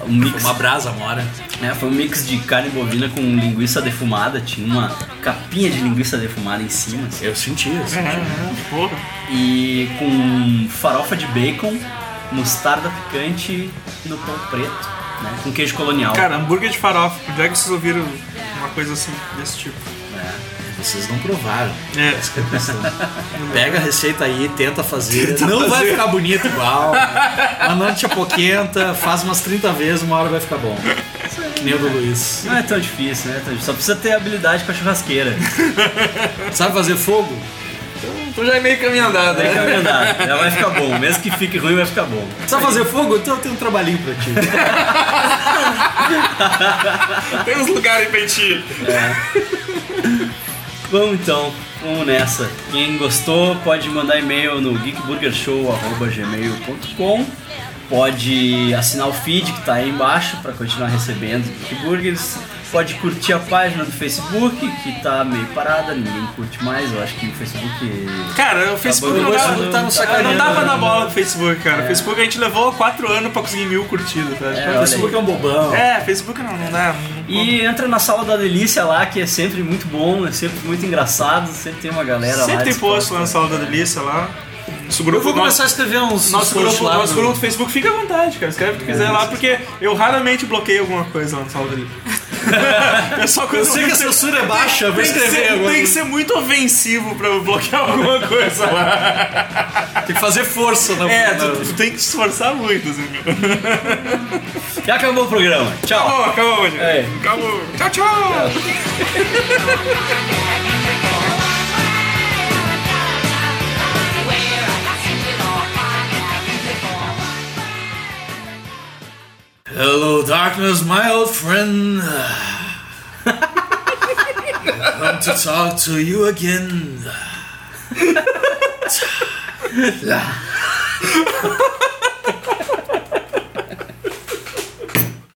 Um mix,
Uma brasa, mora.
né, foi um mix de carne bovina com linguiça defumada, tinha uma capinha de linguiça defumada em cima, assim,
Eu senti isso.
é, Porra.
e com farofa de bacon, mostarda picante no pão preto, né, com queijo colonial.
Cara, hambúrguer de farofa. Onde é que vocês ouviram uma coisa assim, desse tipo?
Vocês não provaram.
É.
Pega a receita aí, tenta fazer. não vai ficar bonito igual. Mas não te apoquenta, faz umas 30 vezes, uma hora vai ficar bom. Que nem o do Luiz.
Não é tão difícil, né? tão difícil. Só precisa ter habilidade pra churrasqueira.
Sabe fazer fogo?
Tu já é meio caminho andado,
Daí que
né?
é verdade. Ela vai ficar bom. Mesmo que fique ruim, vai ficar bom.
Sabe fazer fogo? Então eu tenho um trabalhinho pra ti.
Tem uns lugares pra gente.
Vamos então, vamos nessa. Quem gostou pode mandar e-mail no geekburgershow.gmail.com Pode assinar o feed que tá aí embaixo para continuar recebendo Geek Burgers. Pode curtir a página do Facebook, que tá meio parada, ninguém curte mais. Eu acho que o Facebook.
Cara, o Facebook não dá,
Acabou.
tá no sacanagem. não dá pra dar bola pro Facebook, cara. O Facebook a gente levou 4 anos pra conseguir mil curtidas, tá?
É, olha aí.
Porque é um bobão.
É, Facebook não, não dá.
E entra na sala da delícia lá, que é sempre muito bom, é sempre muito engraçado, sempre tem uma galera lá. né?
Sempre tem post
disposta.
lá na sala da delícia lá. Nosso
Eu
grupo,
vou
nosso,
começar a escrever uns,
nosso
uns posts
grupo,
lá
nosso
no-
grupo do Facebook, fica à vontade, cara. Escreve o que tu quiser
É.
lá, porque eu raramente bloqueio alguma coisa lá na sala da delícia. é só
Eu
coisa
sei que a
muito-
censura é baixa, eu vou
Tem que,
escrever
ser,
agora.
tem que ser muito ofensivo pra eu bloquear alguma coisa lá.
Tem que fazer força na
É,
na-
tu, tu tem que se esforçar muito, assim.
Já acabou o programa. Tchau.
Acabou, acabou, gente.
É.
Acabou. Tchau, tchau.
Hello, darkness, my old friend. Come to talk to you again.